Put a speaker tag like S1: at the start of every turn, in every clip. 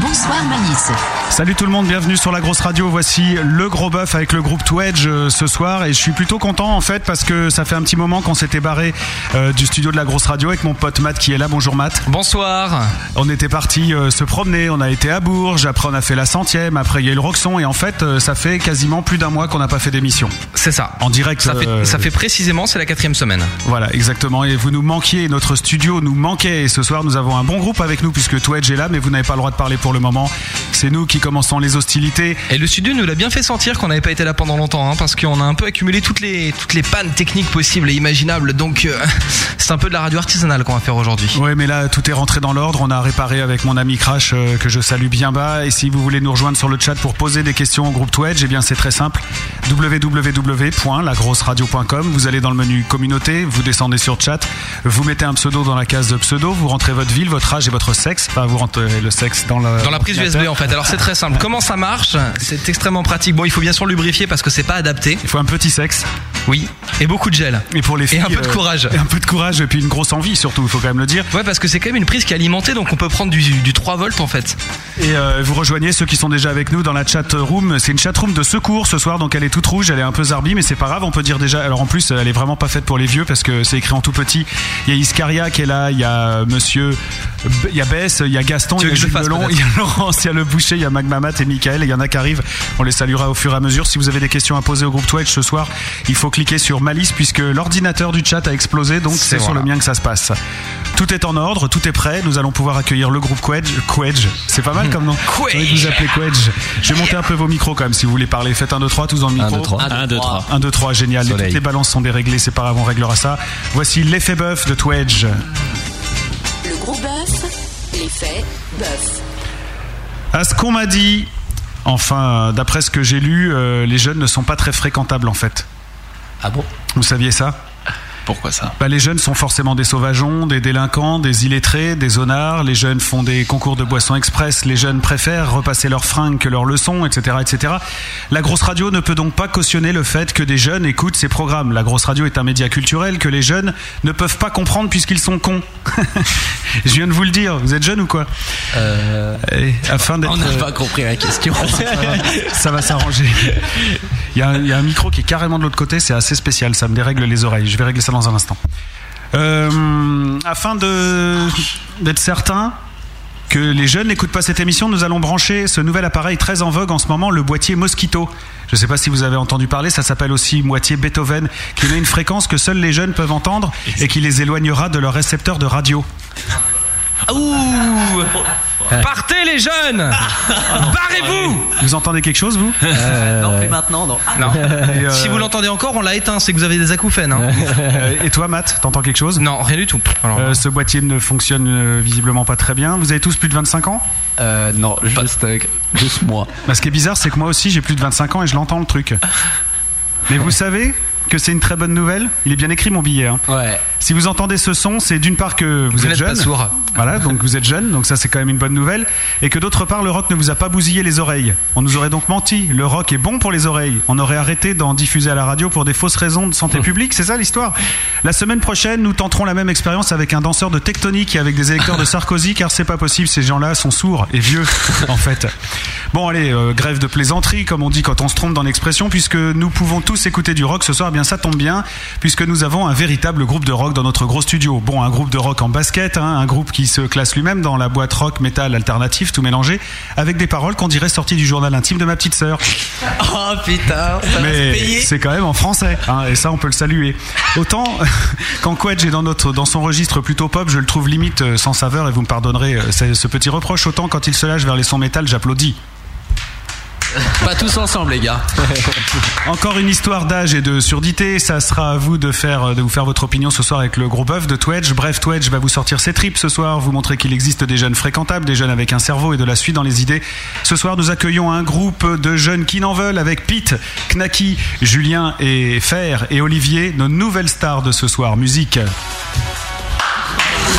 S1: Bonsoir Malice.
S2: Salut tout le monde, bienvenue sur la grosse radio. Voici le gros bœuf avec le groupe Twedge euh, ce soir et je suis plutôt content en fait parce que ça fait un petit moment qu'on s'était barré euh, du studio de la grosse radio avec mon pote Matt qui est là. Bonjour Matt.
S3: Bonsoir.
S2: On était parti euh, se promener, on a été à Bourges, après on a fait la centième, après il y a eu le Roxon et en fait euh, ça fait quasiment plus d'un mois qu'on n'a pas fait d'émission
S3: C'est ça.
S2: en direct.
S3: Ça fait,
S2: euh,
S3: ça fait précisément, c'est la quatrième semaine.
S2: Voilà, exactement. Et vous nous manquiez, notre studio nous manquait. Et ce soir, nous avons un bon groupe avec nous puisque Twedge est là, mais vous n'avez pas le droit de parler pour le moment. C'est nous qui commençons les hostilités.
S3: Et le studio nous l'a bien fait sentir qu'on n'avait pas été là pendant longtemps, hein, parce qu'on a un peu accumulé toutes les, toutes les pannes techniques possibles et imaginables. Donc, euh, c'est un peu de la radio artisanale qu'on va faire aujourd'hui.
S2: Ouais, mais là, tout est rentré dans l'ordre. On a réparé avec mon ami Crash, euh, que je salue bien bas. Et si vous voulez nous rejoindre sur le chat pour poser des questions au groupe Twedge, eh bien, c'est très simple. www.lagrosseradio.com. Vous allez dans le menu communauté, vous descendez sur chat, vous mettez un pseudo dans la case de pseudo, vous rentrez votre ville, votre âge et votre sexe. Enfin, vous rentrez le sexe dans la,
S3: Dans la prise USB en fait. Alors c'est très simple. Comment ça marche C'est extrêmement pratique. Bon, il faut bien sûr lubrifier parce que c'est pas adapté.
S2: Il faut un petit sexe.
S3: Oui. Et beaucoup de gel.
S2: Et pour les filles,
S3: un peu de
S2: euh,
S3: courage.
S2: et un peu de courage et puis une grosse envie surtout, il faut quand même le dire.
S3: Ouais, parce que c'est quand même une prise qui est alimentée, donc on peut prendre du, du 3 volts en fait.
S2: Et euh, vous rejoignez ceux qui sont déjà avec nous dans la chat room. C'est une chat room de secours ce soir, donc elle est toute rouge, elle est un peu zarbi, mais c'est pas grave. On peut dire déjà. Alors en plus, elle est vraiment pas faite pour les vieux parce que c'est écrit en tout petit. Il y a Iscaria qui est là, il y a euh, Monsieur, B- il y a Bess, il y a Gaston,
S3: Tu
S2: il y
S3: veux
S2: a
S3: que je
S2: Jules
S3: le fasse,
S2: Melon,
S3: peut-être
S2: il y a Laurence, il y a Le Boucher, il y a Magmamat et Michael. Et il y en a qui arrivent. On les saluera au fur et à mesure. Si vous avez des questions à poser au groupe Twitch ce soir, il faut cliquer sur Malice puisque l'ordinateur du chat a explosé, donc c'est
S3: C'est
S2: sur le
S3: voilà.
S2: mien que ça se passe. Tout est en ordre, tout est prêt. Nous allons pouvoir accueillir le groupe Quedge. Quedge, c'est pas mal comme nom.
S3: Quedge.
S2: J'ai envie de vous appeler Quedge. Je vais monter un peu vos micros quand même si vous voulez parler. Faites un 2, 3, tous dans le micro.
S4: 1, 2, 3.
S2: 1, 2, 3, génial. Et
S4: Soleil.
S2: toutes les balances sont déréglées, c'est pas grave, on réglera ça. Voici l'effet bœuf de Twedge.
S1: Le gros bœuf, l'effet bœuf.
S2: À ce qu'on m'a dit, enfin, d'après ce que j'ai lu, euh, les jeunes ne sont pas très fréquentables en fait.
S4: Ah bon
S2: Vous saviez ça
S4: Pourquoi ça
S2: Bah, les jeunes sont forcément des sauvageons, des délinquants, des illettrés, des zonards. Les jeunes font des concours de boissons express. Les jeunes préfèrent repasser leurs fringues que leurs leçons, etc., etc. La grosse radio ne peut donc pas cautionner le fait que des jeunes écoutent ces programmes. La grosse radio est un média culturel que les jeunes ne peuvent pas comprendre puisqu'ils sont cons. Je viens de vous le dire. Vous êtes jeune ou quoi Et Afin d'être.
S4: Euh,
S2: euh,
S4: On n'a pas compris la question.
S2: Ça va s'arranger. Il y, a un- il y a un micro qui est carrément de l'autre côté, c'est assez spécial, ça me dérègle les oreilles. Je vais régler ça dans un instant. Euh, afin de- d'être certain que les jeunes n'écoutent pas cette émission, nous allons brancher ce nouvel appareil très en vogue en ce moment, le boîtier Mosquito. Je ne sais pas si vous avez entendu parler, ça s'appelle aussi boîtier Beethoven, qui met une fréquence que seuls les jeunes peuvent entendre et qui les éloignera de leur récepteur de radio.
S3: Ouh Partez les jeunes Barrez-vous
S2: Vous entendez quelque chose, vous
S4: Ah. Non, mais maintenant, non. Ah,
S5: Hein
S3: Non.
S2: euh,
S3: Si vous l'entendez encore, on l'a éteint, c'est que vous avez des acouphènes. hein.
S2: Euh, Et toi, Matt, t'entends quelque chose
S3: Non, rien du tout. Alors,
S2: Euh, ce boîtier ne fonctionne euh, visiblement pas très bien. Vous avez tous plus de 25 ans
S4: Euh, non, juste, euh, juste moi.
S2: Bah, Ce qui est bizarre, c'est que moi aussi j'ai plus de 25 ans et je l'entends le truc. Mais vous savez que c'est une très bonne nouvelle. Il est bien écrit mon billet. hein.
S4: Ouais.
S2: Si vous entendez ce son, c'est d'une part que vous,
S3: Vous
S2: êtes
S3: n'êtes pas
S2: jeune.
S3: sourd.
S2: Voilà, donc vous êtes jeune, donc ça c'est quand même une bonne nouvelle. Et que d'autre part, le rock ne vous a pas bousillé les oreilles. On nous aurait donc menti. Le rock est bon pour les oreilles. On aurait arrêté d'en diffuser à la radio pour des fausses raisons de santé publique, c'est ça l'histoire. La semaine prochaine, nous tenterons la même expérience avec un danseur de tectonique et avec des électeurs de Sarkozy, car c'est pas possible, ces gens-là sont sourds et vieux, en fait. Bon, allez, euh, grève de plaisanterie, comme on dit quand on se trompe dans l'expression, puisque nous pouvons tous écouter du rock ce soir, eh bien ça tombe bien, puisque nous avons un véritable groupe de rock dans notre gros studio. Bon, un groupe de rock en basket, hein, un groupe qui se classe lui-même dans la boîte rock, métal, alternatif, tout mélangé, avec des paroles qu'on dirait sorties du journal intime de ma petite sœur.
S4: Oh putain, ça va se
S2: Mais
S4: payer.
S2: c'est quand même en français, hein, et ça on peut le saluer. Autant quand Quedge est dans, notre, dans son registre plutôt pop, je le trouve limite euh, sans saveur, et vous me pardonnerez euh, ce, ce petit reproche, autant quand il se lâche vers les sons métal, j'applaudis.
S4: Pas tous ensemble, les gars.
S2: Encore une histoire d'âge et de surdité. Ça sera à vous de, faire, de vous faire votre opinion ce soir avec le gros bœuf de Twedge. Bref, Twedge va vous sortir ses tripes ce soir, vous montrer qu'il existe des jeunes fréquentables, des jeunes avec un cerveau et de la suite dans les idées. Ce soir, nous accueillons un groupe de jeunes qui n'en veulent avec Pete, Knacky, Julien et Fer et Olivier, nos nouvelles stars de ce soir. Musique.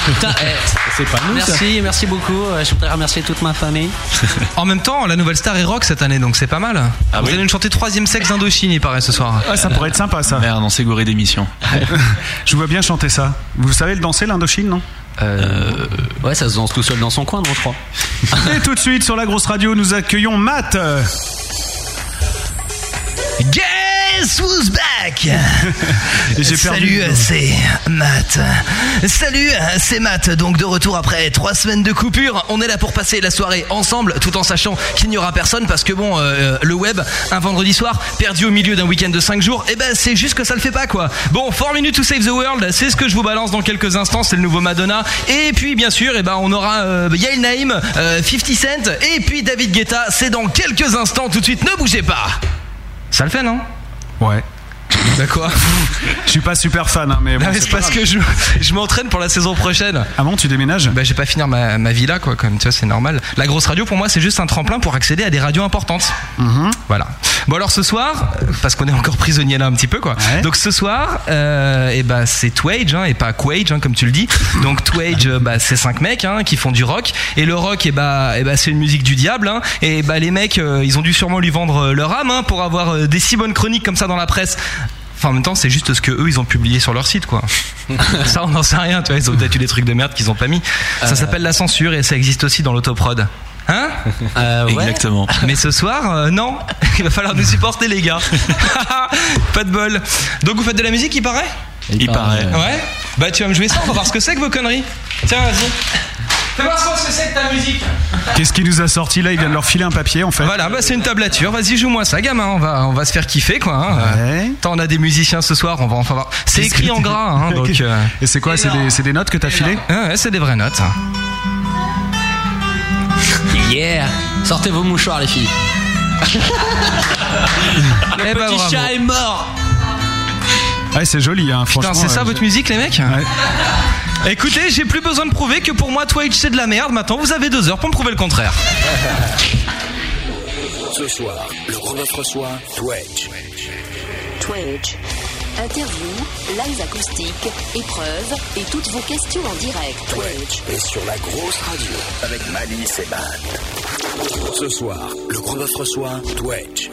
S4: Putain, eh,
S6: C'est pas nous, ça.
S4: merci, merci beaucoup. Euh, Je voudrais remercier toute ma famille.
S5: En même temps, la nouvelle star est rock cette année, donc c'est pas mal. Vous allez nous chanter Troisième sexe d'Indochine, il paraît, ce soir.
S2: Ah, ça pourrait être sympa ça.
S7: Merde, on s'est gouré d'émission.
S2: Je vois bien chanter ça. Vous savez le danser, l'Indochine, non
S4: Euh, ouais, ça se danse tout seul dans son coin, non, je crois.
S2: Et tout de suite, sur la grosse radio, nous accueillons Matt.
S5: Guess who's back
S2: Et J'ai perdu.
S5: Salut, euh, c'est Matt. Salut, euh, c'est Matt. Donc de retour après trois semaines de coupure, on est là pour passer la soirée ensemble, tout en sachant qu'il n'y aura personne parce que bon, euh, le web, un vendredi soir perdu au milieu d'un week-end de 5 jours, et ben c'est juste que ça le fait pas quoi. Bon, 4 minutes to save the world, c'est ce que je vous balance dans quelques instants, c'est le nouveau Madonna. Et puis bien sûr, et ben on aura euh, Yael Naim, euh, 50 Cent, et puis David Guetta. C'est dans quelques instants. Tout de suite, ne bougez pas. Ça le fait non
S2: Ouais.
S5: Bah quoi
S2: Je suis pas super fan, hein, mais bon.
S5: Non, mais
S2: c'est
S5: c'est
S2: pas
S5: parce
S2: grave.
S5: que je, je m'entraîne pour la saison prochaine.
S2: Ah bon, tu déménages
S5: Bah, je vais pas finir ma, ma villa, quoi, comme tu vois, c'est normal. La grosse radio, pour moi, c'est juste un tremplin pour accéder à des radios importantes.
S2: Mhm.
S5: Voilà. Bon, alors ce soir, euh, parce qu'on est encore prisonnier là un petit peu, quoi.
S2: Ouais.
S5: Donc ce soir, euh, et bah, c'est Twage, hein, et pas Quage, hein, comme tu le dis. Donc Twage, euh, bah, c'est cinq mecs hein, qui font du rock. Et le rock, et bah, et bah, c'est une musique du diable. hein. et bah, les mecs, euh, ils ont dû sûrement lui vendre euh, leur âme hein, pour avoir euh, des si bonnes chroniques comme ça dans la presse. Enfin, en même temps, c'est juste ce que eux ils ont publié sur leur site, quoi. ça, on n'en sait rien, tu vois. Ils ont peut-être eu des trucs de merde qu'ils ont pas mis. Ça s'appelle la censure et ça existe aussi dans l'autoprod. Hein
S4: Euh, ouais.
S7: Exactement.
S5: Mais ce soir, euh, non. Il va falloir nous supporter, les gars. pas de bol. Donc, vous faites de la musique, il paraît
S7: Il paraît.
S5: Ouais. Bah, tu vas me jouer ça, on va voir ce que c'est que vos conneries. Tiens, vas-y. Fais voir ce que c'est que ta musique.
S2: Qu'est-ce qui nous a sorti là Il vient de leur filer un papier en fait.
S5: Voilà, bah c'est une tablature. Vas-y, joue-moi ça, gamin. On va, on va se faire kiffer, quoi. hein.
S2: Ouais.
S5: Tant on a des musiciens ce soir, on va enfin voir. C'est écrit en gras, hein, donc. euh,
S2: Et c'est quoi C'est des, c'est des notes que t'as filées
S5: ouais, ouais, c'est des vraies notes. hein.
S4: Yeah. Sortez vos mouchoirs, les filles.
S5: Eh bah, bravo.
S4: est mort.
S2: Ouais, c'est joli, hein,
S5: Putain,
S2: franchement.
S5: c'est ça
S2: euh,
S5: votre musique, les mecs
S2: Ouais.
S5: Écoutez, j'ai plus besoin de prouver que pour moi, Twitch c'est de la merde. Maintenant, vous avez deux heures pour me prouver le contraire.
S8: Ce soir, le gros bœuf reçoit Twitch.
S1: Twitch. Interview, live acoustique, épreuves et toutes vos questions en direct.
S8: Twitch est sur la grosse radio avec Malice et Matt. Ce soir, le gros bœuf reçoit Twitch.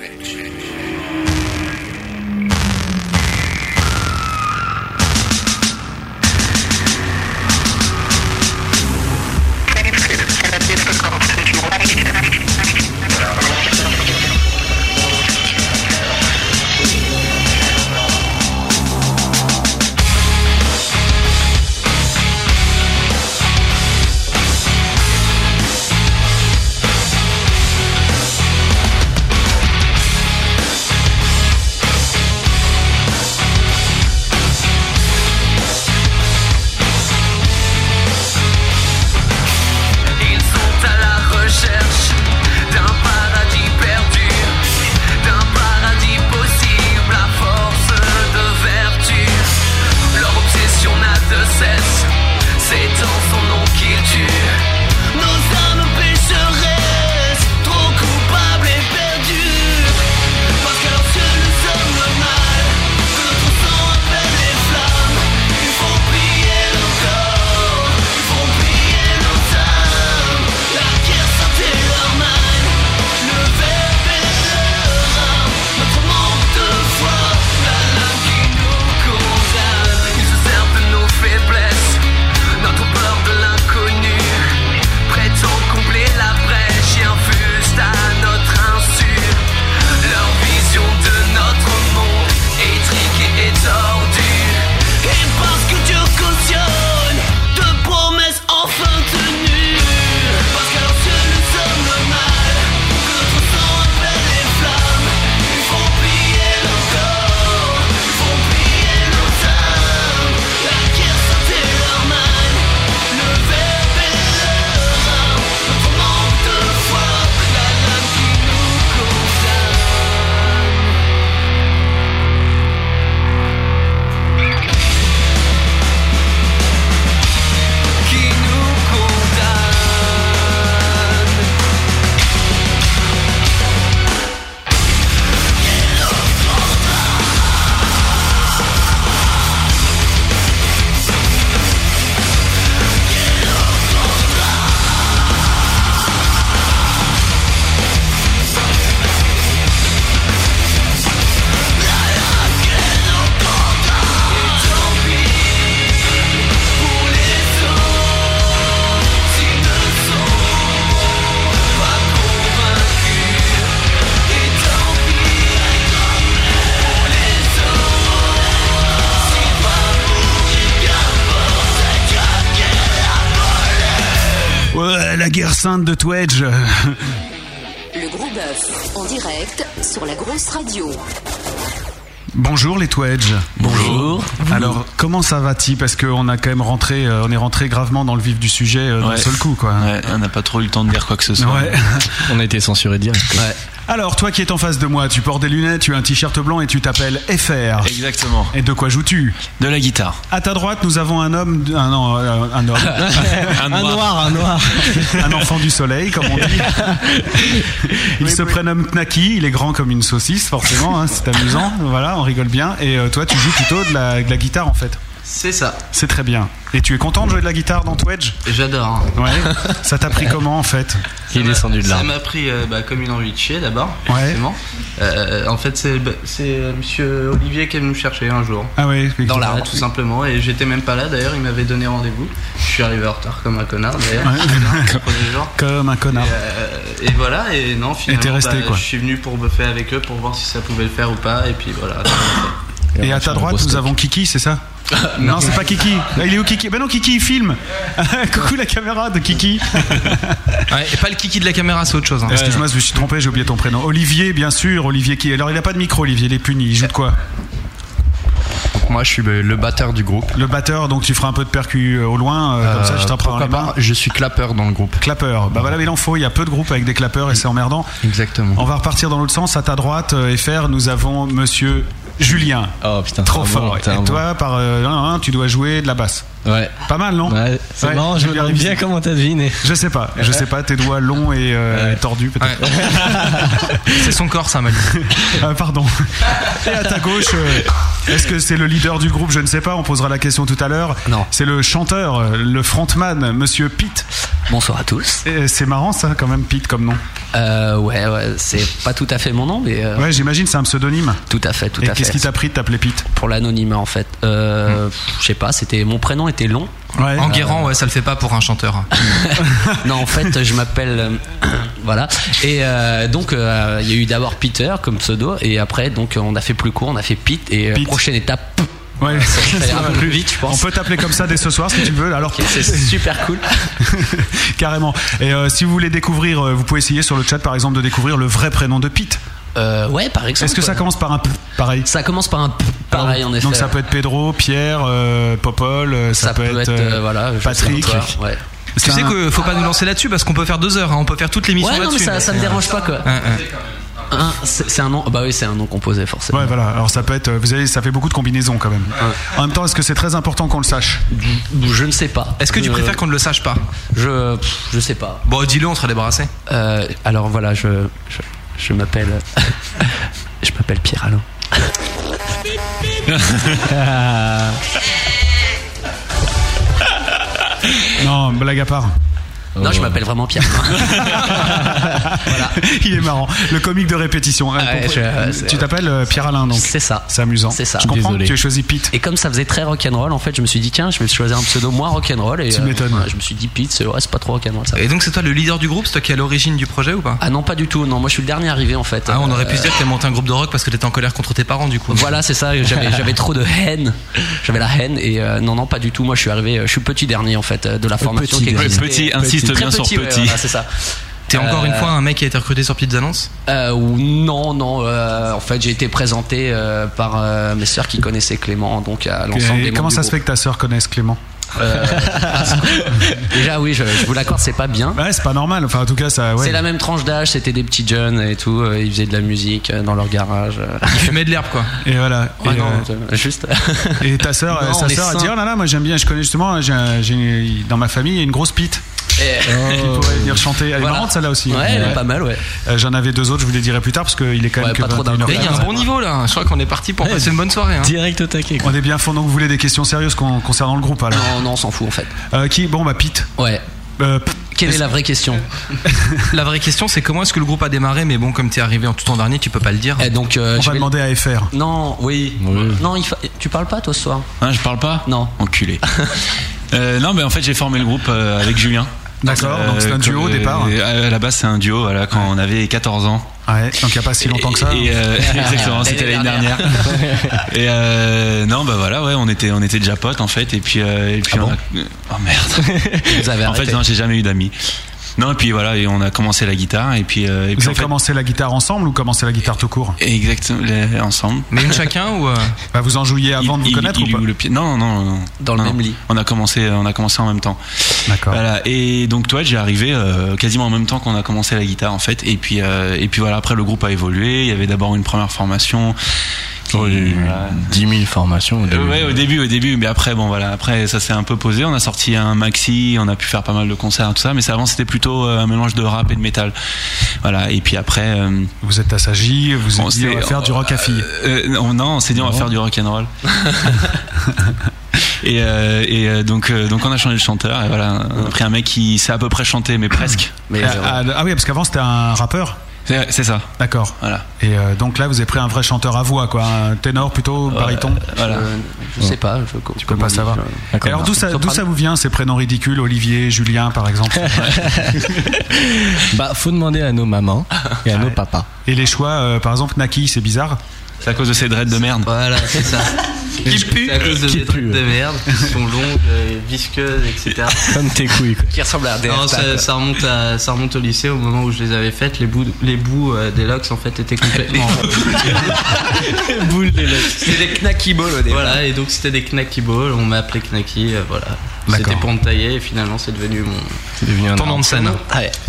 S2: enceinte de Twedge.
S1: Le gros bœuf en direct sur la grosse radio.
S2: Bonjour les Twedge.
S4: Bonjour.
S2: Alors comment ça va-t-il Parce qu'on a quand même rentré, euh, on est rentré gravement dans le vif du sujet euh, d'un
S9: Ouais.
S2: seul coup quoi.
S9: Ouais, on n'a pas trop eu le temps de dire quoi que ce soit.
S2: Ouais.
S10: On a été censuré direct.
S2: Alors toi qui es en face de moi, tu portes des lunettes, tu as un t-shirt blanc et tu t'appelles FR.
S9: Exactement.
S2: Et de quoi joues-tu
S9: De la guitare.
S2: À ta droite, nous avons un homme, un, non, euh, un homme,
S9: Un noir.
S10: un noir.
S2: un enfant du soleil, comme on dit. Il se prénomme Knacky, il est grand comme une saucisse, forcément, hein, c'est amusant, voilà, on rigole bien. Et euh, toi, tu joues plutôt de la, de la guitare, en fait.
S4: C'est ça.
S2: C'est très bien. Et tu es content de jouer de la guitare dans Twedge
S4: J'adore. hein.
S2: Ouais. Ça t'a pris comment, en fait
S10: Il est descendu de
S4: Ça
S10: l'arbre.
S4: m'a pris euh, bah, comme une envie de chier d'abord.
S2: Ouais.
S4: forcément. Euh, en fait, c'est bah, c'est, euh, monsieur Olivier qui est venu me chercher un jour.
S2: Ah oui,
S4: Dans l'arbre, tout simplement. Et j'étais même pas là d'ailleurs, il m'avait donné rendez-vous. Je suis arrivé en retard comme un connard d'ailleurs. Le premier jour.
S2: Comme un connard.
S4: Euh, et voilà, et non,
S2: Et t'es
S4: finalement,
S2: resté,
S4: bah,
S2: quoi.
S4: je suis venu pour buffer avec eux pour voir si ça pouvait le faire ou pas. Et puis voilà.
S2: Et à ta droite, nous avons Kiki, c'est ça Non, c'est pas Kiki. Il est où Kiki Ben non, Kiki, il filme. Coucou la caméra de Kiki.
S3: Ouais, et pas le kiki de la caméra, c'est autre chose. hein.
S2: Excuse-moi, je me suis trompé, j'ai oublié ton prénom. Olivier, bien sûr, Olivier qui. Alors, il a pas de micro, Olivier, il est puni. Il joue de quoi
S10: Moi, je suis le le batteur du groupe.
S2: Le batteur, donc tu feras un peu de percu euh, au loin, euh, comme ça, je
S10: Euh,
S2: t'apprends
S10: pourquoi
S2: les mains.
S10: pas, Je suis clapeur dans le groupe.
S2: Clapeur. Bah voilà, mais il en faut, il y a peu de groupes avec des clapeurs et c'est emmerdant.
S10: Exactement.
S2: On va repartir dans l'autre sens. À ta droite, euh, FR, nous avons monsieur Julien.
S10: Oh putain,
S2: Trop
S10: c'est un bon,
S2: fort.
S10: c'est un
S2: Et
S10: bon.
S2: toi, par euh, un, un, tu dois jouer de la basse.
S10: Ouais.
S2: Pas mal, non
S10: Ouais, c'est
S2: Ouais,
S10: marrant, je me
S2: Julien
S10: demande bien
S2: Rivière.
S10: comment t'as deviné.
S2: Je sais pas, je sais pas, tes doigts longs et euh, tordus peut-être.
S3: C'est son corps, ça, Mali.
S2: Ah, pardon. Et à ta gauche, euh, est-ce que c'est le leader du groupe Je ne sais pas, on posera la question tout à l'heure.
S4: Non.
S2: C'est le chanteur, euh, le frontman, monsieur Pete.
S4: Bonsoir à tous. Euh,
S2: Et C'est marrant ça, quand même, Pete comme nom.
S4: ouais, ouais, c'est pas tout à fait mon nom, mais
S2: euh, Ouais, j'imagine, c'est un pseudonyme.
S4: tout à fait, tout
S2: Et
S4: à fait.
S2: qu'est-ce qui t'a pris de t'appeler Pete Hmm.
S4: Pour l'anonymat en fait. Euh, pff, Je sais pas, c'était mon prénom était long.
S2: Ouais.
S3: Enguerrand, ouais, ça le fait pas pour un chanteur.
S4: non, en fait, je m'appelle. euh, voilà. Et euh, donc, euh, il y a eu d'abord Peter comme pseudo, et après, donc, on a fait plus court, on a fait Pete, et euh,
S2: Pete.
S4: prochaine étape. pouf,
S2: Ouais.
S4: ça ira un peu plus vite, je
S2: On
S4: pense.
S2: peut t'appeler comme ça dès ce soir si tu veux. Alors,
S4: Ok, C'est super cool.
S2: carrément. Et euh, si vous voulez découvrir, euh, vous pouvez essayer sur le chat par exemple de découvrir le vrai prénom de Pete.
S4: Euh, ouais, par exemple.
S2: Est-ce que ça
S4: quoi.
S2: commence par un P Pareil.
S4: Ça commence par un p- pareil en effet.
S2: Donc ça peut être Pedro, Pierre, euh, Popol, euh, ça,
S4: Ça peut être,
S2: euh,
S4: euh, voilà, je sais
S2: Patrick.
S4: pas, toi, ouais.
S2: C'est
S3: Tu sais
S2: un-
S3: que faut pas nous lancer là-dessus parce qu'on peut faire deux heures, hein, on peut faire toute l'émission
S4: Ouais, non, mais
S3: là-dessus.
S4: ça, ça me dérange pas quoi.
S3: Hein, hein.
S4: Hein, c'est c'est un nom. Bah oui, c'est un nom composé forcément.
S2: Ouais, voilà. Alors ça peut être, euh, vous savez, ça fait beaucoup de combinaisons quand même. En même temps, est-ce que c'est très important qu'on le sache
S4: Je ne sais pas.
S3: Est-ce que tu
S4: Je-
S3: préfères qu'on ne le sache pas
S4: Je pff, je sais pas.
S3: Bon, dis-le, on sera débarrassé.
S4: Euh, alors voilà, je je, je m'appelle je m'appelle Pierre Alain.
S2: Non, blague à part.
S4: Non, je m'appelle vraiment Pierre.
S2: Il est marrant. Le comique de répétition. Euh,
S4: Ah ouais,
S2: pour-
S4: je- euh, c'est-
S2: tu t'appelles euh, Pierre Alain donc.
S4: C'est ça.
S2: C'est amusant.
S4: C'est ça.
S2: Je comprends.
S10: Désolé.
S2: Tu as choisi Pete.
S4: Et comme ça faisait très rock'n'roll, en fait, je me suis dit tiens, je vais choisir un pseudo moins rock'n'roll. Et
S2: Tu
S4: euh,
S2: m'étonnes.
S4: ouais, je me suis dit Pete, c'est ouais, c'est pas trop rock'n'roll ça.
S3: Et donc, c'est toi le leader du groupe, c'est toi qui es à l'origine du projet ou pas
S4: Ah non, pas du tout. Non, moi je suis le dernier arrivé en fait.
S3: Ah, on
S4: Euh,
S3: aurait pu se dire que t'as monté un groupe de rock parce que t'étais en colère contre tes parents du coup.
S4: Voilà, c'est ça. J'avais, j'avais trop de haine. J'avais la haine et euh, non, non, pas du tout. Moi, je suis arrivé. euh, Je suis petit dernier en fait euh, de la formation
S10: petit
S4: qui
S10: dernier.
S4: existait.
S9: Petit, insiste
S4: Très
S9: bien sur
S4: ouais,
S9: petit.
S4: voilà, c'est ça.
S3: T'es encore
S4: Euh,
S3: une fois un mec qui a été recruté sur Petites Annonces
S4: euh, ou non, non. euh, en fait, j'ai été présenté euh, par euh, mes sœurs qui connaissaient Clément, donc à l'ensemble
S2: Et
S4: des
S2: comment
S4: membres
S2: ça
S4: du
S2: se fait que ta sœur connaisse Clément
S4: groupe. Déjà, oui, je, je vous l'accorde, c'est pas Ah, bien.
S2: Ouais, c'est pas normal. Enfin, en tout cas, ça. Ah ouais.
S4: C'est la même tranche d'âge, c'était des petits jeunes et tout. euh, Ils faisaient de la musique euh, dans leur garage. euh.
S3: Il fumait de l'herbe quoi.
S2: Et voilà.
S4: Ouais,
S2: et,
S4: non,
S2: euh,
S4: euh, juste.
S2: et ta sœur,
S4: Non,
S2: euh, sa
S4: on est
S2: sœur a
S4: sains.
S2: dit oh là là, moi j'aime bien. Je connais justement. j'ai un- j'ai- dans ma famille, il y a une grosse Pete
S4: Et-
S2: qui
S3: Oh.
S2: pourrait venir chanter. Elle est
S4: Eh. Voilà.
S2: marrante celle-là aussi.
S4: Ouais, elle est
S2: Ouais.
S4: pas mal, ouais.
S2: Euh, J'en avais deux autres. Je vous les dirai plus tard parce qu'il est quand même
S4: Ouais,
S2: que
S4: euh, pas trop
S2: 21h15.
S3: Et il y a un bon niveau là, hein. je crois qu'on est parti pour passer une bonne soirée. hein.
S10: Direct au taquet. quoi.
S2: On est bien fond. Donc vous voulez des questions sérieuses con- concernant le groupe alors
S4: Non, non, on s'en fout en fait.
S2: Euh, Qui Bon bah Pete.
S4: Ouais.
S2: Euh, pff,
S4: Quelle est la vraie question
S3: La vraie question, c'est comment est-ce que le groupe a démarré, mais bon, comme t'es arrivé en tout temps dernier, tu peux pas le dire.
S4: Eh, Donc, euh,
S2: on
S4: je
S2: va
S4: vais-
S2: demander à FR.
S4: Non, oui.
S10: Oui.
S4: Non, il fa- tu parles pas toi ce soir
S9: Hein, je parle pas
S4: Non.
S9: Enculé. Euh, non, mais en fait, j'ai formé le groupe euh, avec Julien.
S2: D'accord,
S9: Euh,
S2: donc c'est un
S9: comme,
S2: duo au
S9: euh,
S2: départ.
S9: À la base, c'est un duo, voilà, quand on avait 14 ans.
S2: Ouais, donc il n'y a pas si longtemps que ça.
S9: Et, et, euh, exactement, c'était l'année dernière. et euh, non, bah voilà, ouais, on était, on était
S10: Ah
S9: déjà potes en fait. Et puis, euh, et puis on a- oh merde.
S4: Vous avez
S9: en fait,
S4: arrêté.
S9: non, j'ai jamais eu d'amis. Non, et puis voilà, et on a commencé la guitare. Et puis, euh, et puis
S2: Vous
S9: en
S2: avez
S9: fait-
S2: commencé la guitare ensemble ou commencé la guitare tout court
S9: Exactement, les- ensemble.
S3: Mais une chacun ou. euh,
S2: bah, Vous en jouiez avant de vous
S9: Il- il-
S2: connaître
S9: il
S2: ou pas
S9: loue le pied. Non, non, non.
S4: Dans le
S9: Non,
S4: même
S9: non.
S4: lit.
S9: On a commencé, euh, on a commencé en même temps.
S2: D'accord.
S9: Voilà. Et donc toi, j'ai arrivé euh, quasiment en même temps qu'on a commencé la guitare en fait. Et puis euh, et puis voilà. Après, le groupe a évolué. Il y avait d'abord une première formation. qui-
S10: Oh, il y a eu
S9: voilà.
S10: 10 000 formations. au
S9: Euh,
S10: début.
S9: ouais, au début, au début, mais après, bon voilà, après ça s'est un peu posé. On a sorti un maxi, on a pu faire pas mal de concerts, tout ça. Mais ça, avant, c'était plutôt euh, un mélange de rap et de métal. Voilà. Et puis après, euh,
S2: Vous êtes assagi, vous
S9: on
S2: êtes dit on
S9: s'est-
S2: va faire du rock à filles.
S9: euh, euh, non, non, on s'est dit on va faire du rock and roll. et euh, et euh, donc euh, donc on a changé de chanteur et voilà, on a pris un mec qui sait à peu près chanter, mais presque.
S4: Mais, euh,
S2: Ah, ah, ah oui, parce qu'avant c'était un rappeur.
S9: C'est c'est ça.
S2: D'accord.
S9: Voilà.
S2: Et euh, donc là, vous avez pris un vrai chanteur à voix, quoi, un ténor plutôt, bariton.
S9: Voilà.
S4: euh, je sais pas. Je,
S2: Tu peux pas savoir. Et alors d'où ça, d'où ça vous vient ces prénoms ridicules, Olivier, Julien, par exemple
S11: Bah, faut demander à nos mamans et à nos papas.
S2: Et les choix, euh, par exemple, Naki, c'est bizarre.
S9: C'est à cause de ces dreads de merde.
S3: Voilà, c'est ça. Qui pue C'est à cause de
S11: Qui
S3: des trucs
S11: pue.
S3: de merde qui sont longues, euh, visqueuses, etc.
S11: Comme tes couilles, quoi.
S4: Qui ressemble à RDR.
S3: Non, ça, ça remonte à- ça remonte au lycée au moment où je les avais faites. Les bouts, les bouts euh, des locks en fait étaient complètement. les boules des locks. C'était des knacky balls au départ. Voilà, et donc c'était des knacky balls. On m'a appelé knacky, euh, voilà. C'était pour me tailler et finalement c'est devenu mon.
S2: Ah,
S11: C'est devenu un
S3: Ton nom de scène.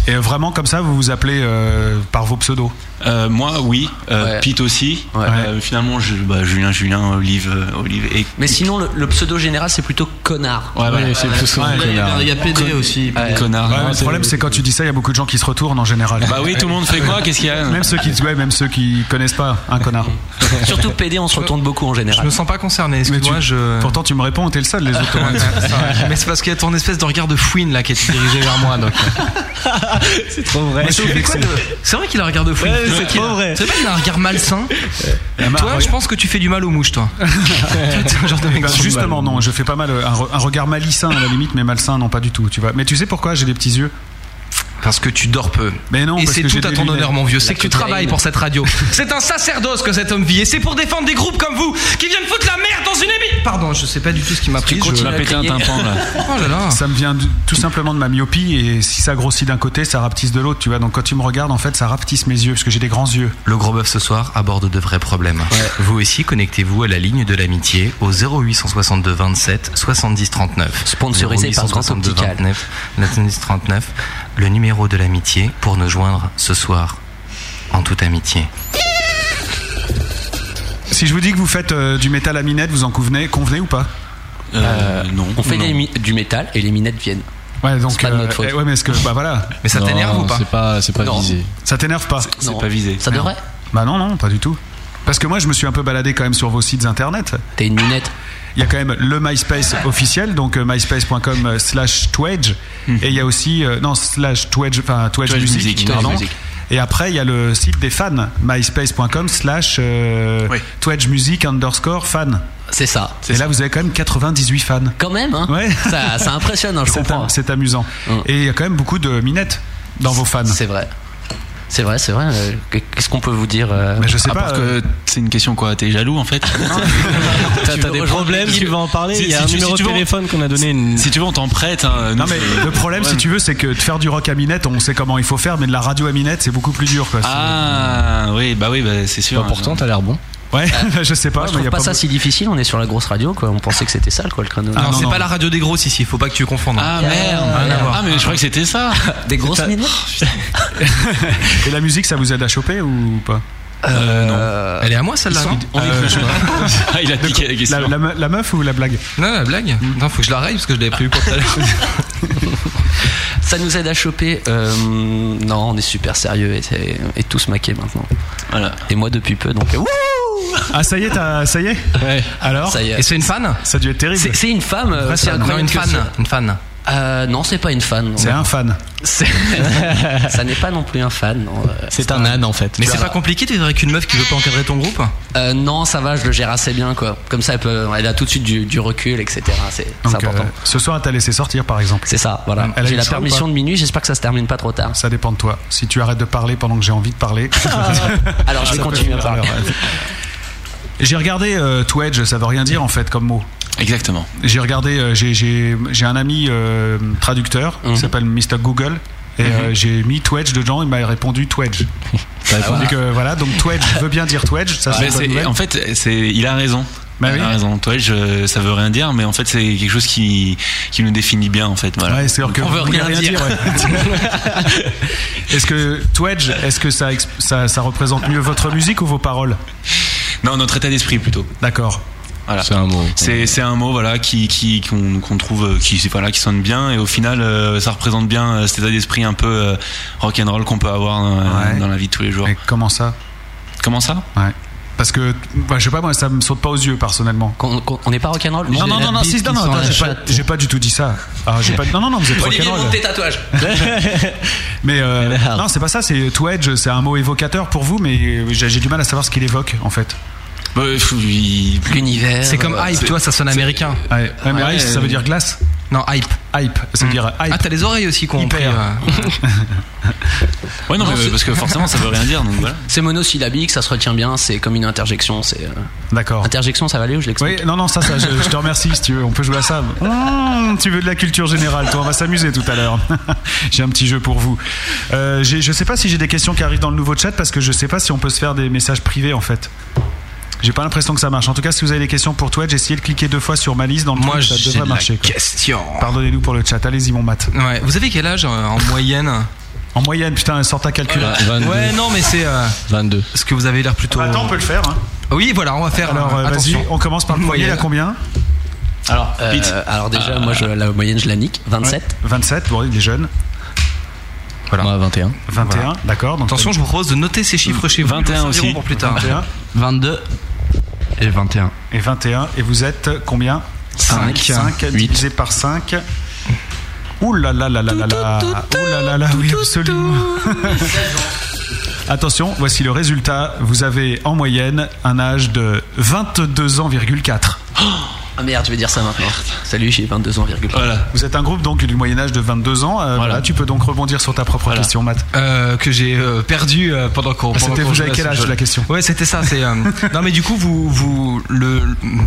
S2: Et vraiment comme ça, vous vous appelez euh, par vos pseudos.
S9: Euh, moi, oui. Euh,
S4: Ouais.
S9: Pete aussi.
S4: Ouais.
S9: Euh, finalement, je, bah, Julien, Julien, Olive, euh, Olive et
S4: Mais sinon, le, le pseudo général, c'est plutôt connard.
S9: Ouais, voilà.
S11: c'est plus souvent
S3: Ouais, Il y a- il y a PD aussi.
S4: Ouais.
S9: connard.
S2: Ouais, le problème, c'est quand tu dis ça, il y a beaucoup de gens qui se retournent en général.
S9: Bah oui, tout le monde fait quoi Qu'est-ce qu'il y a
S2: Même ceux qui, ouais, même ceux qui connaissent pas un connard.
S4: Surtout PD, on se retourne beaucoup en
S5: Je
S4: général.
S5: me sens pas concerné,
S2: Mais
S5: excuse-moi,
S2: tu-
S5: je.
S2: Pourtant, tu me réponds, t'es le seul. Les autres.
S5: Ouais, c'est vrai. Mais c'est parce qu'il y a ton espèce de regard de fouine là qui est dirigé vers moi. donc.
S2: Moi, je suis
S5: Mais quoi
S2: vexé.
S5: de- C'est vrai qu'il a un regard de fouine. c'est trop vrai. C'est vrai qu'il a un regard malsain.
S2: Ah bah,
S5: toi, je pense que tu fais du mal aux mouches, toi. T'es un genre de
S2: Eh
S5: mec
S2: ben,
S5: fou.
S2: justement, non, je fais pas mal euh, un, re- un regard malicin à la limite, mais malsain, non, pas du tout, tu vois. Mais tu sais pourquoi j'ai des petits yeux
S5: Parce que tu dors peu.
S2: Mais non,
S5: et
S2: parce
S5: c'est
S2: que j'ai
S5: tout à
S2: des
S5: ton
S2: lunettes.
S5: honneur, mon vieux. C'est que tu
S4: cocaïne.
S5: travailles pour cette radio. C'est un sacerdoce que cet homme vit. Et c'est pour défendre des groupes comme vous qui viennent foutre la merde dans une émission. Pardon, je sais pas du tout ce qui m'a pris. je-
S9: Tu m'as pété un tympan là.
S5: Oh là là.
S2: Ça me vient du- tout simplement de ma myopie, et si ça grossit d'un côté, ça rapetisse de l'autre, tu vois. Donc quand tu me regardes, en fait, ça rapetisse mes yeux, parce que j'ai des grands yeux.
S3: Le gros bœuf ce soir aborde de vrais problèmes. Vous aussi, connectez-vous à la ligne de l'amitié au 0862 27 70 39.
S4: Sponsorisé par Grand
S3: 0862
S4: Optical.
S3: 29, 70 39, le numéro de l'amitié pour nous joindre ce soir. En toute amitié.
S2: Si je vous dis que vous faites euh, du métal à minette, vous en convenez, convenez ou pas
S9: Euh, non.
S4: On fait
S9: non.
S4: des mi- du métal et les minettes viennent.
S2: Ouais, donc.
S4: C'est pas de notre faute.
S2: eh ouais, mais est-ce que. Bah voilà,
S5: Mais ça
S10: Non,
S5: t'énerve ou pas
S10: C'est pas, c'est pas
S4: Non.
S10: visé.
S2: ça t'énerve pas
S9: C'est
S4: Non.
S9: pas visé.
S4: Ça devrait
S2: Bah non, non, pas du tout. Parce que moi, je me suis un peu baladé quand même sur vos sites internet.
S4: T'es une minette.
S2: Il y a quand même le MySpace officiel, donc euh, myspace.com euh, slash Twedge. Et il y a aussi, euh, non, slash Twedge, enfin Twedge,
S9: Twedge
S2: Music,
S9: Music,
S2: pardon.
S9: Twedge Music.
S2: Et après, il y a le site des fans, myspace.com slash euh,
S9: Oui.
S2: Twedge Music underscore fan.
S4: C'est ça.
S2: Et là, vous avez quand même 98 fans.
S4: Quand même, hein
S2: Ouais.
S4: ça, ça impressionne, hein, je
S2: C'est
S4: comprends.
S2: am- C'est amusant.
S4: Hum.
S2: Et il y a quand même beaucoup de minettes dans vos fans.
S4: C'est vrai. C'est vrai, c'est vrai. Euh, Qu'est-ce qu'on peut vous dire euh,
S2: Mais je sais
S9: À
S2: pas.
S9: part
S2: euh,
S9: que c'est une question quoi, t'es jaloux en fait
S11: T'as
S4: veux
S11: t'as des
S4: rejoindre
S11: problèmes,
S4: l'équipe
S11: tu vas en parler.
S9: Si-
S11: Il y a
S9: si
S11: un
S9: tu- si
S11: numéro
S9: tu
S11: de
S9: veux, on-
S11: téléphone qu'on a donné. Une...
S9: Si tu veux, on t'en prête. hein,
S2: Non
S9: nous,
S2: mais
S9: c'est-
S2: le problème, si tu veux, c'est que de faire du rock à minette, on sait comment il faut faire, mais de la radio à minette, c'est beaucoup plus dur. Quoi. C'est-
S9: Ah oui, bah oui, bah, c'est sûr.
S11: Bah, pourtant, t'as l'air bon.
S2: Ouais, je sais pas.
S4: Moi, je
S2: mais il y
S4: trouve
S2: a
S4: pas,
S2: pas
S4: ça si difficile. On est sur la grosse radio, quoi. On pensait que c'était sale, quoi, le créneau.
S2: Ah,
S5: Non,
S2: non,
S5: c'est
S2: non.
S5: pas la radio des grosses ici, faut pas que tu confondes.
S9: Ah merde
S5: Rien à voir.
S9: Ah mais je crois que c'était ça
S4: Des grosses minettes
S2: Et la musique, ça vous aide à choper ou pas
S5: Euh,
S4: Euh,
S5: Elle est à moi celle-là, non
S2: Euh, je sais pas.
S9: Ah, Il a piqué la question.
S2: La, la me- la meuf ou la blague
S5: Non, la blague Non, faut que je la raille parce que je l'avais prévu pour tout à l'heure.
S4: Ça nous aide à choper. euh, non, on est super sérieux et, c'est- et tous maqués maintenant.
S9: Voilà.
S4: Et moi depuis peu, donc. euh, Wouh
S2: Ah ça y est, t'as- ça y est Alors
S4: Ça y est.
S5: Et c'est une fan
S2: Ça a dû être terrible.
S4: C'est c'est une femme. euh, c'est
S5: Non,
S4: incroyable
S5: une
S4: que
S5: fan. Une fan.
S4: c'est- Euh, non, c'est pas une fan. non.
S2: C'est un fan.
S4: C'est- ça n'est pas non plus un fan. Non, Euh,
S11: C'est un âne, en fait.
S5: Mais c'est pas compliqué de vivre avec une meuf qui veut pas encadrer ton groupe
S4: euh, non, ça va, je le gère assez bien, quoi. Comme ça, elle, peut, elle a tout de suite du, du recul, etc. C'est c'est
S2: Donc,
S4: important.
S2: euh, ce soir, t'as laissé sortir, par exemple.
S4: C'est ça, voilà.
S2: Elle a eu
S4: J'ai
S2: le
S4: la
S2: choix ou
S4: permission
S2: pas
S4: de minuit, j'espère que ça se termine pas trop tard.
S2: Ça dépend de toi. Si tu arrêtes de parler pendant que j'ai envie de parler.
S4: Alors je
S2: Ah. ça
S4: vais
S2: peut
S4: continuer à
S2: faire
S4: parler.
S2: peur, ouais. J'ai regardé euh, Twedge, ça veut rien dire en fait comme mot.
S9: Exactement.
S4: Mhm.
S2: J'ai regardé, euh, j'ai- j'ai j'ai un ami euh, traducteur qui s'appelle Mr Google Et euh, j'ai mis Twedge dedans, il m'a répondu Twedge.
S4: Ah,
S9: T'as répondu
S2: Donc, euh, voilà, donc Twedge veut bien dire Twedge, ça
S9: Mais
S2: c'est une bonne
S9: Bah,
S2: nouvelle.
S9: c'est-
S2: Bah
S9: en fait, c'est, il a raison. il a raison. Toi, je, ça veut rien dire, mais en fait, c'est quelque chose qui, qui nous définit bien, en fait. Voilà.
S2: Ouais, c'est alors que vous voulez ouais. est-ce que Twedge, est-ce que ça, exp- ça, ça représente mieux votre musique ou vos paroles
S9: Non, notre état d'esprit plutôt.
S2: D'accord.
S9: Voilà. C'est un mot. C'est, un mot, voilà, qui, qui, qu'on, qu'on trouve, euh, qui, voilà, qui sonne bien, et au final, euh, ça représente bien euh, cet état d'esprit un peu euh, rock'n'roll qu'on peut avoir euh,
S2: Ouais.
S9: dans la vie de tous les jours.
S2: Comment ça
S9: Comment ça
S2: Ouais. Parce que, bah, je sais pas, moi, ça me saute pas aux yeux, personnellement.
S4: on n'est pas rock'n'roll
S2: Non, non, non, non, si, non, non, attends, j'ai pas, j'ai pas du tout dit ça. Ah, j'ai pas, non, non, non, vous êtes
S3: Olivier,
S2: rock'n'roll.
S3: monte tes tatouages.
S2: mais euh, non, c'est pas ça, c'est to edge, c'est un mot évocateur pour vous, mais j'ai j'ai du mal à savoir ce qu'il évoque, en fait.
S9: Euh,
S4: L'univers. euh,
S5: C'est comme hype, tu vois, ça sonne américain.
S2: Ouais, ouais, mais
S5: Ouais,
S2: ice, ça
S5: euh,
S2: veut dire glace
S5: Non, hype.
S2: Hype, ça veut dire hype.
S5: Ah, t'as les oreilles aussi, quoi.
S2: Hyper.
S9: Ouais, non, mais parce que forcément, ça veut rien dire, donc voilà.
S4: C'est monosyllabique, ça se retient bien, c'est comme une interjection. C'est. euh,
S2: D'accord.
S4: Interjection, ça va aller ou je l'explique
S2: Oui, non, non, ça, ça, je, je te remercie si tu veux. On peut jouer à ça. Mmh, tu veux de la culture générale, toi, on va s'amuser tout à l'heure. j'ai un petit jeu pour vous. Euh, j'ai- je sais pas si j'ai des questions qui arrivent dans le nouveau chat parce que je sais pas si on peut se faire des messages privés en fait. J'ai pas l'impression que ça marche. En tout cas, si vous avez des questions pour toi, j'ai essayé de cliquer deux fois sur ma liste dans le
S5: Moi,
S2: truc, ça
S5: j'ai
S2: devrait
S5: de la
S2: marcher. quoi. Pardonnez-nous pour le chat. Allez-y, mon mat.
S5: Ouais, vous avez quel âge euh, en moyenne
S2: En moyenne, putain, sort ta calculette.
S5: Ouais, non, mais c'est.
S11: 22.
S5: Parce que vous avez l'air plutôt.
S2: Attends, on peut le faire. hein.
S5: Oui, voilà, on va faire.
S2: Alors, euh, vas-y, on commence par le premier.
S5: moyenne.
S2: À combien
S4: Alors, euh, alors
S9: Ah.
S4: déjà, moi, je, la moyenne, je la nique. 27.
S2: 27, bon, il est jeune.
S11: Voilà. Moi, 21.
S2: 21,
S11: Voilà.
S2: d'accord. donc- Mm,
S5: Attention, je vous propose de noter ces chiffres chez vous. ils vous serviront pour plus tard.
S2: 21.
S11: 22.
S10: Et 21.
S2: Et 21. Et vous êtes combien
S5: Cinq.
S2: 5 divisé par 5. Ouh là là là là là là. Ah, Ouh là là là, oui, absolument. Attention, voici le résultat. Vous avez en moyenne un âge de 22 ans,4.
S4: Ah merde, je vais dire ça maintenant. Salut, j'ai 22 ans. virgule.
S2: Vous êtes un groupe donc du moyen âge de 22 ans. Euh, voilà, tu peux donc rebondir sur ta propre question, Matt.
S5: Euh, que j'ai euh, perdu euh, pendant qu'on.
S2: Ah,
S5: pendant
S2: c'était
S5: qu'on
S2: vous
S5: jouait
S2: avez
S5: à
S2: quel
S5: ce
S2: âge,
S5: jeu.
S2: la question
S5: Ouais, c'était ça. C'est euh, non, mais du coup, vous vous le.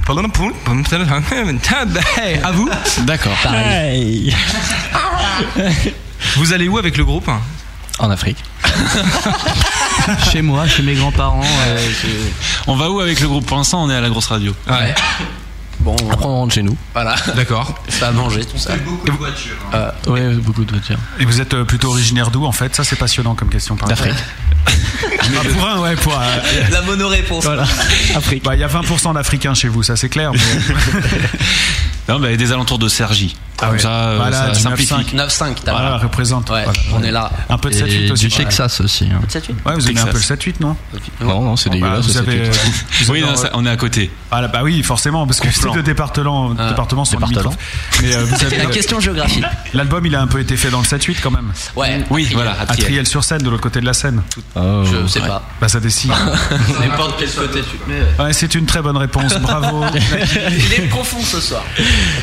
S5: Pardon, pour- bah, Hey, à vous.
S11: D'accord.
S5: Vous allez où avec le groupe
S11: En Afrique. chez moi, chez mes grands-parents. euh, chez-
S9: On va où avec le groupe Pour l'instant, on est à la grosse radio.
S5: Ouais.
S4: Bon,
S11: Après, on rentre chez nous.
S4: voilà.
S5: D'accord.
S4: Ça a mangé, tout ça.
S11: Euh, ouais, beaucoup de voitures.
S2: Et vous êtes euh, plutôt originaire d'où en fait Ça, c'est passionnant comme question. par exemple.
S11: D'Afrique.
S2: Ah, pour un, ouais, pour un.
S4: La mono-réponse.
S11: Afrique.
S2: Bah, Il y a 20% d'Africains chez vous, ça c'est clair. mais-
S9: Non, bah, des alentours de Sergi. Comme
S2: Ah ouais.
S9: ça, euh,
S2: Voilà, du
S9: ça
S2: 9-5.
S9: simplifie.
S4: 9-5, t'as
S2: Voilà, représente.
S4: Ouais,
S2: Voilà.
S4: on est là.
S2: Un peu de
S11: Et
S2: 7-8 aussi.
S11: du Texas aussi. hein.
S4: 7-8
S2: Ouais, vous aimez un
S9: Texas.
S2: peu le 7-8, non
S11: Non, non, c'est
S2: Bon, bah,
S11: dégueulasse.
S2: vous
S11: c'est
S2: avez-
S11: tout.
S2: vous
S9: Oui,
S2: êtes
S9: non,
S2: en-
S9: ça- on est à côté.
S2: Ah là, bah oui, forcément, parce que les
S4: plan.
S2: deux départements,
S9: Ah,
S2: départements sont
S11: département.
S2: limitrophes. Mais euh, vous
S4: C'était
S2: avez-
S4: la question géographique.
S2: l'album, il a un peu été fait dans le 7-8 quand même.
S4: Ouais.
S9: Oui,
S4: Triel.
S9: voilà, à
S2: À
S9: Triel.
S2: Triel sur scène, de l'autre côté de la Seine.
S11: Oh.
S4: Je sais pas.
S2: Bah ça décide.
S4: N'importe quel côté tu te mets.
S2: Ouais, c'est une très bonne réponse, bravo.
S4: Il est profond ce soir.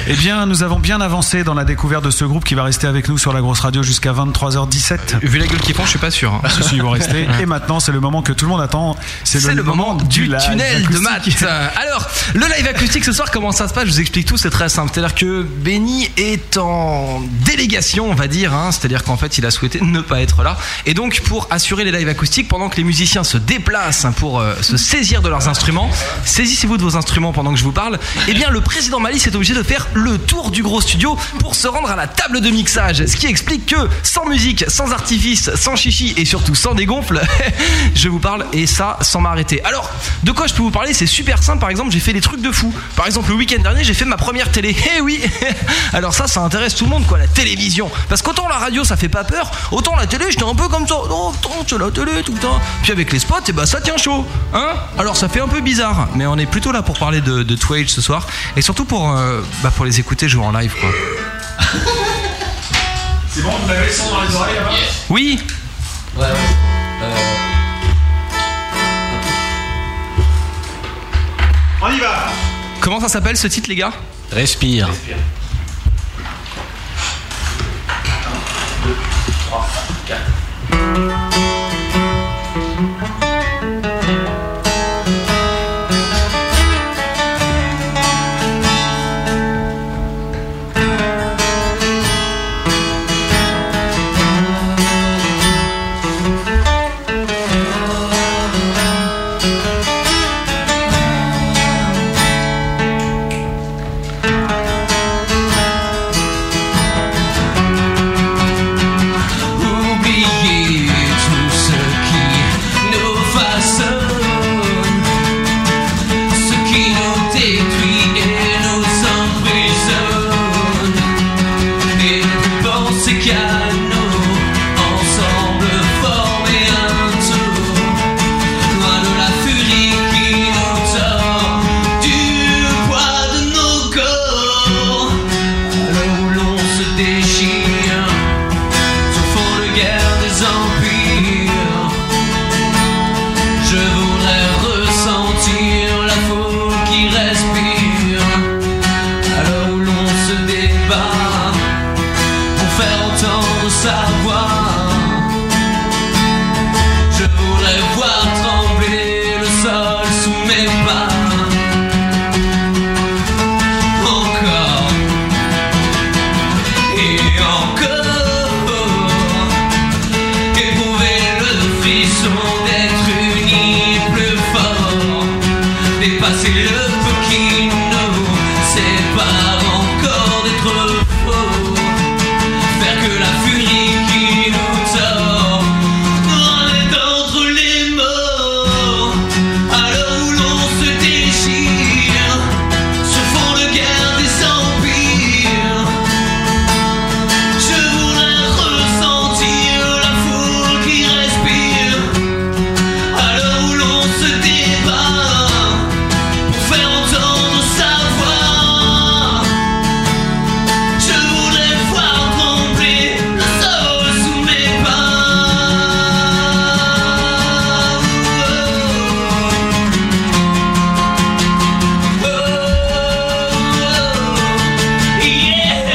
S2: Eh bien, nous avons bien avancé dans la découverte de ce groupe qui va rester avec nous sur la grosse radio jusqu'à 23h17.
S5: Euh, Vu la gueule qu'ils font, je suis pas sûr. hein.
S2: Ceux-ci vont rester. Et maintenant, c'est le moment que tout le monde attend.
S5: C'est le, moment du
S2: live
S5: tunnel de
S2: acoustique.
S5: Matt. Euh, Alors, le live acoustique ce soir, comment ça se passe Je vous explique tout, c'est très simple. C'est-à-dire que Benny est en délégation, on va dire. hein. C'est-à-dire qu'en fait, il a souhaité ne pas être là. Et donc, pour assurer les lives acoustiques, pendant que les musiciens se déplacent hein, pour euh, se saisir de leurs instruments, saisissez-vous de vos instruments pendant que je vous parle. Eh bien, le président Malice est obligé de faire le tour du gros studio pour se rendre à la table de mixage. Ce qui explique que sans musique, sans artifice, sans chichi et surtout sans dégonfle, je vous parle et ça sans m'arrêter. Alors, de quoi je peux vous parler C'est super simple. Par exemple, j'ai fait des trucs de fou. Par exemple, le week-end dernier, j'ai fait ma première télé. Eh oui Alors ça, ça intéresse tout le monde, quoi, la télévision. Parce qu'autant la radio, ça fait pas peur, autant la télé, j'étais un peu comme ça. Oh, putain, c'est la télé, tout le temps. Puis avec les spots, et bah ça tient chaud. Hein Alors ça fait un peu bizarre, mais on est plutôt là pour parler de, de Twitch ce soir. Et surtout pour, euh, bah, pour les écouter jouer en live, quoi.
S2: C'est bon, vous avez le son dans les oreilles là-bas
S5: Oui
S4: Ouais, ouais.
S2: Euh. On y va
S5: Comment ça s'appelle ce titre, les gars
S4: Respire.
S12: Respire, passé le peu qui nous sépare encore d'être faux. Faire que la furie qui nous tord est entre les morts. Alors où l'on se déchire, se font de guerre des empires. Je voudrais ressentir la foule qui respire. Alors où l'on se débat pour faire entendre sa voix, je voudrais voir trembler le sol sous mes pas. Yeah,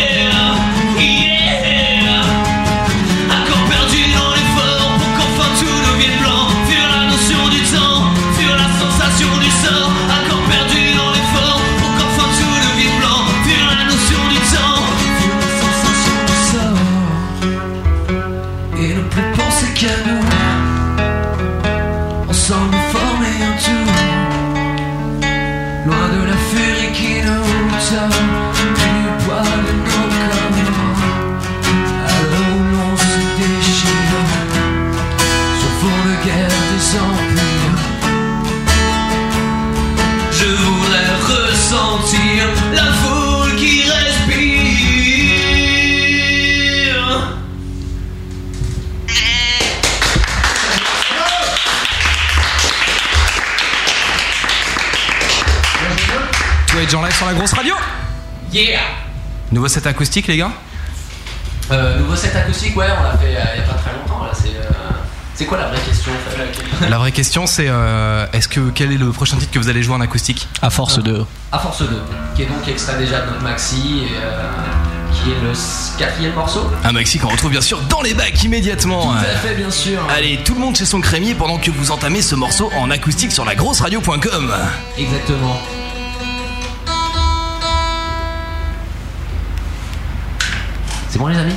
S12: yeah. Accord perdu dans l'effort pour qu'enfin tout devienne blanc. Furent la notion du temps, furent la sensation du sort. Accord perdu dans l'effort pour qu'enfin tout devienne blanc. Furent la notion du temps, furent la sensation du sort. Et ne plus penser qu'à nous, ensemble former un tout. Loin de la furie qui nous tord, du poids de nos corps. Alors où l'on se déchire Sur fond de guerre des empires Je voudrais ressentir la foule qui respire
S5: Twitch en live sur la grosse radio.
S12: Yeah
S5: Nouveau set acoustique, les gars.
S4: Euh, nouveau set acoustique, ouais, on l'a fait euh, il y a pas très longtemps. Là, c'est, euh, c'est quoi la vraie question en fait
S5: La vraie question, c'est euh, est-ce que quel est le prochain titre que vous allez jouer en acoustique À force de.
S4: À force 2, qui est donc extrait déjà de notre maxi, et, euh, qui est le s- quatrième morceau.
S5: Un maxi qu'on bah, retrouve bien sûr dans les bacs immédiatement.
S4: Tout à fait, bien sûr.
S5: Allez, tout le monde chez son crémier pendant que vous entamez ce morceau en acoustique sur la grosse radio.com.
S4: Exactement. C'est bon les amis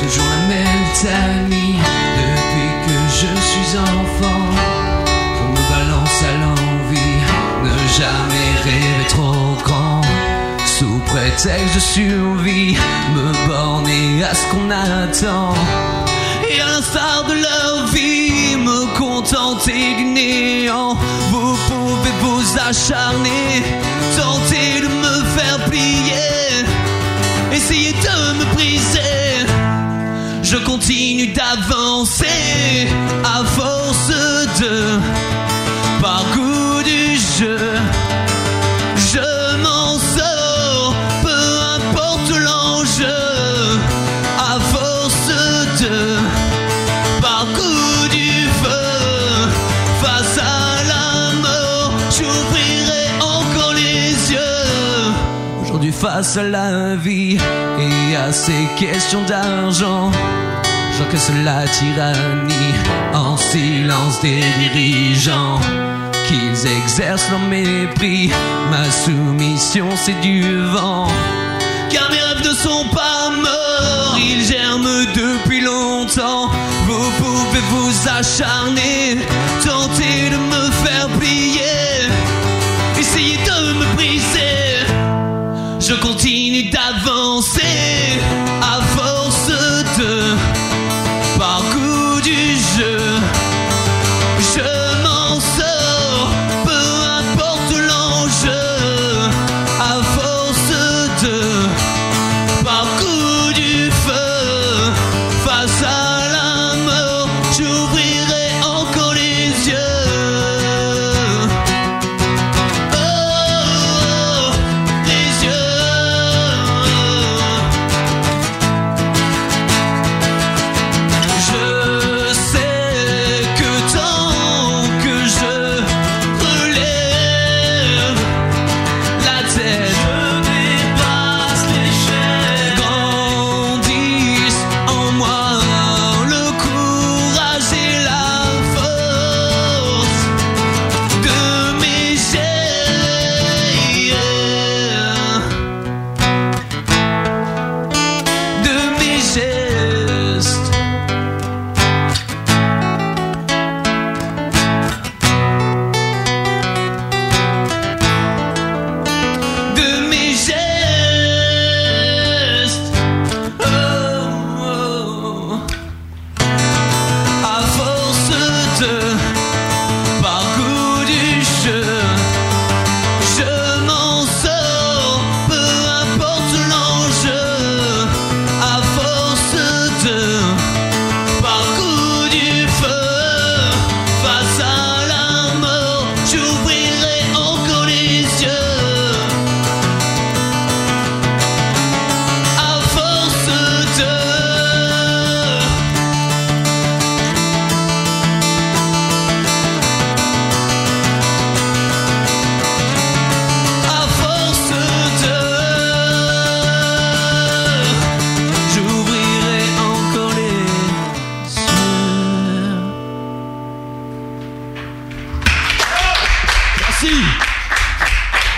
S12: Toujours la même famille depuis que je suis enfant. On me balance à l'envie, ne jamais rêver trop grand. Sous prétexte de survie, me borner à ce qu'on attend. Et à l'instar de leur vie, me contenter du néant. Vous pouvez vous acharner, tenter de me faire plier, essayer de me briser. Je continue d'avancer à force de par goût du jeu. Je m'en sors, peu importe l'enjeu, à force de par goût du feu. Face à la mort, j'ouvrirai encore les yeux. Aujourd'hui face à la vie et à ces questions d'argent J'encaisse la tyrannie en silence des dirigeants Qu'ils exercent leur mépris, ma soumission c'est du vent Car mes rêves ne sont pas morts, ils germent depuis longtemps Vous pouvez vous acharner, tenter de me faire plier Essayez de me briser je continue d'avancer à force de parcours du jeu. Je m'en sors, peu importe l'enjeu, à force de parcours du feu. Face à la mort, j'ouvrirai encore les Oh, Oh,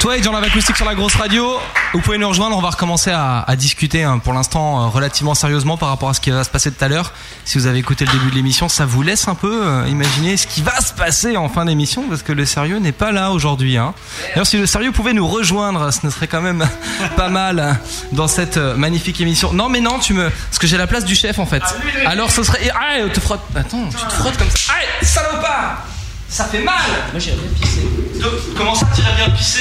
S5: Rage dans live acoustique sur la grosse radio. Vous pouvez nous rejoindre, on va recommencer à, à discuter hein, pour l'instant euh, relativement sérieusement par rapport à ce qui va se passer tout à l'heure. Si vous avez écouté le début de l'émission, ça vous laisse un peu euh, imaginer ce qui va se passer en fin d'émission parce que le sérieux n'est pas là aujourd'hui. hein. D'ailleurs, si le sérieux pouvait nous rejoindre, ce ne serait quand même pas mal hein, dans cette euh, magnifique émission. Non, mais non, tu me. Parce que j'ai la place du chef en fait. Alors ce serait. Ah, te frotte. Attends, tu te frottes comme ça. Ah, salopard Ça fait mal Moi j'irais bien pisser. Comment ça t'irais bien pisser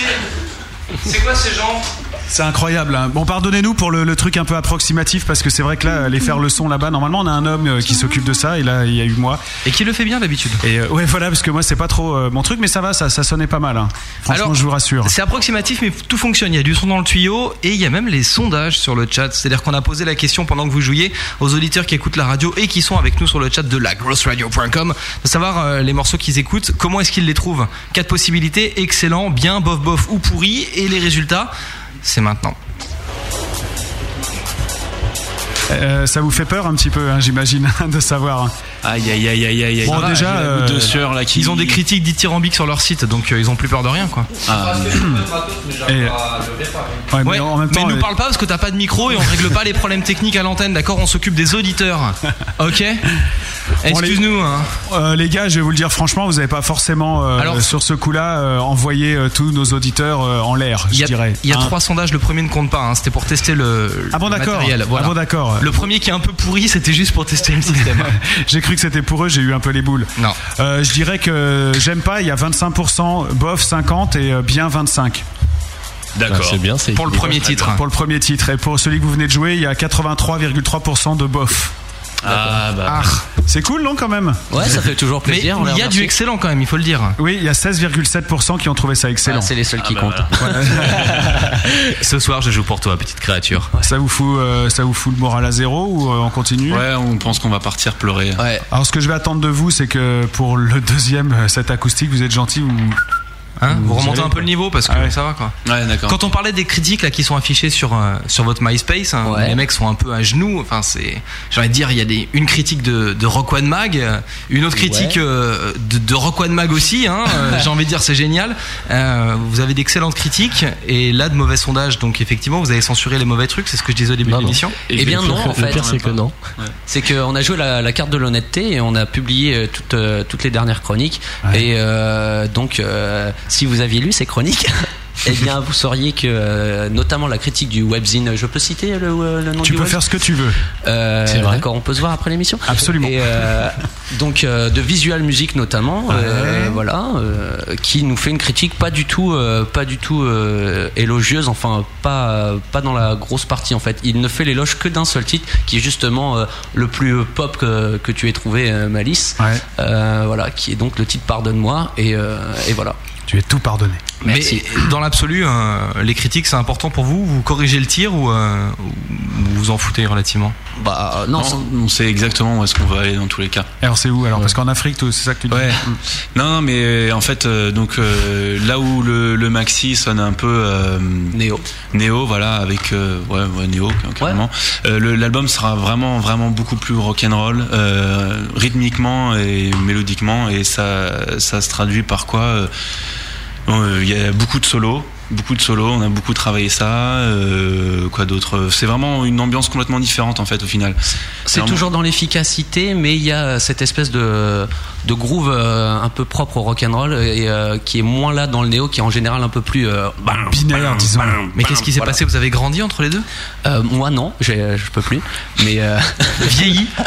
S5: C'est quoi ces gens
S2: C'est incroyable. hein. Bon, pardonnez-nous pour le, le truc un peu approximatif parce que c'est vrai que là, aller faire le son là-bas, normalement, on a un homme euh, qui s'occupe de ça et là, il y a eu moi.
S5: Et qui le fait bien d'habitude.
S2: Et euh, ouais, voilà, parce que moi, c'est pas trop euh, mon truc, mais ça va, ça, ça sonnait pas mal. hein. Franchement, je vous rassure.
S5: C'est approximatif, mais tout fonctionne. Il y a du son dans le tuyau et il y a même les sondages sur le chat. C'est-à-dire qu'on a posé la question pendant que vous jouiez aux auditeurs qui écoutent la radio et qui sont avec nous sur le chat de lagrossradio.com de savoir euh, les morceaux qu'ils écoutent, comment est-ce qu'ils les trouvent. Quatre possibilités excellent, bien, bof, bof ou pourri. Et les résultats, c'est maintenant.
S2: Euh, ça vous fait peur un petit peu, hein, j'imagine, de savoir.
S9: Aïe, aïe, aïe, aïe, aïe.
S2: Bon,
S5: Ah,
S9: aïe.
S2: déjà, euh,
S9: J'ai la goutte de sueur, là, qui-
S5: Ils ont des critiques dithyrambiques sur leur site, donc euh, ils ont plus peur de rien, quoi.
S2: Et- Ouais, mais
S5: Ah. Ouais,
S2: en même temps,
S5: mais nous
S2: euh,
S5: parle pas parce que t'as pas de micro et on règle pas les problèmes techniques à l'antenne, d'accord On s'occupe des auditeurs. Ok Excuse-nous. hein.
S2: Euh, les gars, je vais vous le dire franchement, vous n'avez pas forcément, euh,
S5: Alors-
S2: sur ce coup-là, euh, envoyé euh, tous nos auditeurs euh, en l'air,
S5: Il y
S2: je
S5: a-
S2: dirais.
S5: Il y a
S2: Hein.
S5: trois sondages, le premier ne compte pas, hein, c'était pour tester le,
S2: Ah bon,
S5: le
S2: d'accord.
S5: matériel. voilà.
S2: Ah bon, d'accord.
S5: Le premier qui est un peu pourri, c'était juste pour tester le système.
S2: j'ai cru que c'était pour eux, j'ai eu un peu les boules.
S5: Non.
S2: Euh, je dirais que j'aime pas, il y a 25%, bof 50 et euh, bien 25.
S13: D'accord. Bah, c'est bien, c'est
S5: Pour le premier titre.
S2: Pour le premier titre. Et pour celui que vous venez de jouer, il y a 83,3% de bof.
S13: Ah
S2: Ah, c'est cool, non, quand même
S4: Ouais, ça fait toujours plaisir, on
S2: Mais
S4: les
S2: il y a
S4: remercie.
S2: du
S5: excellent quand même, il faut le dire.
S2: Oui, il y a 16,7% qui ont trouvé ça excellent.
S4: Ah, c'est les seuls qui comptent.
S13: Ce soir, je joue pour toi, petite créature.
S2: Ça vous fout, euh, ça vous fout le moral à zéro ou euh, on continue Ouais, on pense qu'on va partir pleurer. Alors ce que je vais attendre de vous, c'est que pour le deuxième, euh, cette acoustique, vous êtes gentil, vous.
S5: Hein, vous remontez
S2: allez,
S5: un peu le niveau
S2: Ah
S5: parce que ça va quoi.
S9: Ouais, d'accord.
S5: Quand on parlait des critiques là qui sont affichées sur euh, sur votre MySpace, hein, les mecs sont un peu à genoux. Enfin c'est, j'ai envie de dire, il y a des, une critique de, de Rock One Mag, euh, une autre critique
S4: Ouais.
S5: euh, de, de Rock One Mag aussi. hein, euh, j'ai envie de dire c'est génial. Euh, vous avez d'excellentes critiques et là de mauvais sondages. Donc effectivement vous avez censuré les mauvais trucs. C'est ce que je disais au début de l'émission.
S4: Eh bien non, en fait. C'est qu'on a joué la, la carte de l'honnêteté et on a publié euh, toutes, euh, toutes les dernières chroniques. Et euh, donc, euh, si vous aviez lu ces chroniques, eh bien, vous sauriez que, euh, notamment la critique du webzine, je peux citer le, euh, le nom
S2: Tu
S4: du
S2: peux
S4: webzine
S2: faire ce que tu veux.
S4: Euh,
S2: C'est vrai.
S4: D'accord, on peut se voir après l'émission.
S2: Absolument.
S4: Et, euh, donc euh, de Visual Music notamment, euh, voilà, euh, qui nous fait une critique pas du tout, euh, pas du tout euh, élogieuse, enfin pas euh, pas dans la grosse partie en fait. Il ne fait l'éloge que d'un seul titre, qui est justement euh, le plus pop que, que tu aies trouvé, euh, Malice. Euh, voilà, qui est donc le titre Pardonne-moi et, euh, et voilà.
S2: Tu es tout pardonné.
S4: Merci.
S5: Mais dans l'absolu, euh, les critiques c'est important pour vous. Vous corrigez le tir ou euh, ou vous vous en foutez relativement
S4: Bah
S9: non, on sait exactement où est-ce qu'on va aller dans tous les cas.
S2: Alors c'est où alors Parce qu'en Afrique, tout- c'est ça que tu dis.
S9: Ouais. Non, non, mais euh, en fait, euh, donc euh, là où le, le maxi sonne un peu euh,
S4: néo,
S9: néo, voilà, avec euh, ouais, ouais, néo car- carrément. Euh, le- L'album sera vraiment, vraiment beaucoup plus rock'n'roll, euh, rythmiquement et mélodiquement, et ça, ça se traduit par quoi Euh, bon, euh, Il y a beaucoup de solos. Beaucoup de solos, on a beaucoup travaillé ça. euh, quoi d'autre C'est vraiment une ambiance complètement différente en fait au final.
S4: C'est
S9: Vraiment-
S4: toujours dans l'efficacité, mais il y a cette espèce de, de groove euh, un peu propre au rock'n'roll et euh, qui est moins là dans le néo, qui est en général un peu plus euh, bam, bam, bam,
S5: Mais
S4: bam,
S5: qu'est-ce qui s'est
S4: voilà.
S5: passé Vous avez grandi entre les deux
S4: Euh, Moi non, j'ai- je peux plus. Mais
S5: vieilli.
S9: euh,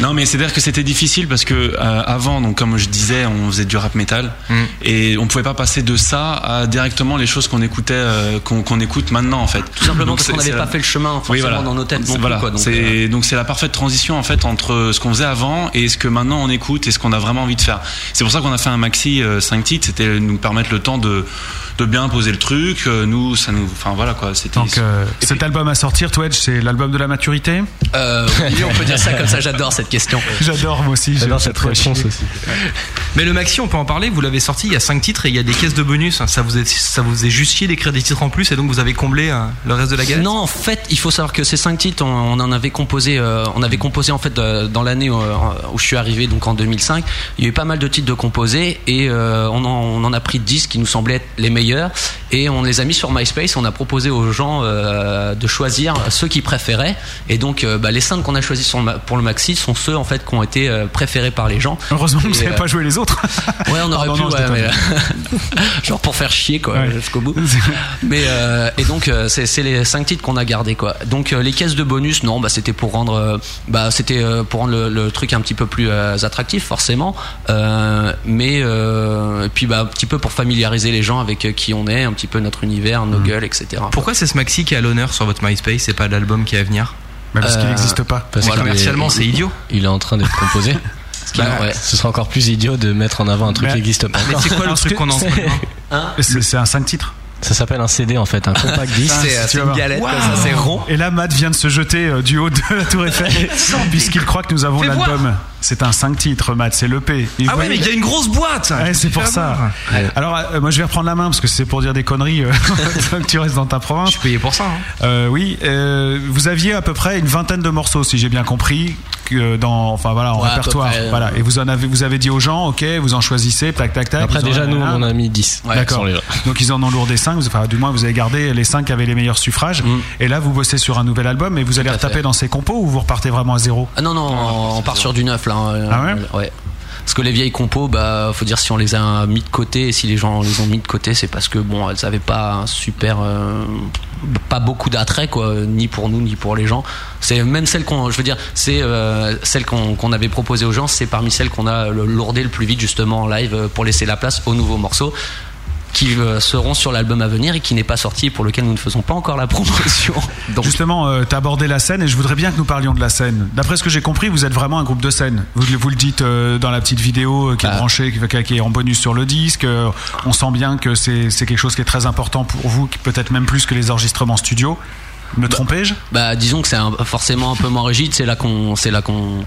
S9: Non, mais c'est à dire que c'était difficile parce que euh, avant, donc comme je disais, on faisait du rap metal
S4: Mm.
S9: et on pouvait pas passer de ça à directement les choses qu'on écoutait, euh, qu'on qu'on écoute maintenant en fait.
S4: Tout simplement
S9: Donc,
S4: parce
S9: c'est-
S4: qu'on n'avait
S9: c'est la-
S4: pas fait le chemin forcément
S9: Oui, voilà.
S4: dans nos têtes. non
S9: C'est-
S4: plus,
S9: voilà.
S4: quoi, donc, euh,
S9: C'est- donc c'est la parfaite transition en fait entre ce qu'on faisait avant et ce que maintenant on écoute et ce qu'on a vraiment envie de faire. C'est pour ça qu'on a fait un maxi 5 titres, c'était nous permettre le temps de de bien poser le truc. Euh, Nous, ça nous, enfin voilà quoi. C'était
S2: Donc euh, cet album à sortir, Twedge, c'est l'album de la maturité
S4: euh, oui, on peut dire ça comme ça, j'adore cette question.
S2: J'adore moi aussi. J'adore cette réponse aussi.
S5: Mais le maxi, on peut en parler. Vous l'avez sorti, il y a 5 titres et il y a des caisses de bonus. Ça vous est, ça vous est juste chier d'écrire des titres en plus et donc vous avez comblé euh, le reste de la galette.
S4: Non, en fait, il faut savoir que ces cinq titres, on, on en avait composé, euh, on avait composé en fait euh, dans l'année où, euh, où je suis arrivé, donc en 2005. Il y a eu pas mal de titres de composés et euh, on, en, on en a pris 10 qui nous semblaient être les meilleurs. Et on les a mis sur MySpace. On a proposé aux gens euh, de choisir ceux qu'ils préféraient. Et donc, euh, bah, les cinq qu'on a choisis sur le ma- pour le maxi sont ceux en fait qui ont été euh, préférés par les gens.
S2: Heureusement que vous
S4: Et,
S2: savez
S4: euh,
S2: pas jouer les autres.
S4: Ouais, on aurait
S2: Pardon,
S4: pu,
S2: non, je
S4: ouais,
S2: déconne.
S4: mais, euh, genre pour faire chier quoi, jusqu'au bout. mais euh, et donc euh, c'est c'est les cinq titres qu'on a gardés quoi. Donc euh, les caisses de bonus, non, bah c'était pour rendre, euh, bah c'était euh, pour rendre le, le truc un petit peu plus euh, attractif forcément, Euh, mais euh, et puis bah un petit peu pour familiariser les gens avec euh, qui on est, un petit peu notre univers,
S2: Mm.
S4: nos gueules, etc.
S5: Pourquoi c'est ce maxi qui est à l'honneur sur votre MySpace et pas l'album qui est à venir
S4: Bah, parce qu'il n'existe pas.
S6: Euh, Parce
S5: Euh, Voilà.
S6: que
S5: commercialement,
S6: il-
S5: c'est idiot.
S6: Il est en train d'être composé. Ce qui-
S5: Bah, ouais.
S6: Ce sera encore plus idiot de mettre en avant un truc
S5: Mais-
S6: qui n'existe pas.
S5: Mais c'est quoi le
S6: Alors
S5: truc
S6: que-
S5: qu'on a en ce
S6: c'est- Hein
S5: moment
S2: C'est c'est un 5 titres.
S6: Ça s'appelle un CD en fait, un compact disque.
S2: Putain,
S5: euh,
S2: si tu vas voir. Waouh. Et là, Matt vient de se jeter euh, du haut de la Tour Eiffel, puisqu'il croit que nous avons l'album. C'est un 5 titres, Matt, c'est l'EP. Et
S5: Ah
S2: vous
S5: ouais, mais il y a une grosse boîte
S2: Ouais, c'est pour ça. Alors, euh, moi, je vais reprendre la main parce que c'est pour dire des conneries. euh, tant que tu restes dans ta province. Je suis
S5: payé pour ça. hein.
S2: oui, euh, vous aviez à peu près une vingtaine de morceaux, si j'ai bien compris, que euh, dans, enfin voilà, en
S6: Ouais, à peu
S2: répertoire.
S6: près, euh.
S2: voilà. Et vous en avez, vous avez dit aux gens, ok, vous en choisissez, tac, tac, tac.
S6: Après,
S2: vous en
S6: déjà,
S2: avez
S6: nous, on
S2: un.
S6: en a mis 10.
S2: D'accord.
S6: sur les gens.
S2: Donc ils en ont lourdé 5, enfin du moins vous avez gardé les 5 qui avaient les meilleurs suffrages. Et là vous bossez sur un nouvel album et vous allez
S4: Mm. à
S2: retaper
S4: fait.
S2: dans ces compos ou vous repartez vraiment à zéro
S4: Ah non, non, on, part sur du neuf là. hein.
S2: Ah ouais
S4: Euh, Parce que les vieilles compos, bah, faut dire si on les a mis de côté et si les gens les ont mis de côté, c'est parce que bon, elles avaient pas un super, euh, pas beaucoup d'attrait quoi, euh, ni pour nous ni pour les gens. C'est même celles qu'on, je veux dire, c'est euh, celles qu'on qu'on avait proposées aux gens, c'est parmi celles qu'on a le- lourdé le plus vite justement en live euh, pour laisser la place aux nouveaux morceaux qui euh, seront sur l'album à venir et qui n'est pas sorti et pour lequel nous ne faisons pas encore la promotion.
S2: Justement, euh, t'as abordé la scène et je voudrais bien que nous parlions de la scène. D'après ce que j'ai compris, vous êtes vraiment un groupe de scène. Vous, le- vous le dites euh, dans la petite vidéo euh, qui est branchée, qui, qui est en bonus sur le disque. Euh, on sent bien que c'est c'est quelque chose qui est très important pour vous, qui peut-être même plus que les enregistrements studio. Me trompais-je
S4: bah disons que c'est un- forcément un peu moins rigide c'est là qu'on c'est là qu'on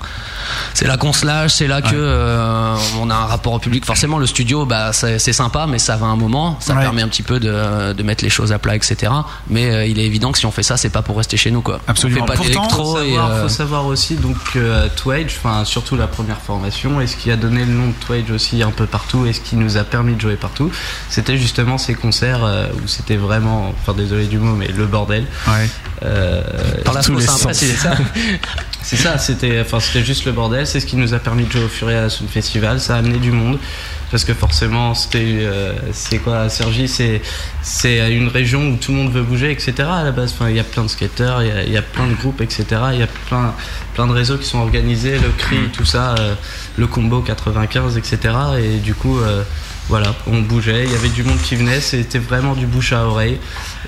S4: c'est là qu'on se lâche c'est là que euh, on a un rapport au public forcément le studio bah c'est c'est sympa mais ça va un moment ça permet un petit peu de, de mettre les choses à plat etc mais euh, il est évident que si on fait ça c'est pas pour rester chez nous quoi on fait pas d'électro
S11: faut
S4: et
S11: savoir,
S4: euh,
S11: faut savoir aussi donc euh, Twage, enfin surtout la première formation, et ce qui a donné le nom de Twage aussi un peu partout, et ce qui nous a permis de jouer partout, c'était justement ces concerts euh, où c'était vraiment, enfin désolé du mot, mais le bordel. Euh,
S4: Par là,
S11: tous
S4: faut
S11: les
S4: s'impréciser.
S11: sens. c'est ça. C'est ça, c'était, enfin c'était juste le bordel. C'est ce qui nous a permis de jouer au Furia Sound Festival. Ça a amené du monde parce que forcément c'était, euh, c'est quoi, Sergi, c'est c'est une région où tout le monde veut bouger, etc. À la base, enfin il y a plein de skateurs, il y a- il y, a plein de groupes, etc. Il y a plein plein de réseaux qui sont organisés, le CRI, tout ça, euh, le combo 95, etc. Et du coup. euh, voilà, on bougeait, il y avait du monde qui venait, c'était vraiment du bouche à oreille.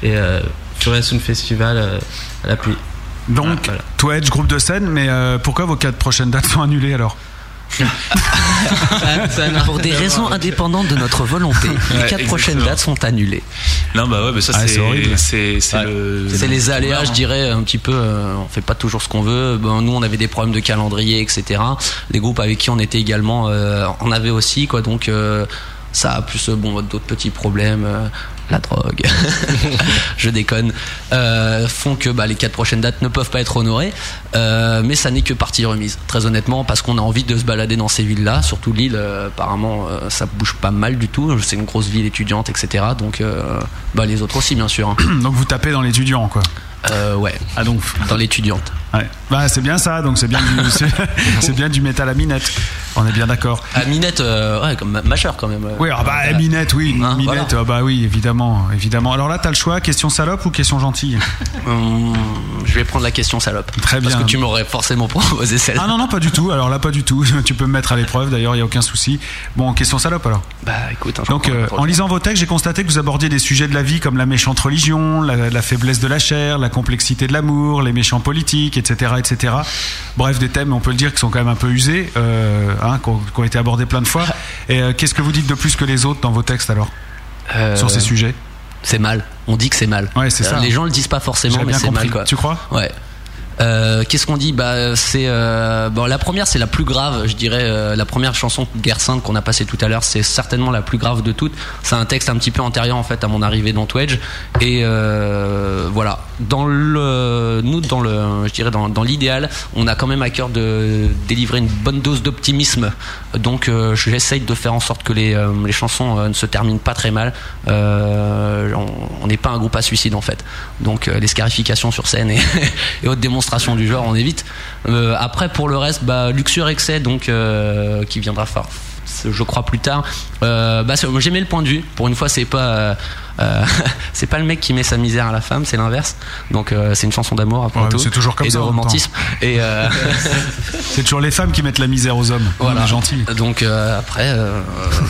S11: Et euh, Furia Sound Festival euh, à l'appui.
S4: Ah,
S2: Donc, toi, Edge, groupe de scène, mais euh, pourquoi vos quatre prochaines dates sont annulées alors
S4: pour des raisons indépendantes de notre volonté les
S9: Ouais,
S4: quatre
S9: exactement.
S4: prochaines dates sont annulées
S9: Non, bah ouais, bah ça
S4: Ah, c'est
S9: c'est
S4: horrible.
S9: C'est Euh, c'est le-
S4: C'est les aléas,
S9: Ouais.
S4: je dirais, un petit peu. euh, on fait pas toujours ce qu'on veut. Ben, nous, on avait des problèmes de calendrier, etc. Les groupes avec qui on était également, euh, on avait aussi, quoi. Donc, euh, ça a plus euh, bon d'autres petits problèmes. euh, la drogue, je déconne, euh, font que bah, les quatre prochaines dates ne peuvent pas être honorées, Euh, mais ça n'est que partie remise, très honnêtement, parce qu'on a envie de se balader dans ces villes-là, surtout Lille, euh, apparemment euh, ça bouge pas mal du tout, c'est une grosse ville étudiante, etc. Donc euh, bah, les autres aussi, bien sûr. hein.
S2: Donc vous tapez dans l'étudiant, quoi.
S4: Euh, ouais.
S2: Ah donc
S4: Dans l'étudiante.
S2: Ouais. Bah, c'est bien ça, donc c'est bien, du- c'est c'est bien du métal à minette. On est bien d'accord.
S4: À Minette, euh, ouais, comme ma- majeur quand même. euh.
S2: Oui, ah bah,
S4: Euh,
S2: minette, oui.
S4: Hein,
S2: minette, ah bah oui, évidemment, évidemment. Alors là, t'as le choix, question salope ou question gentille
S4: Hum, je vais prendre la question salope.
S2: Très bien.
S4: Parce que tu m'aurais forcément proposé celle-là.
S2: Ah non, non, pas du tout. Alors là, pas du tout. Tu peux me mettre à l'épreuve, d'ailleurs, il n'y a aucun souci. Bon, question salope alors.
S4: Bah écoute, hein, je
S2: Donc,
S4: comprends
S2: euh,
S4: pas trop.
S2: en lisant vos textes, j'ai constaté que vous abordiez des sujets de la vie comme la méchante religion, la, la faiblesse de la chair, la complexité de l'amour, les méchants politiques, etc., etc. Bref, des thèmes, on peut le dire, qui sont quand même un peu usés, euh, hein, qui ont qui ont été abordés plein de fois. Et euh, qu'est-ce que vous dites de plus que les autres dans vos textes alors
S4: Euh,
S2: sur ces sujets
S4: C'est mal. On dit que c'est mal. Euh,
S2: Ouais, c'est ça. hein.
S4: Les gens le disent pas forcément,
S2: J'ai
S4: mais
S2: bien
S4: c'est
S2: compris.
S4: mal quoi.
S2: Tu crois
S4: Ouais. Euh, Qu'est-ce qu'on dit Bah c'est euh, bon. La première, c'est la plus grave, je dirais. euh, la première chanson Guerre Sainte qu'on a passée tout à l'heure, c'est certainement la plus grave de toutes. C'est un texte un petit peu antérieur en fait à mon arrivée dans Twedge. Et euh, voilà. dans le, nous, dans le, je dirais dans, dans l'idéal, on a quand même à cœur de délivrer une bonne dose d'optimisme. Donc, euh, j'essaye de faire en sorte que les, euh, les chansons euh, ne se terminent pas très mal. Euh, on- on n'est pas un groupe à suicide en fait. Donc, euh, les scarifications sur scène et, et autres démonstrations du genre, on évite. Euh, après, pour le reste, bah, Luxure Excès, donc, euh, qui viendra faire je crois plus tard. Euh, bah, c'est- j'aimais le point de vue. Pour une fois, c'est pas euh, euh, c'est pas le mec qui met sa misère à la femme, c'est l'inverse. Donc euh, c'est une chanson d'amour après
S2: Ouais,
S4: tout
S2: mais c'est toujours comme
S4: et
S2: ça,
S4: de
S2: en même temps.
S4: romantisme. Et euh,
S2: C'est toujours les femmes qui mettent la misère aux hommes.
S4: Voilà.
S2: On est gentil.
S4: Donc euh, après, euh,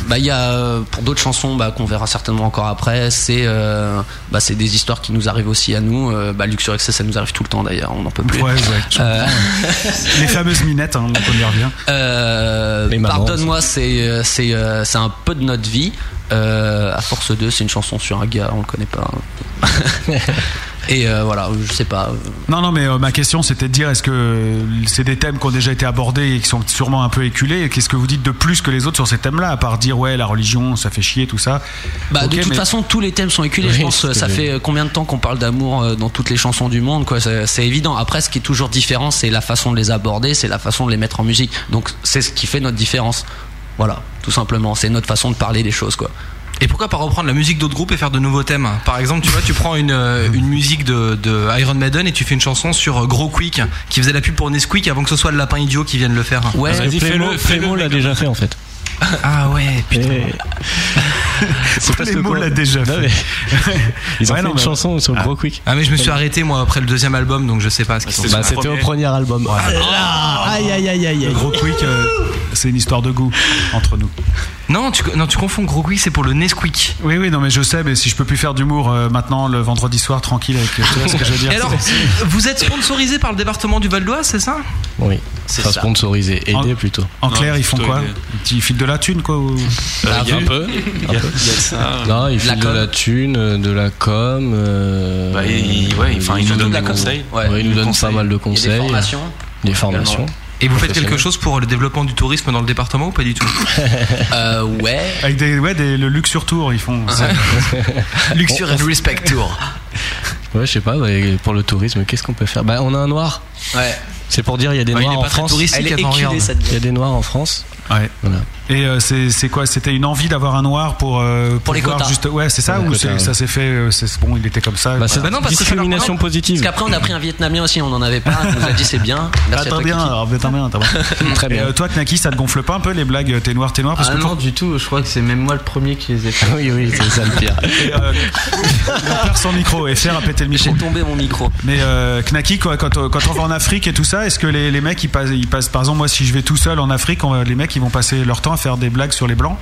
S4: bah il y a euh, pour d'autres chansons bah, qu'on verra certainement encore après, c'est euh, bah, c'est des histoires qui nous arrivent aussi à nous. Euh, bah, Luxure Excess, ça nous arrive tout le temps d'ailleurs, on n'en peut plus.
S2: Ouais, ouais, je
S4: Euh,
S2: comprends, ouais. Les fameuses minettes, hein, donc on y revient.
S4: euh,
S2: Les mamans,
S4: Pardonne-moi, c'est euh, c'est euh, c'est un peu de notre vie. Euh, à force de, c'est une chanson sur un gars, on le connaît pas. Et euh, voilà, je sais pas.
S2: Non, non, mais euh, ma question c'était de dire est-ce que euh, c'est des thèmes qui ont déjà été abordés et qui sont sûrement un peu éculés et Qu'est-ce que vous dites de plus que les autres sur ces thèmes-là, à part dire ouais, la religion, ça fait chier, tout ça
S4: Bah,
S2: Ok,
S4: de toute
S2: mais-
S4: façon, tous les thèmes sont éculés. je
S2: Oui,
S4: pense euh,
S2: c'était
S4: ça
S2: bien.
S4: fait euh, combien de temps qu'on parle d'amour euh, dans toutes les chansons du monde, quoi. C'est c'est évident. Après, ce qui est toujours différent, c'est la façon de les aborder, c'est la façon de les mettre en musique. Donc, c'est ce qui fait notre différence. Voilà, tout simplement. C'est notre façon de parler des choses, quoi.
S5: Et pourquoi pas reprendre la musique d'autres groupes et faire de nouveaux thèmes Par exemple, tu vois, tu prends une, euh, une musique de, de Iron Maiden et tu fais une chanson sur euh, Gros Quick qui faisait la pub pour Nesquik avant que ce soit le lapin idiot qui vienne le faire.
S6: Ouais, Parce que Vas-y, Flémo- fais-le, fais-le, Flémo l'a mec. déjà fait en fait.
S5: Ah ouais, putain.
S6: C'est parce que
S5: Flémo
S6: quoi-
S5: l'a déjà
S6: Non,
S5: fait.
S6: mais- Ils ont
S5: Ouais,
S6: fait
S5: non,
S6: une
S5: mais-
S6: chanson sur
S5: Ah.
S6: Gros Quick.
S5: Ah mais je me suis arrêté moi après le deuxième album donc je sais pas ce qu'ils sont.
S6: Bah, c'était au premier album. Ah là Aïe aïe aïe aïe
S2: Le
S6: aïe.
S2: gros quick, euh, c'est une histoire de goût entre nous.
S5: Non, tu, non, tu confonds Gros Quick, c'est pour le Nesquik.
S2: Oui, oui, non, mais je sais, mais si je peux plus faire d'humour euh, maintenant le vendredi soir tranquille avec. euh, Tu vois ce que je veux dire
S5: Et alors, vous êtes sponsorisé par le département du Val d'Oise, c'est ça
S6: Oui,
S5: C'est
S6: Enfin,
S5: ça.
S6: sponsorisé, aidé plutôt.
S2: En clair, ils font quoi Ils filent de la thune, quoi ou-
S6: Euh, un peu.
S2: Il y a- il y a ça.
S6: Non, il
S2: De la
S6: file de
S2: com.
S6: la thune, euh, de la com. euh,
S9: Bah, il- il- ouais, enfin, il nous
S6: surtout
S9: donne
S6: de la
S9: des
S6: com.
S9: conseils.
S6: Ouais,
S9: Ouais,
S6: il nous
S9: des
S6: donne
S9: conseils.
S6: pas mal de
S9: Il y a des
S6: conseils.
S9: formations.
S6: Des formations.
S5: Et vous faites quelque chose pour le développement du tourisme dans le département ou pas du tout Euh,
S4: Ouais.
S2: Avec des, ouais, des- le Luxure Tour, ils font.
S5: Luxure and Respect Tour.
S6: Ouais, je sais pas, bah, pour le tourisme, qu'est-ce qu'on peut faire Bah, on a un noir.
S4: Ouais.
S6: C'est pour dire, il y a des
S5: Ouais, il
S6: noirs
S5: est
S6: en
S5: pas très
S6: France.
S5: touristique, Elle est avant, éculée, regarde. cette
S6: Il y a des noirs en France.
S2: Ouais. Et euh, c'est c'est quoi C'était une envie d'avoir un noir pour euh, pour,
S4: les
S2: voir
S4: quotas.
S2: juste ouais c'est ça
S4: Pour les
S2: ou
S4: quotas,
S2: c'est-
S4: ouais.
S2: ça s'est fait euh, Bah, c'est bon il était comme ça
S6: Bah, c'est
S4: Bah
S2: voilà.
S6: positive.
S4: Parce qu'après, on a pris un Bah, Vietnamien aussi, on en avait pas. On nous a dit c'est bien. Merci à
S2: Bah, Attends
S4: toi,
S2: bien,
S4: Kiki.
S2: alors, attends bien, attends bien.
S6: Très
S2: Et
S6: bien.
S2: euh, toi, Knaki, ça te gonfle pas un peu les blagues euh, T'es noir, t'es noir parce
S11: Ah
S2: que
S11: non, du tout, je crois que c'est même moi le premier qui les ai fait.
S6: oui, oui, c'est ça le pire.
S2: Et, euh, on perd son micro et faire a pété le micro.
S4: J'ai tombé mon micro.
S2: Mais euh, Knaki, quoi, quand, euh, quand on va en Afrique et tout ça, est-ce que les, les mecs ils passent, ils passent, par exemple, moi si je vais tout seul en Afrique, on va- les mecs ils vont passer leur temps à faire des blagues sur les blancs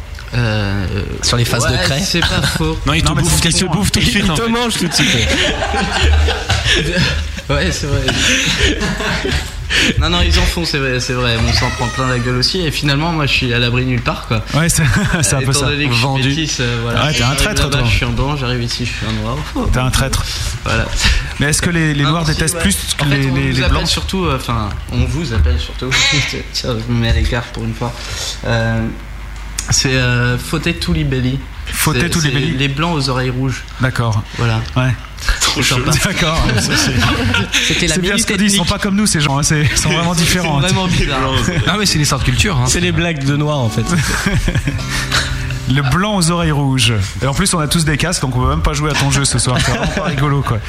S4: Sur les faces
S11: ouais,
S4: de craie.
S11: C'est pas faux.
S2: Non, ils te bouffent, ils te bouffent tout de suite, en fait.
S6: mange tout de suite.
S11: Ouais, c'est vrai. Non, non, ils en font, c'est vrai, c'est vrai. On s'en prend plein la gueule aussi. Et finalement, moi, je suis à l'abri nulle part, quoi.
S2: Ouais, c'est c'est un peu
S11: Étant
S2: ça.
S11: donné que je suis métisse, euh, voilà.
S2: Ouais, t'es un traître,
S11: Là-bas,
S2: toi.
S11: Je suis un blanc, j'arrive ici, je suis un noir.
S2: T'es un traître.
S11: Voilà. Ah,
S2: Mais est-ce que les, les noirs détestent plus que
S11: En fait,
S2: les,
S11: on
S2: les-
S11: nous
S2: les
S11: appelle
S2: blancs
S11: surtout, euh, enfin, on vous appelle surtout. Tiens, je me mets à l'écart pour une fois. Euh, c'est euh, Fauté tout libelli.
S2: Fauté
S11: C'est-
S2: tout
S11: c'est
S2: libelli.
S11: Les blancs aux oreilles rouges.
S2: D'accord.
S11: Voilà.
S2: Ouais.
S11: Trop sympa.
S2: D'accord. Ça, c'est-
S4: C'était la
S2: C'est bien
S4: mini
S2: ce qu'on dit, ils sont pas comme nous ces gens, hein, c'est- ils sont vraiment différents.
S5: hein. non mais c'est une histoire de culture. hein.
S6: C'est les blagues de noirs en fait.
S2: Le blanc aux oreilles rouges. Et en plus, on a tous des casques, donc on peut même pas jouer à ton jeu ce soir. C'est vraiment pas rigolo, quoi.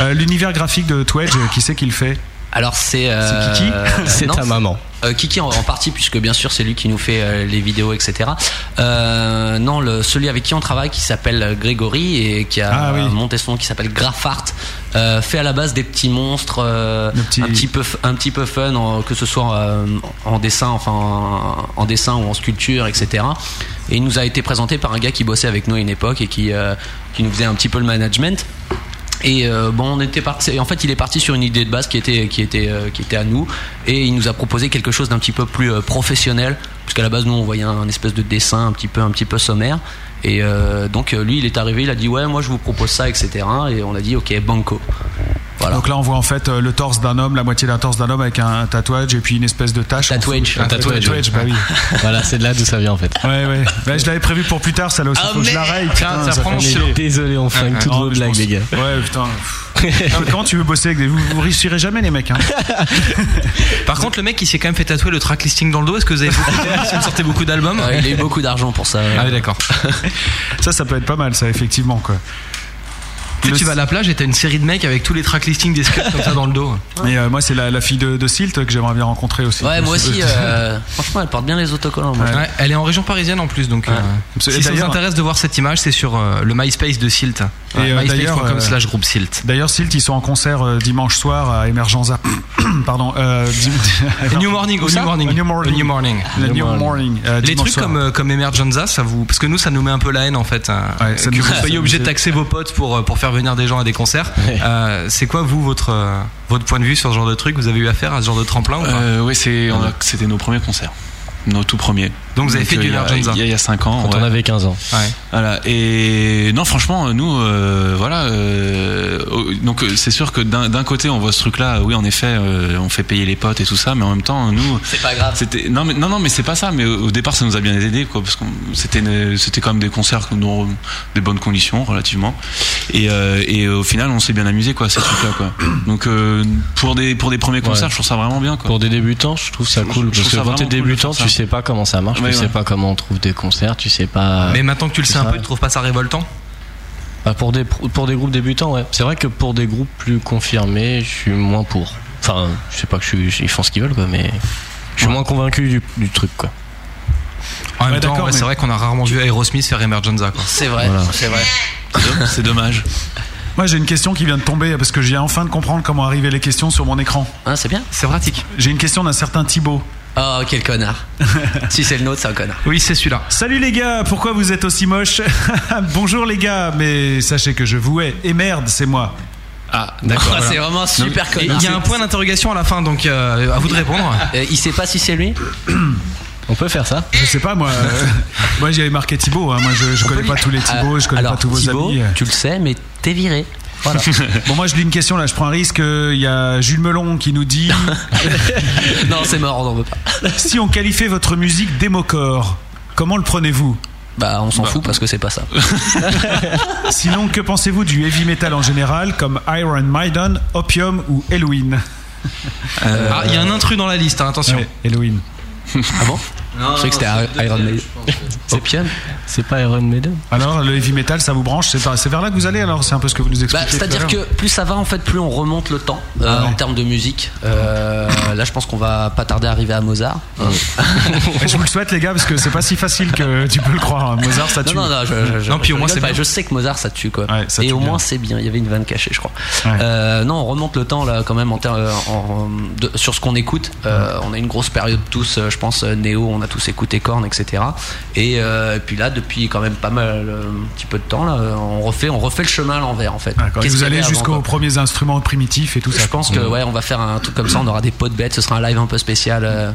S2: Euh, L'univers graphique de Twedge, euh, qui c'est qui le fait
S4: Alors c'est euh,
S2: C'est Kiki C'est
S4: non,
S2: ta maman.
S4: euh, Kiki en, en partie puisque bien sûr c'est lui qui nous fait euh, les vidéos etc. Euh, non le, celui avec qui on travaille qui s'appelle euh, Grégory et qui a
S2: Ah oui.
S4: euh, monté son nom qui s'appelle Graffart euh, fait à la base des petits monstres euh, un petit peu f- un petit peu fun en- que ce soit euh, en dessin enfin en, en dessin ou en sculpture etc. Et il nous a été présenté par un gars qui bossait avec nous à une époque et qui euh, qui nous faisait un petit peu le management. Et euh, bon, on était parti. En fait, il est parti sur une idée de base qui était qui était euh, qui était à nous, et il nous a proposé quelque chose d'un petit peu plus euh, professionnel, puisqu'à la base nous on voyait un, espèce de dessin un petit peu un petit peu sommaire. Et euh, donc euh, lui, il est arrivé, il a dit ouais, moi je vous propose ça, etc. Et on a dit ok, banco.
S2: Donc là, on voit en fait euh, le torse d'un homme, la moitié d'un torse d'un homme avec un tatouage et puis une espèce de tache.
S6: Tatouage.
S2: Un tatouage, bah oui.
S6: voilà, c'est de là d'où ça vient en fait.
S2: Ouais, ouais. Bah, je l'avais prévu pour plus tard, ça là aussi.
S6: Ah,
S2: faut que je
S6: merde.
S2: l'arrête.
S6: Tiens, ça prend le silo. Désolé, on
S2: Ah,
S6: flingue toutes vos blagues, les gars.
S2: Ouais, putain. Pff. Non, mais Comment tu veux bosser avec des. Vous, vous réussirez jamais, les mecs. Hein.
S5: Par contre, le mec, il s'est quand même fait tatouer le track listing dans le dos. Est-ce que vous avez beaucoup, est-ce que vous sortez beaucoup d'albums
S4: Ouais, il a eu beaucoup d'argent pour ça.
S5: Ah oui, d'accord.
S2: Ça, ça peut être pas mal, ça, effectivement, quoi.
S5: Tu sais, tu vas à la plage et t'as une série de mecs avec tous les track listings des scripts comme ça dans le dos.
S2: Et euh, moi, c'est la, la fille de, de Silt que j'aimerais bien rencontrer aussi.
S4: Ouais, moi aussi, euh, franchement, elle porte bien les autocollants. moi.
S5: Ouais, elle est en région parisienne en plus, donc euh,
S2: Et
S5: si ça vous
S2: d'ailleurs-
S5: intéresse de voir cette image, c'est sur euh, le MySpace de Silt.
S2: Et, euh, d'ailleurs,
S5: MySpace.com
S2: euh,
S5: slash groupe Silt.
S2: D'ailleurs, Silt, ils sont en concert euh, dimanche soir à Emergenza. Pardon. euh, dim-
S5: New Morning,
S2: Où
S5: au
S2: ça
S5: New Morning.
S2: A New Morning.
S5: A New Morning.
S2: Le New Morning, euh,
S5: Les
S2: dimanche
S5: trucs
S2: soir.
S5: comme, euh, comme Emergenza, ça vous. Parce que nous, ça nous met un peu la haine en fait. hein,
S2: ça
S5: que
S2: nous-
S5: vous
S2: ça
S5: soyez
S2: nous
S5: obligé
S2: fait-
S5: de taxer vos potes pour, euh, pour faire venir des gens à des concerts. Euh, c'est quoi, vous, votre, euh, votre point de vue sur ce genre de truc Vous avez eu affaire à ce genre de tremplin ou pas
S9: Euh, ouais, c'est, on a- c'était nos premiers concerts. Nos tout premiers.
S5: Donc vous avez fait
S9: euh,
S5: du
S9: il y a-
S5: Emergenza.
S9: Il y a- il y a 5 ans.
S6: Quand
S9: ouais.
S6: on avait 15 ans.
S9: Voilà. Et non, franchement, nous, euh, voilà. euh, oh, donc euh, c'est sûr que d'un d'un côté, on voit ce truc-là. Oui, en effet, euh, on fait payer les potes et tout ça, mais en même temps, nous.
S4: C'est pas grave.
S9: C'était non, mais non, non, mais c'est pas ça. Mais au, au départ, ça nous a bien aidé, quoi, parce que c'était une- c'était quand même des concerts dans des bonnes conditions relativement. Et, euh, et au final, on s'est bien amusé, quoi, ces trucs-là, quoi. Donc euh, pour des pour des premiers concerts,
S6: Ouais.
S9: je trouve ça vraiment bien, quoi.
S6: Pour des débutants, je trouve ça
S9: Je- je-
S6: cool.
S9: je
S6: Parce
S9: trouve
S6: que
S9: ça
S6: quand t'es
S9: vraiment cool de
S6: débutant,
S9: faire
S6: tu
S9: ça.
S6: sais pas comment ça marche,
S9: Ouais,
S6: tu sais
S9: ouais.
S6: pas comment on trouve des concerts, tu sais
S2: Euh,
S6: pas.
S5: Mais maintenant que tu le
S6: tout
S5: sais un
S6: ça.
S5: peu, tu trouves pas ça révoltant
S6: Bah, pour, des, pour des groupes débutants, ouais. C'est vrai que pour des groupes plus confirmés, je suis moins pour. Enfin, je sais pas que je suis, ils font ce qu'ils veulent, quoi, mais je suis moins convaincu du, du truc, quoi.
S5: En même
S6: Ouais,
S5: temps,
S6: d'accord,
S5: ouais,
S6: mais-
S5: c'est vrai qu'on a rarement vu Aerosmith faire Emergenza. quoi.
S4: C'est vrai,
S6: Voilà.
S4: c'est vrai.
S9: C'est dommage.
S2: Moi, j'ai une question qui vient de tomber parce que j'ai enfin de comprendre comment arrivaient les questions sur mon écran.
S4: Ah, c'est bien.
S5: C'est pratique.
S2: J'ai une question d'un certain Thibaut.
S4: Oh, quel connard. si c'est le nôtre, c'est un connard.
S5: Oui, c'est celui-là.
S2: Salut les gars, pourquoi vous êtes aussi moche Bonjour les gars, mais sachez que je vous hais. Et merde, c'est moi.
S9: Ah,
S5: D'accord,
S4: Ah,
S5: voilà.
S4: C'est vraiment un super
S5: Et
S4: connard.
S5: Il y a un point d'interrogation à la fin, donc
S2: ah.
S5: euh, à vous de répondre. Euh,
S4: Euh, il sait pas si c'est lui
S6: On peut faire ça
S2: Je sais pas, moi. euh, moi, j'avais marqué Thibaut. hein. Moi, je, je connais pas tous les Thibauts, je connais
S4: Ah, Alors,
S2: pas tous vos
S4: Thibaut,
S2: amis. euh.
S4: tu le sais, mais t'es viré. Voilà.
S2: Bon, moi, je lis une question là, je prends un risque. Il y a Jules Melon qui nous dit
S4: non, c'est mort, on n'en veut pas.
S2: Si on qualifiait votre musique d'émocore, comment le prenez-vous
S4: Bah, on s'en fout parce que c'est pas ça.
S2: Sinon, que pensez-vous du heavy metal en général, comme Iron Maiden, Opium ou Halloween
S4: Euh,
S5: Ah, il y a un intrus dans la liste, hein, attention.
S2: Ouais, Halloween.
S4: Ah bon Je sais que c'était Iron Maiden. Opium
S6: C'est pas Iron Maiden
S2: Alors, le heavy metal, ça vous branche C'est par- c'est vers là que vous allez alors C'est un peu ce que vous nous
S4: Bah,
S2: expliquez.
S4: C'est-à-dire que plus ça va, en fait, plus on remonte le temps euh,
S2: Ah ouais.
S4: en termes de musique. Euh, là, je pense qu'on va pas tarder à arriver à Mozart. hein.
S2: Je vous le souhaite, les gars, parce que c'est pas si facile que tu peux le croire. hein. Mozart, ça tue.
S4: Non, non, non, je, je- je-
S5: Non, puis au
S4: je
S5: moins,
S4: rigole
S5: c'est
S4: pas,
S5: bien.
S4: Je sais que Mozart, ça tue quoi.
S2: Ouais, ça
S4: et
S2: tue
S4: au
S2: bien.
S4: moins, c'est bien. Il y avait une vanne cachée, je crois.
S2: Ouais.
S4: Euh, non, on remonte le temps là, quand même, en ter- euh, en- de- sur ce qu'on écoute. Euh, on a une grosse période tous, euh, je pense, euh, néo. On a tous écouté Korn, etc. Et, euh, et puis là, depuis quand même pas mal, euh, un petit peu de temps, là, on refait, on refait le chemin à l'envers en fait.
S2: D'accord, et
S4: Qu'est-ce
S2: vous
S4: qu'il y avait
S2: allez
S4: avant,
S2: jusqu'aux
S4: quoi
S2: premiers instruments primitifs et tout ça.
S4: je pense que ouais, on va faire un truc comme ça. On aura des pots de bêtes. Ce sera un live un peu spécial. euh,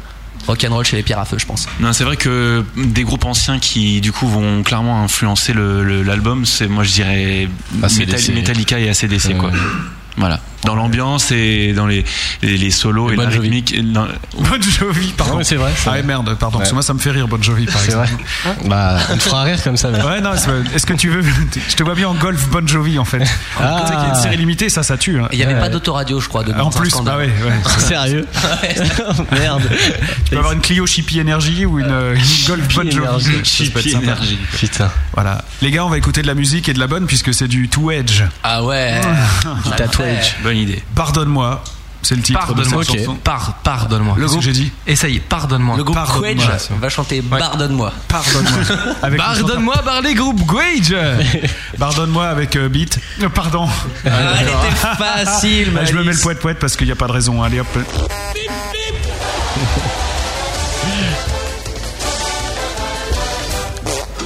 S4: Rock'n'roll chez les pierres à feu, je pense.
S9: Non, c'est vrai que des groupes anciens qui du coup vont clairement influencer le- le- l'album, c'est moi je dirais
S6: AC/DC.
S9: Metal- Metallica et ACDC quoi.
S6: Ouais.
S9: Voilà. Dans l'ambiance et dans les, les, les solos et,
S6: Bon
S9: la
S6: Jovi.
S9: rythmique. et dans-
S2: Bon Jovi, pardon.
S6: Non, mais c'est vrai, c'est
S2: Ah
S6: vrai.
S2: merde, pardon. Parce que moi, ça me fait rire, Bon Jovi, par
S6: C'est
S2: exemple.
S6: vrai. bah, on te fera rire comme ça, mais.
S2: Ouais, non, c'est- est-ce que tu veux. Je te vois bien en golf Bon Jovi, en fait.
S6: Ah.
S2: Tu sais qu'il y a une série limitée, ça, ça tue. hein.
S4: Il n'y avait
S6: Ouais.
S4: pas d'autoradio, je crois. De
S2: En plus, bah ouais, ouais.
S6: Sérieux Merde.
S2: Tu peux avoir une Clio Chippy Energy ou une, euh, une Golf Bon
S6: Energy,
S2: Jovi.
S6: ça, ça peut être sympa. Putain.
S2: Voilà. Les gars, on va écouter de la musique et de la bonne puisque c'est du Two Edge.
S4: Ah ouais.
S6: Tatouage.
S9: Bonne idée.
S2: Pardonne-moi, c'est le titre
S5: Pardonne-moi,
S2: de cette
S5: ok.
S2: chanson.
S5: Par- pardonne-moi.
S2: Qu'est-ce que j'ai dit
S5: Essaye, pardonne-moi.
S4: Le groupe
S2: Pardonne-moi.
S4: Quedge va chanter Pardonne-moi.
S2: Pardonne-moi. Avec une chanson-
S5: Pardonne-moi par les groupes Gwage
S2: Pardonne-moi avec euh, Beat. Euh, Pardon.
S4: Ah, elle était facile,
S2: Bah, je me
S4: Malice.
S2: mets le poète poète parce qu'il n'y a pas de raison. Allez hop.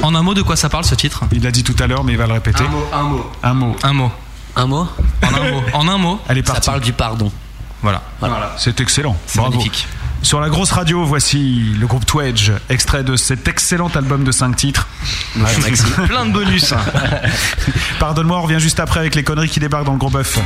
S5: En un mot, de quoi ça parle ce titre
S2: Il l'a dit tout à l'heure, mais il va le répéter.
S5: un mot.
S2: Un mot.
S5: Un mot.
S4: Un mot
S5: En un mot. En un mot.
S2: Allez,
S4: Ça
S2: parti.
S4: parle du pardon.
S5: Voilà.
S2: C'est excellent.
S5: C'est
S2: Bravo.
S5: magnifique.
S2: Sur la grosse radio, voici le groupe Twedge, extrait de cet excellent album de 5 titres.
S5: Plein de bonus.
S2: Pardonne-moi, on revient juste après avec les conneries qui débarquent dans le gros bœuf.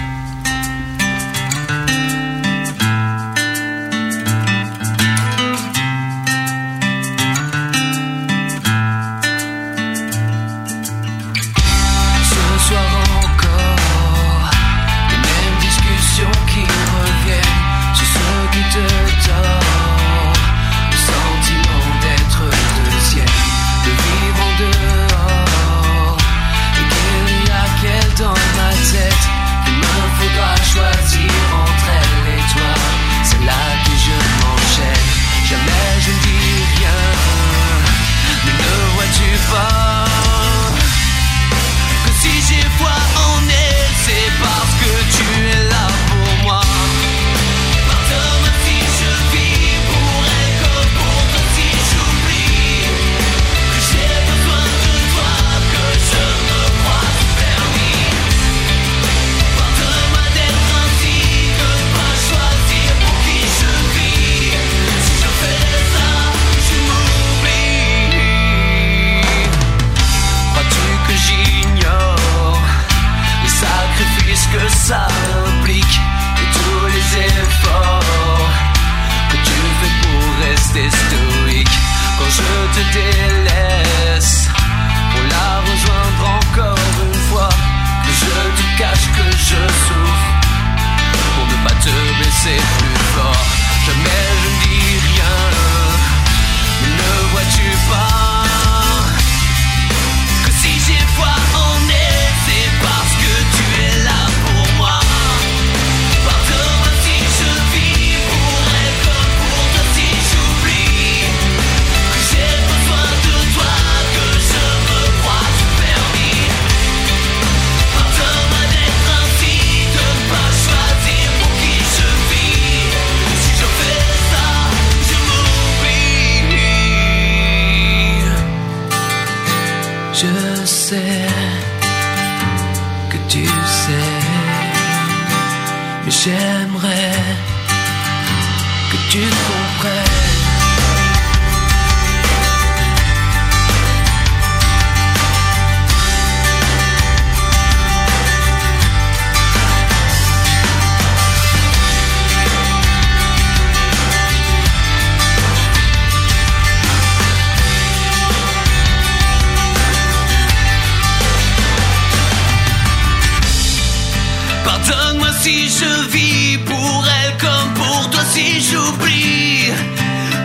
S12: je vis pour elle comme pour toi si j'oublie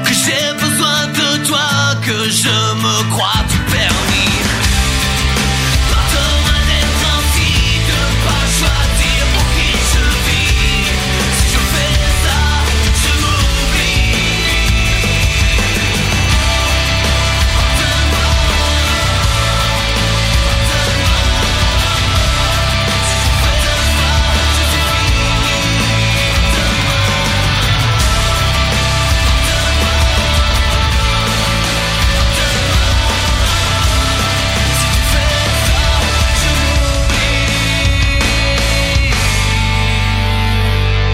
S12: que j'ai besoin de toi, que je me crois du permis. Pardonne-moi d'être ainsi, de pas choisir pour qui je vis. Si je fais ça, je m'oublie.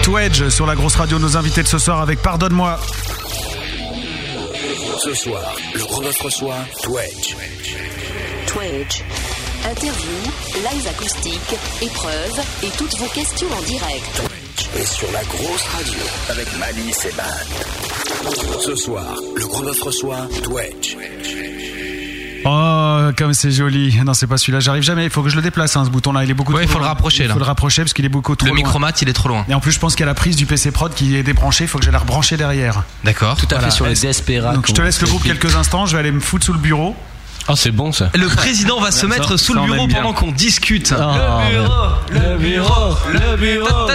S2: Twedge sur la grosse radio, nos invités de ce soir avec Pardonne-moi.
S8: Ce soir, le gros bœuf reçoit Twedge.
S1: Twitch. Interview, live acoustique, épreuves et toutes vos questions en direct.
S8: Et sur la grosse radio, avec Malice et Matt. Ce soir, le gros bœuf reçoit Twedge.
S2: Oh, comme c'est joli. Non, c'est pas celui-là. J'arrive jamais. Il faut que je le déplace, hein, ce bouton-là. Il est beaucoup
S5: Ouais,
S2: trop
S5: il faut
S2: loin.
S5: le rapprocher,
S2: Il
S5: là.
S2: faut le rapprocher parce qu'il est beaucoup trop
S5: Le
S2: loin.
S5: micromat, il est trop loin.
S2: Et en plus, je pense qu'il y a la prise du PC Prod qui est débranchée. Il faut que je la rebrancher derrière.
S5: D'accord.
S2: Tout
S5: à fait, sur les Desperados.
S2: Donc, je te laisse le groupe quelques instants. Je vais aller me foutre sous le bureau.
S6: Ah, c'est bon ça.
S5: Le président va se mettre sous le bureau pendant qu'on discute.
S9: Oh.
S4: Le bureau, le bureau,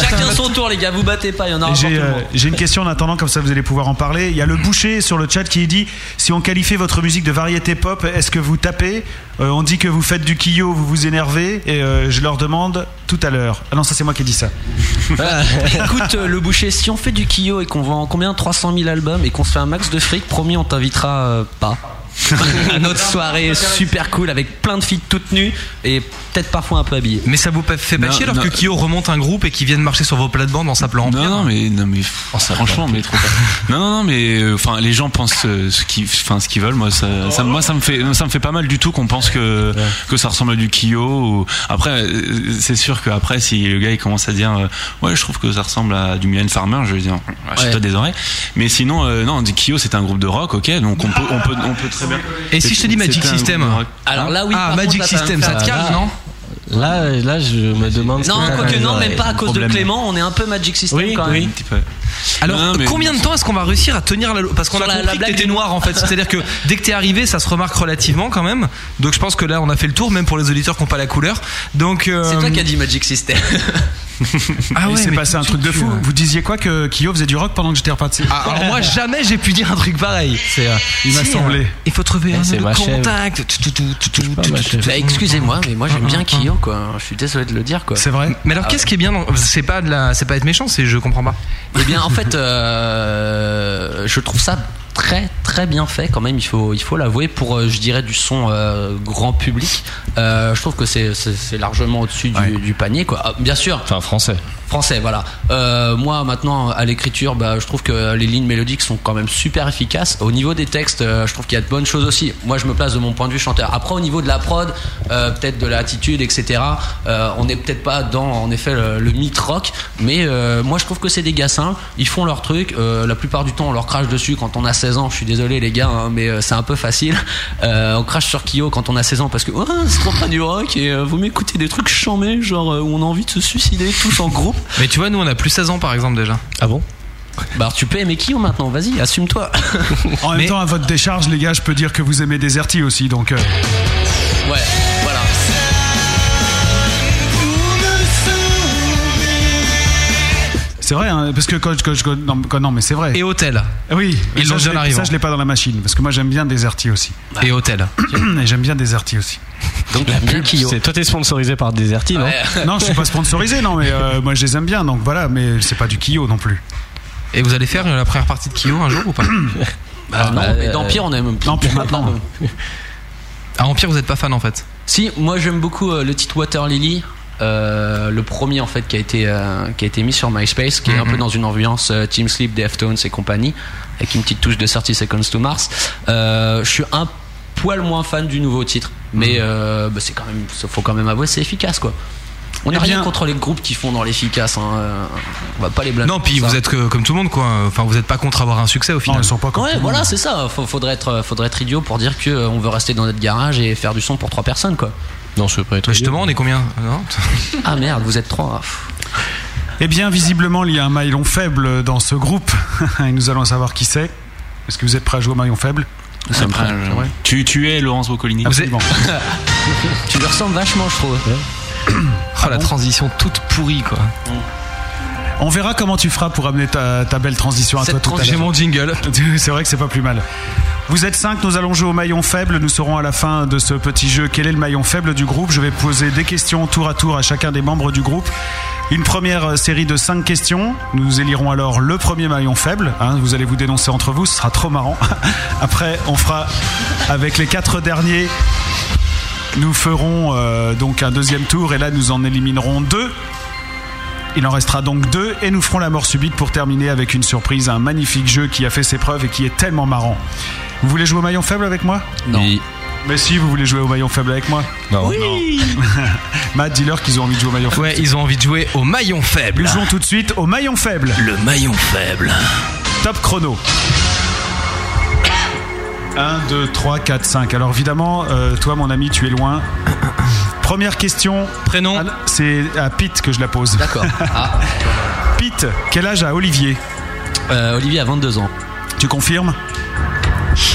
S4: Chacun son tour, les gars, vous battez pas, il y en
S2: Et
S4: a encore tout
S2: J'ai
S4: le
S2: euh,
S4: monde.
S2: j'ai une question en attendant, comme ça vous allez pouvoir en parler. Il y a le boucher sur le chat qui dit si on qualifie votre musique de variété pop, est-ce que vous tapez Euh, On dit que vous faites du kyo, vous vous énervez, et euh, je leur demande tout à l'heure. Ah non, ça c'est moi qui ai dit ça. euh,
S4: Écoute, euh, le boucher, si on fait du Kyo et qu'on vend combien 300 000 albums et qu'on se fait un max de fric, promis, on t'invitera euh, pas. à notre soirée super cool avec plein de filles toutes nues et peut-être parfois un peu habillées.
S5: Mais ça vous fait pas
S4: Non,
S5: chier alors
S4: non.
S5: que Kyo remonte un groupe et qu'il vienne marcher sur vos plates-bandes en s'appelant Oh,
S9: Non, non, mais, non, mais franchement, mais trop pas. Non, non, non, mais euh, enfin, les gens pensent euh, ce qu'ils, enfin, ce qu'ils veulent. Moi, ça, ça- moi, ça me fait, ça me fait pas mal du tout qu'on pense que que ça ressemble à du Kyo. ou- Après, euh, c'est sûr qu'après, si le gars il commence à dire, euh, ouais, je trouve que ça ressemble à du Mylène Farmer, je vais dire, achète-toi
S5: Ouais.
S9: des oreilles. Mais sinon, euh, non, du Kyo, c'est un groupe de rock, ok, donc on peut, on peut, on peut très bien.
S5: Et si je te dis Magic
S9: C'est un
S5: System
S9: groupe de rock.
S4: hein.
S9: Hein
S4: Alors là, oui,
S5: Ah,
S4: par
S5: Magic
S4: contre, là,
S5: System,
S4: va
S5: ça
S4: me
S5: te
S4: faire-
S5: calme,
S4: Ah.
S5: non
S6: Là, là, je me demande.
S4: Non, quoique non, même pas à cause de Clément, on est un peu Magic System quand même.
S5: Alors,
S4: Non, mais-
S5: combien de temps est-ce qu'on va réussir à tenir la Parce qu'on a
S4: Sur la-
S5: compris
S4: la
S5: que
S4: blague
S5: t'étais
S4: du-
S5: noir en fait. C'est-à-dire que dès que t'es arrivé, ça se remarque relativement quand même. Donc je pense que là, on a fait le tour, même pour les auditeurs qui n'ont pas la couleur. Donc. euh,
S4: C'est toi qui as dit Magic System.
S5: Ah
S2: il
S5: ouais,
S2: s'est
S5: mais
S2: passé un truc de fou. Vous disiez quoi que Kyo faisait du rock pendant que j'étais reparti
S5: Ah, alors moi jamais j'ai pu dire un truc pareil. C'est, euh,
S2: Il m'a
S5: si,
S2: semblé.
S5: euh, Il faut trouver
S2: Eh,
S5: un
S2: c'est ma
S5: autre
S2: chèvre.
S5: contact. Tout, tout, tout, tout, tout, tout, tout.
S4: Bah, excusez-moi, mais moi j'aime bien Kyo quoi. Je suis désolé de le dire quoi.
S2: C'est vrai.
S5: Mais alors
S4: Ah
S5: qu'est-ce
S4: ouais.
S5: qui est bien dans- C'est pas de la, c'est pas être méchant, c'est je comprends pas.
S4: Eh bien, en fait, euh, je trouve ça très très bien fait quand même. Il faut il faut l'avouer pour euh, je dirais du son euh, grand public. Euh, je trouve que c'est c'est- c'est largement au-dessus du, du panier quoi. Ah, bien sûr.
S6: Enfin français.
S4: Français, voilà. Euh, moi maintenant à l'écriture, bah, je trouve que les lignes mélodiques sont quand même super efficaces. Au niveau des textes, euh, je trouve qu'il y a de bonnes choses aussi. Moi je me place de mon point de vue chanteur. Après au niveau de la prod, euh, peut-être de l'attitude, etc. euh, on n'est peut-être pas dans en effet le, le mythe rock, mais euh, moi je trouve que c'est des gars simples. Ils font leur truc. Euh, la plupart du temps on leur crache dessus quand on a 16 ans. Je suis désolé les gars, hein, mais euh, c'est un peu facile. Euh, on crache sur Kyo quand on a 16 ans parce que oh, c'est trop pas du rock et euh, vous m'écoutez des trucs chamés genre euh, où on a envie de se suicider tous en groupe.
S5: Mais tu vois, nous on a plus 16 ans par exemple déjà.
S6: Ah bon
S4: Bah alors, tu peux aimer Kyo maintenant, vas-y, assume-toi.
S2: En même temps, à votre décharge, les gars, je peux dire que vous aimez Deserti aussi, donc. euh,
S4: Ouais, voilà.
S2: C'est vrai, hein, parce que quand, quand- quand- non, quand- non, mais c'est vrai.
S5: Et Hôtel.
S2: Oui,
S5: Ils
S2: mais ça, je
S5: l'ont déjà en
S2: l'ai-
S5: arrivant. Ah.
S2: Ça, je l'ai pas dans la machine, parce que moi j'aime bien Deserti aussi.
S5: Et Hôtel.
S2: Et j'aime bien Deserti aussi.
S4: Donc la pub,
S6: C'est toi t'es sponsorisé par Deserti, non
S2: Non, je suis pas sponsorisé, non, mais euh, moi je les aime bien, donc voilà, mais c'est pas du Kyo non plus.
S5: Et vous allez faire la première partie de Kyo un jour ou pas euh,
S4: Bah, non, mais d'Empire on aime.
S2: Empire maintenant.
S5: Ah Empire vous êtes pas fan en fait.
S4: Si, moi j'aime beaucoup euh, le titre Water Lily. euh, le premier en fait qui a été euh, qui a été mis sur MySpace qui est
S5: Mhm.
S4: un peu dans une ambiance euh, Team Sleep, Deftones et compagnie avec une petite touche de 30 Seconds to Mars Euh, je suis un poil moins fan du nouveau titre
S5: Mhm.
S4: mais euh, bah, c'est quand même faut quand même avouer c'est efficace quoi on n'a
S5: Eh
S4: rien
S5: bien-
S4: contre les groupes qui font dans l'efficace hein, euh, on va pas les blâmer
S5: Non, puis
S4: pour ça.
S5: vous êtes que- comme tout le monde quoi. Enfin, vous êtes pas contre avoir un succès au final.
S4: Ouais, voilà, c'est ça. Faut- faudrait être, faudrait être idiot pour dire que euh, on veut rester dans notre garage et faire du son pour trois personnes, quoi.
S6: Non, je veux pas être.
S5: Bah, justement, on est combien
S4: Ah merde, vous êtes trois.
S2: Eh bien, visiblement, il y a un maillon faible dans ce groupe. Et nous allons savoir qui c'est. Est-ce que vous êtes prêt à jouer au maillon faible
S9: Nous sommes prêts, euh, tu, tu es Laurence
S5: Ah,
S9: Boccolini.
S2: Absolument.
S4: tu lui ressembles vachement, je trouve.
S5: Oh, la transition toute pourrie, quoi.
S2: On verra comment tu feras pour amener ta, ta belle transition à
S5: Cette
S2: toi tout à
S5: transition-
S2: l'heure.
S5: J'ai mon jingle.
S2: C'est vrai que c'est pas plus mal. Vous êtes cinq, nous allons jouer au maillon faible. Nous serons à la fin de ce petit jeu. Quel est le maillon faible du groupe Je vais poser des questions tour à tour à chacun des membres du groupe. Une première euh, série de cinq questions. Nous élirons alors le premier maillon faible. hein. vous allez vous dénoncer entre vous, ce sera trop marrant. Après, on fera avec les quatre derniers nous ferons euh, donc un deuxième tour et là nous en éliminerons deux. Il en restera donc deux et nous ferons la mort subite pour terminer avec une surprise, un magnifique jeu qui a fait ses preuves et qui est tellement marrant. Vous voulez jouer au maillon faible avec moi
S4: Non.
S2: Mais si, vous voulez jouer au maillon faible avec moi
S5: Non.
S2: Matt, dis-leur qu'ils ont envie de jouer au maillon faible.
S5: Ouais, ils ont envie de jouer au maillon faible.
S2: Nous jouons tout de suite au maillon faible.
S5: Le maillon faible.
S2: Top chrono. 1, 2, 3, 4, 5. Alors évidemment, euh, toi mon ami, tu es loin. Première question.
S5: Prénom
S2: C'est à Pete que je la pose.
S4: D'accord. Ah.
S2: Pete, quel âge a Olivier
S4: Euh, Olivier a 22 ans.
S2: Tu confirmes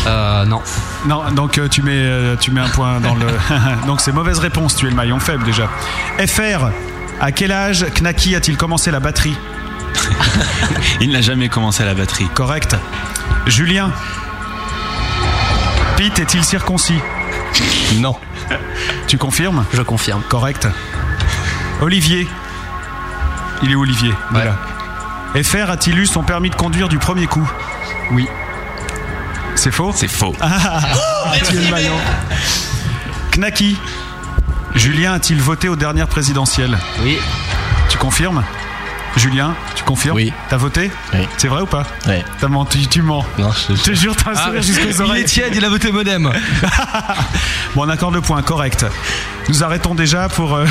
S4: Euh, non.
S2: Non, donc euh, tu mets, euh, tu mets un point dans le. donc c'est mauvaise réponse, tu es le maillon faible déjà. FR, à quel âge Knaki a-t-il commencé la batterie
S9: Il n'a jamais commencé la batterie.
S2: Correct. Julien, Pete est-il circoncis
S5: Non.
S2: Tu confirmes
S4: Je confirme.
S2: Correct. Olivier, il est où, Olivier Voilà. FR a-t-il eu son permis de conduire du premier coup Oui. C'est faux
S9: C'est faux.
S2: Ah,
S5: Oh,
S2: tu es le maillon. Knaki, Julien a-t-il voté aux dernières présidentielles
S4: Oui.
S2: Tu confirmes Julien, tu confirmes Oui. T'as voté Oui. C'est vrai ou pas
S6: Oui.
S2: T'as menti, tu mens.
S6: Non, je
S2: te jure, t'as un sourire jusqu'aux oreilles.
S5: Ah, Il est tiède, il a voté modem.
S2: Bon, on accorde le point, correct. Nous arrêtons déjà pour. euh,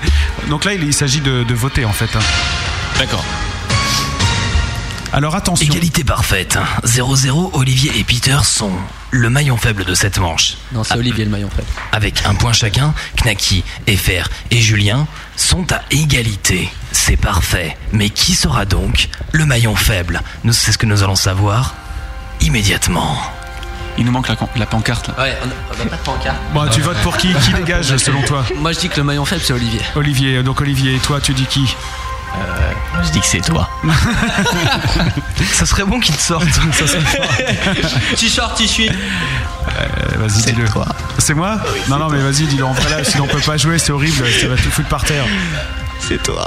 S2: Donc là, il, il s'agit de, de voter en fait. hein.
S9: D'accord.
S2: Alors attention.
S3: Égalité parfaite. 0-0, Olivier et Peter sont le maillon faible de cette manche. Ah.
S4: Non, c'est Olivier le maillon faible.
S3: Avec un point chacun, Knacky, FR et Julien sont à égalité. C'est parfait. Mais qui sera donc le maillon faible Nous, C'est ce que nous allons savoir immédiatement.
S9: Il nous manque la, la pancarte là.
S4: Ouais, on n'a pas de pancarte.
S2: Bon, tu votes pour qui Qui dégage selon toi
S4: Moi je dis que le maillon faible c'est Olivier. Euh,
S2: Olivier, euh, donc Olivier, toi tu dis qui
S3: Je dis que c'est toi. ça serait bon qu'il sorte. Ça serait
S4: T-shirt, t-shirt.
S2: Euh, vas-y, dis-le. C'est
S4: Ah
S2: moi Non, non, mais vas-y, dis-le en vrai là, sinon on peut pas jouer, c'est horrible, ça va tout foutre par terre.
S3: C'est toi.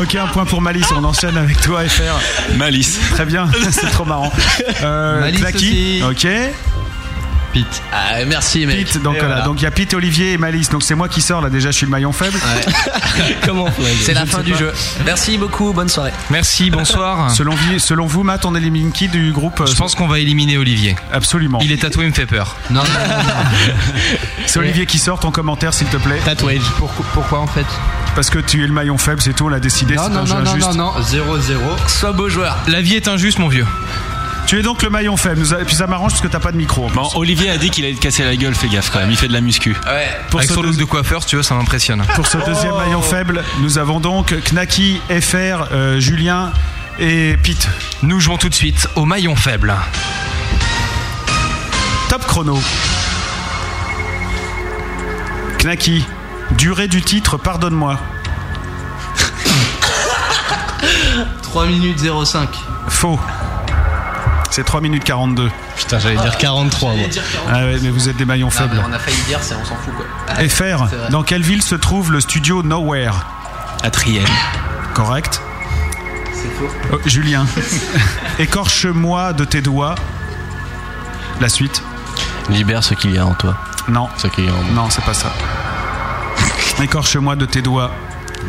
S2: Ok, un point pour Malice, on enchaîne avec toi, FR.
S9: Malice.
S2: Très bien, c'est trop marrant. Euh,
S4: Malice
S2: Clacky,
S4: aussi.
S2: ok.
S4: Pete. Ah, merci mec.
S2: Pete, donc
S4: Et
S2: voilà,
S4: voilà.
S2: donc il y a Pete, Olivier et Malice, donc c'est moi qui sors là, déjà je suis le maillon faible.
S4: Comment C'est la fin du jeu. Merci beaucoup, bonne soirée.
S5: Merci, bonsoir.
S2: Selon, vi- selon vous, Matt, on élimine qui du groupe euh,
S5: Je pense qu'on va éliminer Olivier.
S2: Absolument.
S5: Il est tatoué, il me fait peur.
S4: Non,
S2: C'est Olivier qui sort ton commentaire, s'il te plaît.
S14: Tatouage. Pourquoi, en fait
S2: Parce que tu es le maillon faible, c'est tout, on l'a décidé, c'est
S14: Non,
S2: un
S14: non,
S2: jeu
S14: non, non,
S2: injuste.
S14: non, non, 0-0.
S4: Sois beau joueur.
S5: La vie est injuste, mon vieux.
S2: Tu es donc le maillon faible, nous a- et puis ça m'arrange parce que t'as pas de micro. en plus.
S9: Bon, Olivier a dit qu'il allait te casser la gueule, fais gaffe quand même, il fait de la muscu.
S4: Ouais.
S2: Pour
S5: Avec
S2: ce
S5: son look
S2: deuxi-
S5: de coiffeur, tu vois, ça m'impressionne.
S2: Pour
S6: Oh.
S2: ce deuxième maillon faible, nous avons donc Knaki, FR, euh, Julien et Pete.
S5: Nous jouons tout de suite au maillon faible.
S2: Top chrono. Knaki, durée du titre, pardonne-moi.
S11: 3 minutes 05.
S2: Faux. C'est 3 minutes 42.
S6: Putain, j'allais dire 43.
S4: J'allais dire 43.
S2: Ah ouais, mais vous êtes des maillons
S4: Non, mais
S2: faibles.
S4: on a failli dire, c'est on s'en fout quoi.
S2: FR,
S4: C'est vrai.
S2: dans quelle ville se trouve le studio Nowhere
S9: À Triel.
S2: Correct.
S11: C'est faux.
S2: Oh, Julien, écorche-moi de tes doigts. La suite
S6: Libère ce qu'il y a en toi.
S2: Non.
S6: Ce qu'il y a en moi.
S2: Non, c'est pas ça. Écorche-moi de tes doigts.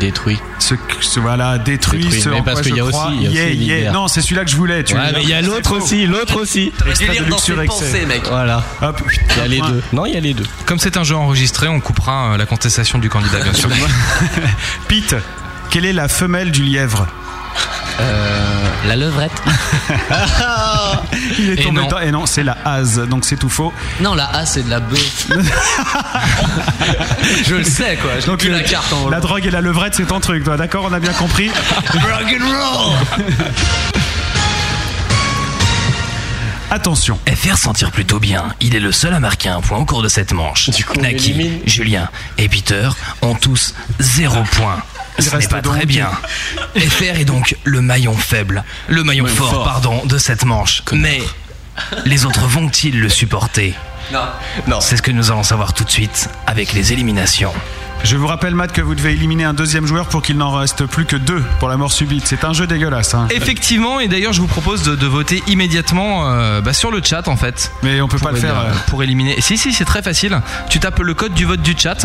S6: Détruis.
S2: Ce, ce- voilà, détruis,
S6: Détruis,
S2: ce
S6: mais
S2: en
S6: parce
S2: quoi
S6: qu'il
S2: je
S6: y a
S2: crois.
S6: aussi- il y a
S2: Yeah,
S6: aussi
S2: yeah.
S6: l'hiver.
S2: Non, c'est celui-là que je voulais. Tu
S6: Ouais,
S2: l'as.
S6: mais il y a
S2: C'est
S6: l'autre
S2: faux.
S6: aussi, l'autre aussi.
S2: Extrait
S4: délire
S2: de
S4: dans
S2: Luxure
S4: ses
S2: Excès.
S4: pensées, mec.
S6: Voilà.
S2: Hop.
S6: Il y a les deux. Non, il y a les deux.
S5: Comme c'est un jeu enregistré, on coupera euh, la contestation du candidat, bien sûr.
S2: Pete, quelle est la femelle du lièvre
S4: Euh, la levrette.
S2: Il est
S4: Et
S2: tombé
S4: non.
S2: dedans. Et non, c'est la hase, donc c'est tout faux.
S4: Non, la A, c'est de la B. je le sais, quoi. Je
S2: Donc
S4: pue
S2: le-
S4: la carte en
S2: La drogue et la levrette, c'est ton truc, toi. D'accord, on a bien compris. Attention.
S3: FR sentir plutôt bien. Il est le seul à marquer un point au cours de cette manche. Naki, Julien et Peter ont tous zéro point.
S5: Il
S3: Ce n'est
S5: reste
S3: pas
S5: donc-
S3: très bien. FR est donc le maillon faible, le maillon
S5: Maillon
S3: fort,
S5: fort.
S3: pardon, de cette manche. Mais les autres vont-ils le supporter
S4: Non.
S3: Non. C'est ce que nous allons savoir tout de suite avec les éliminations.
S2: Je vous rappelle, Matt, que vous devez éliminer un deuxième joueur pour qu'il n'en reste plus que deux pour la mort subite. C'est un jeu dégueulasse. hein.
S5: Effectivement, et d'ailleurs, je vous propose de, de voter immédiatement euh, bah, sur le chat en fait.
S2: Mais on peut pas le faire, euh.
S5: pour éliminer. Si, si, c'est très facile. Tu tapes le code du vote du chat.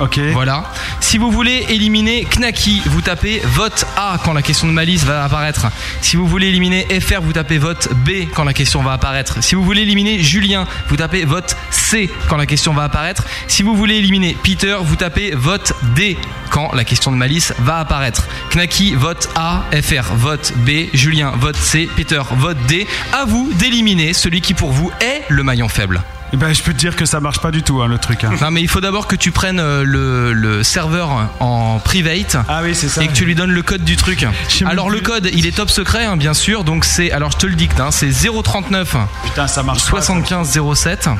S2: Ok.
S5: Voilà. Si vous voulez éliminer Knacky, vous tapez vote A quand la question de malice va apparaître. Si vous voulez éliminer FR, vous tapez vote B quand la question va apparaître. Si vous voulez éliminer Julien, vous tapez vote C quand la question va apparaître. Si vous voulez éliminer Peter, vous tapez vote D quand la question de malice va apparaître. Knacky vote A, FR vote B, Julien vote C, Peter vote D. À vous d'éliminer celui qui pour vous est le maillon faible.
S2: Eh ben, je peux te dire que ça marche pas du tout, hein, le truc. hein.
S4: Bah,
S5: Non mais il faut d'abord que tu prennes euh, le, le serveur en private
S4: Ah
S5: et que tu lui donnes le code du truc. Alors le code il est top secret hein, bien sûr donc c'est alors je te le dicte hein, c'est 039
S2: Putain ça marche
S5: 75 07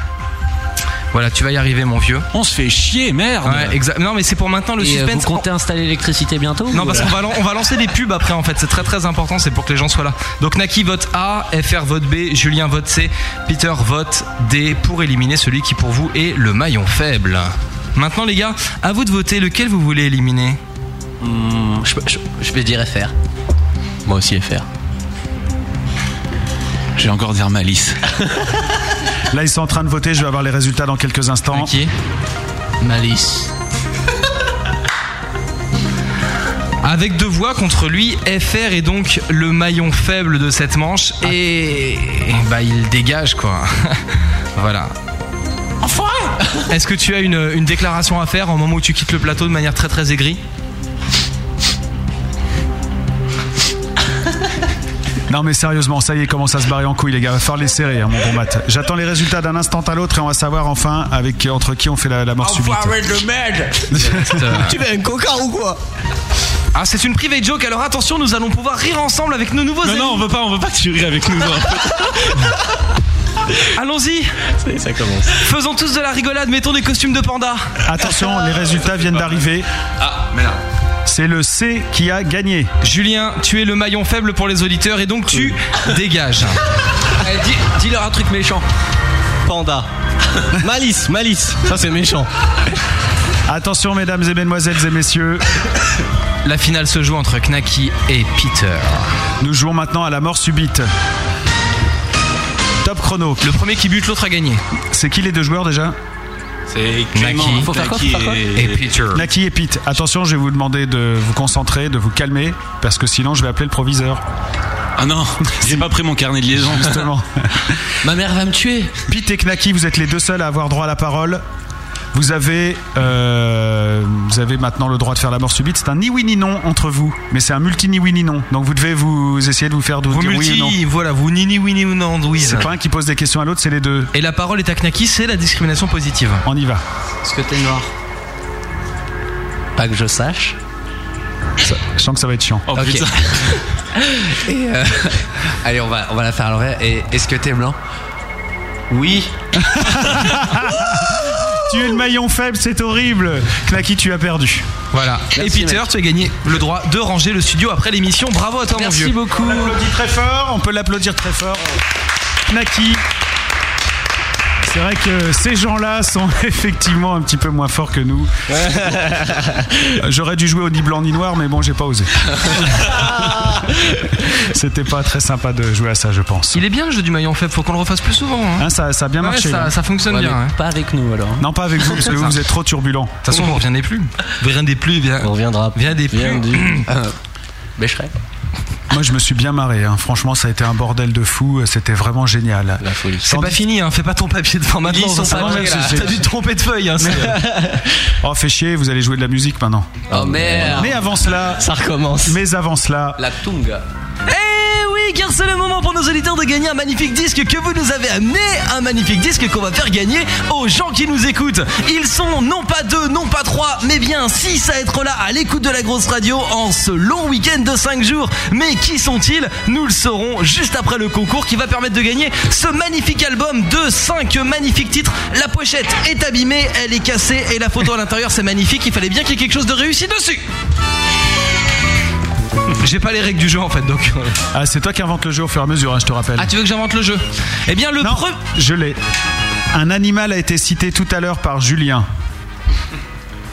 S5: voilà tu vas y arriver mon vieux.
S4: On se fait chier merde.
S5: Ouais, exact. Non mais c'est pour maintenant le
S4: Et, euh,
S5: suspense.
S4: vous comptez installer l'électricité bientôt
S5: Non
S4: ou,
S5: parce
S4: euh,
S5: qu'on va, lan- on va lancer des pubs après en fait c'est très très important c'est pour que les gens soient là. Donc Naki vote A, FR vote B, Julien vote C, Peter vote D pour éliminer celui qui pour vous est le maillon faible. Maintenant les gars, à vous de voter lequel vous voulez éliminer.
S4: euh, hmm, je, vais dire FR.
S6: Moi aussi FR.
S9: J'ai encore dire malice.
S2: Là, ils sont en train de voter. Je vais avoir les résultats dans quelques instants.
S4: Malice.
S5: Avec deux voix contre lui, FR est donc le maillon faible de cette manche
S4: Ah.
S5: et, et bah il dégage quoi. voilà. Est-ce que tu as une, une déclaration à faire au moment où tu quittes le plateau de manière très très aigrie
S2: Non, mais sérieusement, ça y est, comment ça se barrer en couille, les gars. Va falloir les serrer, hein, mon bon Matt. J'attends les résultats d'un instant à l'autre et on va savoir enfin avec entre qui on fait la, la mort subite.
S5: de merde
S2: Tu
S5: veux un coca ou quoi Euh, Ah c'est une private joke alors attention nous allons pouvoir rire ensemble avec nos nouveaux
S9: Non,
S5: amis.
S9: non, on veut pas, on veut pas que tu ris avec nous.
S5: Allons-y
S9: ça commence.
S5: Faisons tous de la rigolade, mettons des costumes de panda
S2: Attention, les résultats viennent d'arriver.
S9: Ah, merde.
S2: C'est le C qui a gagné.
S5: Julien, tu es le maillon faible pour les auditeurs et donc tu
S2: Euh.
S5: dégages. Dis-leur un truc méchant.
S15: Panda. Malice, malice. Ça c'est méchant.
S2: Attention, mesdames et mesdemoiselles et messieurs.
S5: La finale se joue entre Knacky et Peter.
S2: Nous jouons maintenant à la mort subite. Top chrono.
S5: Le premier qui bute, l'autre a gagné.
S2: C'est qui les deux joueurs déjà
S9: C'est
S5: Clément, Naki. Faut faire quoi, faut faire quoi
S9: et...
S5: Et Peter.
S2: Naki et Pete. Attention, je vais vous demander de vous concentrer, de vous calmer, parce que sinon je vais appeler le proviseur.
S9: Ah non, j'ai pas pris mon carnet de liaison.
S2: Justement.
S4: Ma mère va me tuer.
S2: Pete et Knacky, vous êtes les deux seuls à avoir droit à la parole. Vous avez, euh, vous avez maintenant le droit de faire la mort subite. C'est un ni oui ni non entre vous, mais c'est un multi ni oui ni non. Donc vous devez vous essayer de vous faire de
S5: Vous
S2: dire
S5: multi,
S2: oui ou non.
S5: voilà, vous nini winnie ou non, Louise.
S2: C'est pas un qui pose des questions à l'autre, c'est les deux.
S5: Et la parole est à Knacky, c'est la discrimination positive.
S2: On y va.
S5: Est-ce que t'es noir Pas que je sache.
S2: Ça- je sens que ça va être chiant.
S9: Oh
S4: Ok. Et, euh, allez, on va, on va la faire à l'envers. Et est-ce que t'es blanc Oui.
S2: Tu es le maillon faible, c'est horrible. Knacky, tu as perdu.
S5: Voilà. et Peter, tu as gagné le droit de ranger le studio après l'émission. Bravo à toi, mon vieux.
S2: Merci beaucoup. On l'applaudit très fort, on peut l'applaudir très fort. Naki. C'est vrai que ces gens-là sont effectivement un petit peu moins forts que nous. J'aurais dû jouer au ni blanc ni noir, mais bon, j'ai pas osé. C'était pas très sympa de jouer à ça, je pense.
S5: Il est bien le jeu du maillon faible, faut qu'on le refasse plus souvent. hein.
S2: Hein, ça, ça a bien
S5: Ouais,
S2: marché.
S5: ça-
S2: là.
S5: ça fonctionne Ouais, bien, mais hein.
S4: Pas avec nous alors.
S2: Non, pas avec vous, parce que vous,
S5: Ça.
S2: vous êtes trop turbulent. De
S5: toute façon, vous reviendrez plus. Vous reviendrez plus, bien.
S6: On reviendra.
S5: Viens des plus. Euh,
S4: Bécheret.
S2: Moi, je me suis bien marré. hein. Franchement, ça a été un bordel de fou. C'était vraiment génial.
S6: La folie.
S5: C'est pas fini, hein. fais pas ton papier devant maintenant.
S2: Ils sont
S5: ça
S2: pas
S5: va,
S2: loin,
S5: là.
S2: c'est-
S5: T'as dû te tromper de feuille. Hein,
S2: Oh, fait chier, vous allez jouer de la musique maintenant.
S4: Oh merde.
S2: Mais avant cela,
S15: ça recommence.
S2: Mais avant cela,
S4: La Tunga.
S3: Eh car c'est le moment pour nos auditeurs de gagner un magnifique disque que vous nous avez amené. Un magnifique disque qu'on va faire gagner aux gens qui nous écoutent. Ils sont non pas deux, non pas trois, mais bien six à être là à l'écoute de la grosse radio en ce long week-end de 5 jours. Mais qui sont-ils Nous le saurons juste après le concours qui va permettre de gagner ce magnifique album de 5 magnifiques titres. La pochette est abîmée, elle est cassée et la photo à l'intérieur c'est magnifique. Il fallait bien qu'il y ait quelque chose de réussi dessus. J'ai pas les règles du jeu en fait donc. euh.
S2: Ah, c'est toi qui invente le jeu au fur et à mesure, hein, je te rappelle.
S3: Ah, tu veux que j'invente le jeu Eh bien, le
S2: Non, je l'ai. Un animal a été cité tout à l'heure par Julien.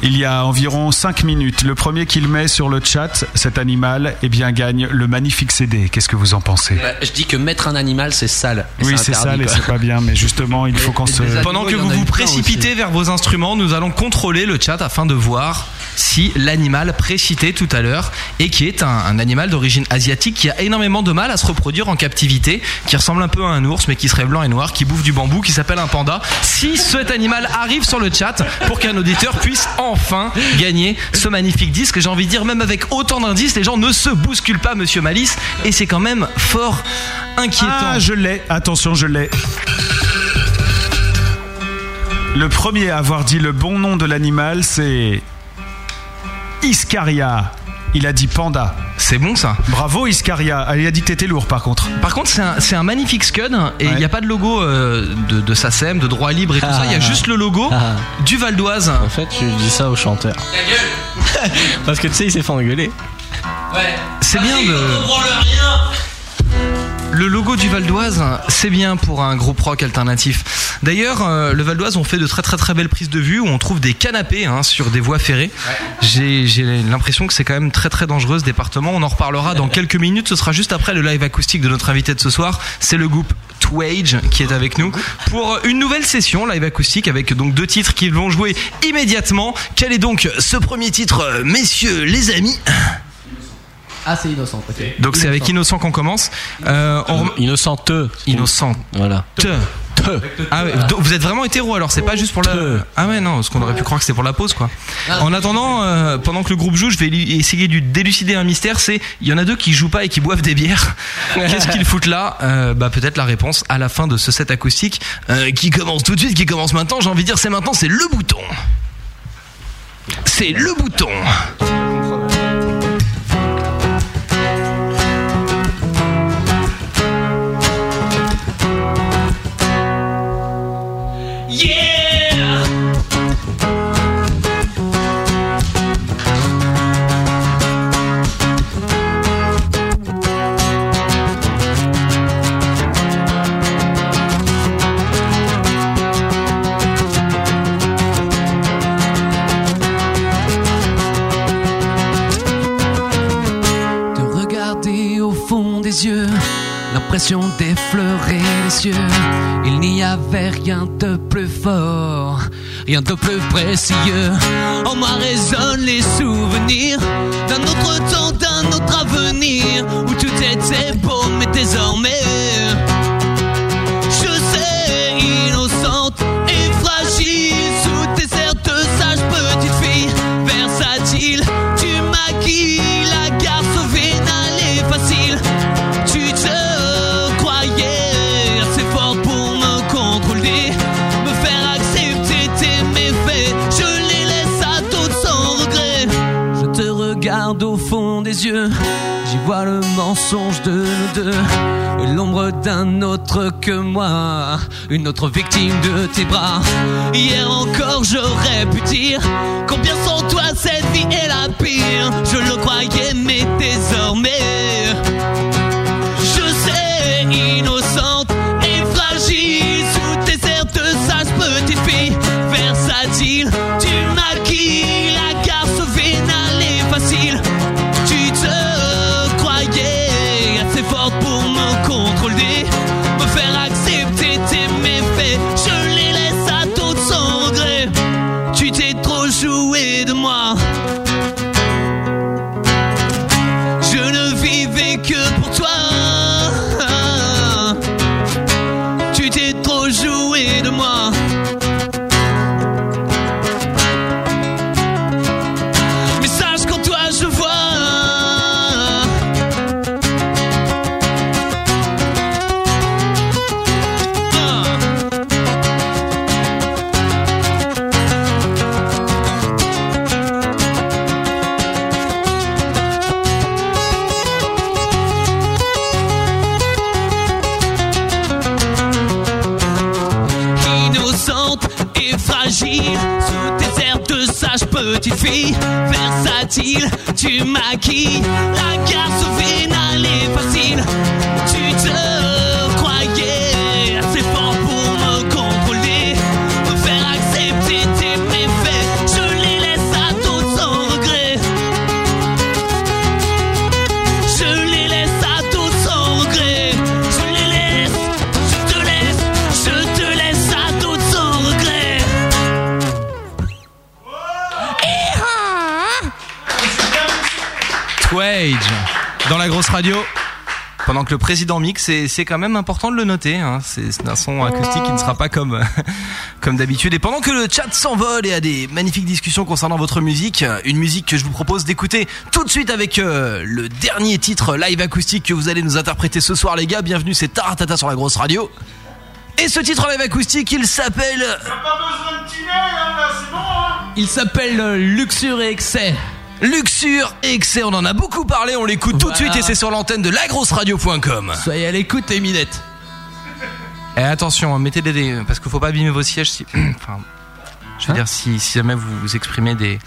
S2: Il y a environ 5 minutes. Le premier qu'il met sur le chat, cet animal, eh bien, gagne le magnifique CD. Qu'est-ce que vous en pensez
S4: Bah, je dis que mettre un animal, c'est sale. Et
S2: Oui,
S4: c'est
S2: c'est
S4: interdit,
S2: sale et
S4: quoi.
S2: c'est pas bien, mais justement, il faut qu'on se.
S5: Pendant que vous vous précipitez vers vos instruments, nous allons contrôler le chat afin de voir si l'animal précité tout à l'heure et qui est un, un animal d'origine asiatique qui a énormément de mal à se reproduire en captivité, qui ressemble un peu à un ours mais qui serait blanc et noir, qui bouffe du bambou, qui s'appelle un panda. Si cet animal arrive sur le chat pour qu'un auditeur puisse enfin gagner ce magnifique disque, j'ai envie de dire même avec autant d'indices, les gens ne se bousculent pas, monsieur Malice, et c'est quand même fort inquiétant.
S2: Ah, je l'ai. Attention, je l'ai. Le premier à avoir dit le bon nom de l'animal, c'est. Iscaria. Il a dit panda.
S5: C'est bon ça.
S2: Bravo Iscaria. Ah, Il a dit que t'étais lourd par contre.
S5: Par contre, c'est un, c'est un magnifique scud et il n'y a pas de logo euh, de, de SACEM, de droit libre et
S6: Ah
S5: tout ça. Il y a juste le logo du Val d'Oise. En
S6: fait, je dis ça au chanteur. Parce que tu sais, il s'est fait engueuler.
S5: C'est bien de. Le logo du Val d'Oise, c'est bien pour un groupe rock alternatif. D'ailleurs, euh, le Val d'Oise, on fait de très très très belles prises de vue où on trouve des canapés hein, sur des voies ferrées. J'ai- J'ai l'impression que c'est quand même très très dangereux ce département. On en reparlera dans quelques minutes. Ce sera juste après le live acoustique de notre invité de ce soir. C'est le groupe Twage qui est avec nous pour une nouvelle session live acoustique avec donc deux titres qu'ils vont jouer immédiatement. Quel est donc ce premier titre, euh, messieurs les amis
S16: Ah, c'est innocent, ok.
S5: donc c'est avec Innocent qu'on commence. Euh, on...
S6: Innocente.
S5: Innocent.
S6: Voilà.
S5: Te. Ah ouais, donc vous êtes vraiment hétéro alors, c'est pas juste pour la. Ah ouais, non, parce qu'on aurait pu croire que c'était pour la pause quoi. En attendant, euh, pendant que le groupe joue, je vais lui- essayer de lui délucider un mystère c'est il y en a deux qui jouent pas et qui boivent des bières. Qu'est-ce qu'ils foutent là Euh, Bah peut-être la réponse à la fin de ce set acoustique euh, qui commence tout de suite, qui commence maintenant. J'ai envie de dire, c'est maintenant, c'est le bouton. C'est le bouton.
S12: Yeah!
S16: te regarder au fond des yeux, l'impression d'effleurer les cieux. Il n'y avait rien de plus fort, rien de plus précieux. En moi résonnent les souvenirs d'un autre temps, d'un autre avenir, où tout était beau, mais désormais. Je sais, innocente et fragile, sous tes airs de sage petite fille, versatile, tu maquilles la garce vénale et facile. Tu te croyais assez fort pour me contrôler, me faire accepter tes méfaits. Je les laisse à toutes sans regret. Je te regarde au fond des yeux, j'y vois le mensonge de nous deux, et l'ombre d'un autre que moi, une autre victime de tes bras.
S12: Hier encore j'aurais pu dire Combien sans toi cette vie est la pire Je le croyais mais désormais Je sais innocente et fragile Sous tes airs de sage petite fille Versatile Tu maquilles la garce vénale et facile Tu te croyais assez forte pour me contrôler Me faire accepter tes méfaits Je les laisse à toutes sans regret Tu t'es trop joué de moi Je ne vivais que pour petite fille versatile. Tu maquilles la garce vénale est facile. Tu te croyais assez fort pour me contrôler, me faire accepter tes méfaits. Je les laisse à tous sans regret. Je les laisse à tous sans regret. Je les laisse, je te laisse, je te laisse à tous sans regret. Ah,
S5: Twage dans la grosse radio. Pendant que le président mixe, c'est- c'est quand même important de le noter. hein. C'est c'est un son acoustique qui ne sera pas comme, comme d'habitude. Et pendant que le chat s'envole et a des magnifiques discussions concernant votre musique, euh, une musique que je vous propose d'écouter tout de suite avec euh, le dernier titre live acoustique que vous allez nous interpréter ce soir, les gars. Bienvenue, c'est Taratata sur la grosse radio. Et ce titre live acoustique, il s'appelle.
S12: hein,
S5: Il s'appelle euh, Luxure et Excès. Luxure et Excès, on en a beaucoup parlé, on l'écoute tout de
S4: Voilà.
S5: suite et c'est sur l'antenne de lagrosseradio.com. Soyez à l'écoute, les minettes. Et attention, hein, mettez des. des- parce qu'il faut pas abîmer vos sièges si. enfin, je veux
S4: Hein
S5: dire, si, si jamais vous vous exprimez des.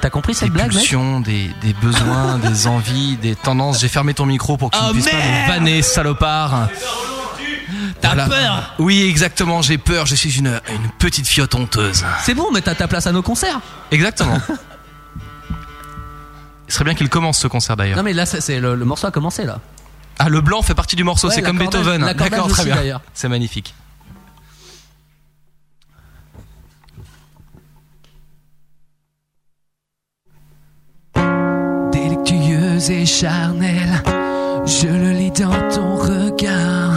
S5: T'as compris cette
S4: blague, mec
S5: des, des besoins, des envies, des tendances. J'ai fermé ton micro pour que tu
S4: Oh,
S5: ne puisses
S4: merde
S5: pas me vanner, salopard. T'as
S4: peur
S5: Oui, exactement, j'ai peur. Je suis une, une petite fiotte honteuse.
S4: C'est bon, mais t'as ta place à nos concerts.
S5: Exactement. Il serait bien qu'il commence ce concert d'ailleurs.
S4: Non, mais là, c'est- c'est le, le morceau a commencé là.
S5: Ah, le blanc fait partie du morceau,
S4: Ouais,
S5: c'est comme
S4: l'accordage-
S5: Beethoven.
S4: l'accordage
S5: D'accord,
S4: aussi,
S5: très bien.
S4: d'ailleurs.
S5: C'est magnifique.
S17: délectueuse et charnelle. Je le lis dans ton regard.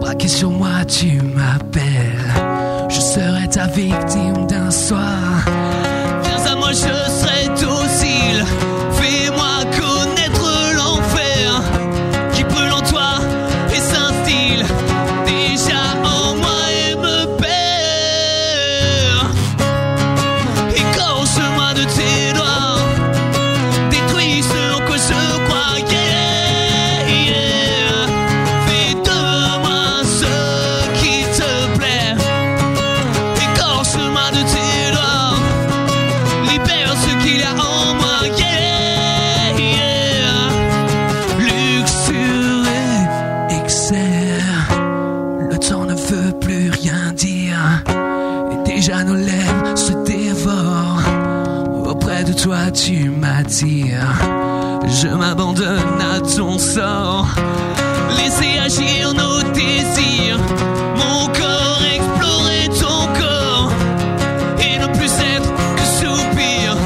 S17: Braqué sur moi, tu m'appelles. Je serai ta victime d'un soir.
S12: Viens à moi, je serai docile. Fais-moi connaître l'enfer qui brûle en toi et s'instille déjà en moi et me perd. Écorche-moi de tes doigts, détruis ce en quoi je croyais. Yeah. Fais de moi ce qui te plaît, écorche-moi de tes doigts. Libère ce qu'il y a en moi, yeah, yeah. Luxure et
S17: excès. Le temps ne veut plus rien dire. Et déjà nos lèvres se dévorent. Auprès de toi, tu m'attires. Je m'abandonne à ton sort.
S12: Laissez agir nos désirs. Mon corps explorer ton corps. Et ne plus être que soupir.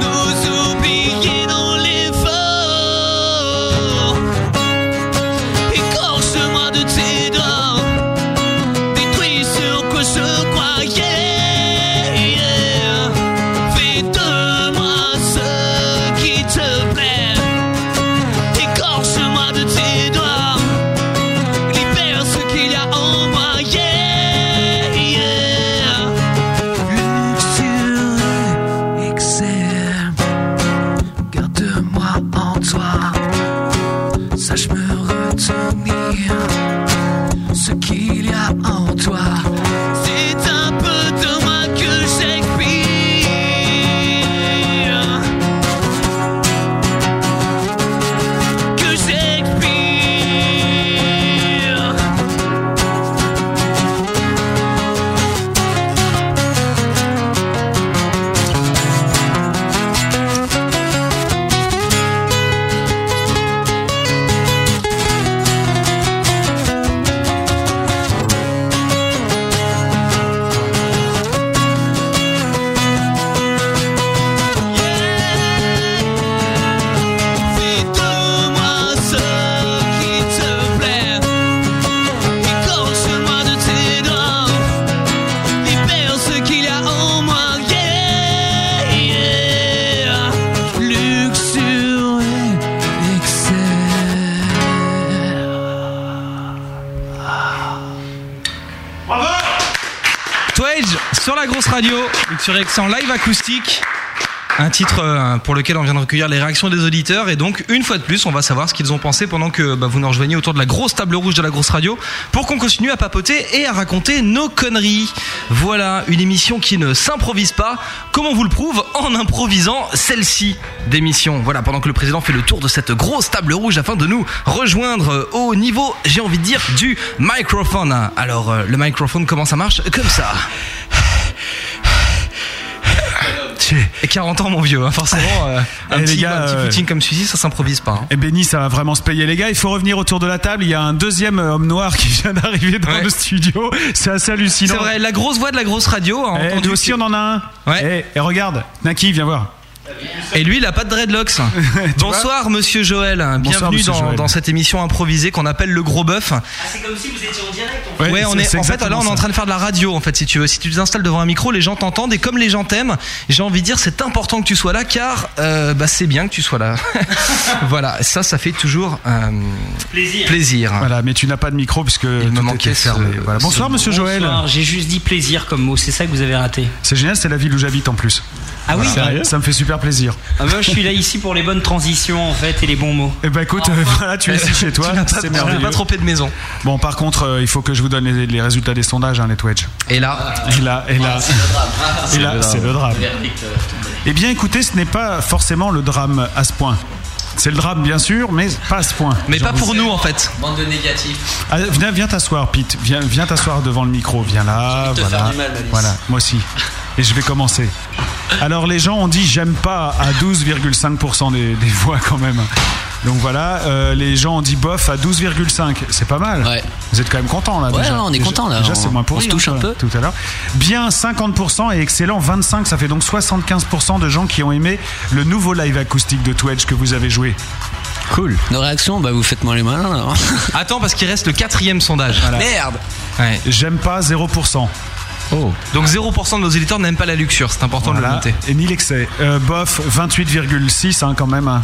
S12: Nous oublier dans l'effort. Écorche-moi de tes doigts. Détruis ce en quoi je croyais. Yeah. Fais de moi ce qui te plaît. Écorche-moi de tes doigts. Libère ce qu'il y a en moi. Yeah,
S17: Luxure, excès. Garde-moi en toi. Sache me retenir. Ce qu'il y a en toi.
S12: C'est un peu de moi que j'expire. Que j'expire. Fais de moi ce qui te plaît. Écorche-moi de tes doigts. Libère ce qu'il y a en moi. Yeah, yeah. Luxure et
S5: Twage sur la grosse radio, Luxurex en live acoustique. Un titre euh, pour lequel on vient de recueillir les réactions des auditeurs. Et donc, une fois de plus, on va savoir ce qu'ils ont pensé pendant que bah, vous nous rejoignez autour de la grosse table rouge de la grosse radio pour qu'on continue à papoter et à raconter nos conneries. Voilà, une émission qui ne s'improvise pas, comme on vous le prouve en improvisant celle-ci d'émission. Voilà, pendant que le président fait le tour de cette grosse table rouge afin de nous rejoindre euh, au niveau, j'ai envie de dire, du microphone. Alors, euh, le microphone, comment ça marche Comme ça. Et 40 ans, mon vieux, hein, forcément. euh, un,
S2: Eh,
S5: petit,
S2: les gars,
S5: un petit
S2: euh,
S5: footing comme celui-ci, ça s'improvise pas. hein.
S2: Et Benny, ça va vraiment se payer, les gars. Il faut revenir autour de la table. Il y a un deuxième euh, homme noir qui vient d'arriver dans le studio. C'est assez hallucinant.
S5: C'est vrai, la grosse voix de la grosse radio. a
S2: Eh,
S5: entendu
S2: nous aussi,
S5: que-
S2: on en a un.
S5: Ouais.
S2: Et, regarde, Naki, viens voir.
S5: Et lui, il a pas de dreadlocks. Bonsoir, monsieur Joël. Bienvenue
S2: Bonsoir, monsieur
S5: dans,
S2: Joël.
S5: dans cette émission improvisée qu'on appelle le gros bœuf.
S18: Ah, C'est comme si vous étiez en direct.
S5: Ouais, on est, en fait, là, on est en train de faire de la radio, en fait, si tu veux. Si tu t'installes devant un micro, les gens t'entendent et comme les gens t'aiment, j'ai envie de dire, c'est important que tu sois là car euh, bah, c'est bien que tu sois là. voilà, ça, ça fait toujours euh, plaisir.
S2: Voilà, mais tu n'as pas de micro puisque il
S5: me manquait faire le-
S2: voilà. Bonsoir,
S18: ce-
S2: monsieur Joël.
S18: Bonsoir, J'ai juste dit plaisir comme mot, c'est ça que vous avez raté.
S2: C'est génial, c'est la ville où j'habite en plus.
S18: Ah oui Sérieux
S2: Ça me fait super plaisir.
S18: Ah, moi, je suis là ici pour les bonnes transitions en fait et les bons mots.
S2: Eh ben écoute, euh, voilà, tu es ici chez toi. c'est merveilleux.
S5: de maison.
S2: Bon, par contre, euh, il faut que je vous donne les, les résultats des sondages, hein, les Twedge.
S5: Et là,
S2: et là, et
S18: Ah,
S2: là, et là, c'est le drame.
S18: euh,
S2: Eh bien, écoutez, ce n'est pas forcément le drame à ce point. C'est le drame, bien sûr, mais pas à ce point.
S5: Mais
S2: J'ai
S5: pas
S2: envie
S5: pour
S2: de-
S5: nous, en fait.
S4: Bande de négatifs.
S2: Ah, viens, viens t'asseoir, Pete. Viens, viens t'asseoir devant le micro. Viens là.
S4: J'ai envie de te
S2: voilà.
S4: faire du mal, Malice.
S2: voilà, moi aussi. Et je vais commencer. Alors, les gens ont dit j'aime pas à 12,5% des, des voix quand même. Donc voilà, euh, les gens ont dit bof à 12,5. C'est pas mal. Vous êtes quand même contents là
S4: Ouais,
S2: déjà.
S4: ouais, on est
S2: Déjà-
S4: contents, là.
S2: Déjà,
S4: On-
S2: c'est moins
S4: on
S2: pourri.
S4: se touche
S2: hein,
S4: un
S2: toi, Tout à l'heure. Bien 50% et excellent 25. Ça fait donc 75% de gens qui ont aimé le nouveau live acoustique de Twedge que vous avez joué.
S4: Cool. Nos réactions, bah vous faites moins les malins. alors.
S5: Attends, parce qu'il reste le quatrième sondage.
S2: Voilà.
S5: Merde
S2: J'aime pas 0%.
S5: Oh. Donc 0% de nos éditeurs n'aiment pas la luxure, c'est important de le
S2: Voilà.
S5: noter.
S2: Et ni l'excès. Euh, bof, 28,6 hein, quand même. hein.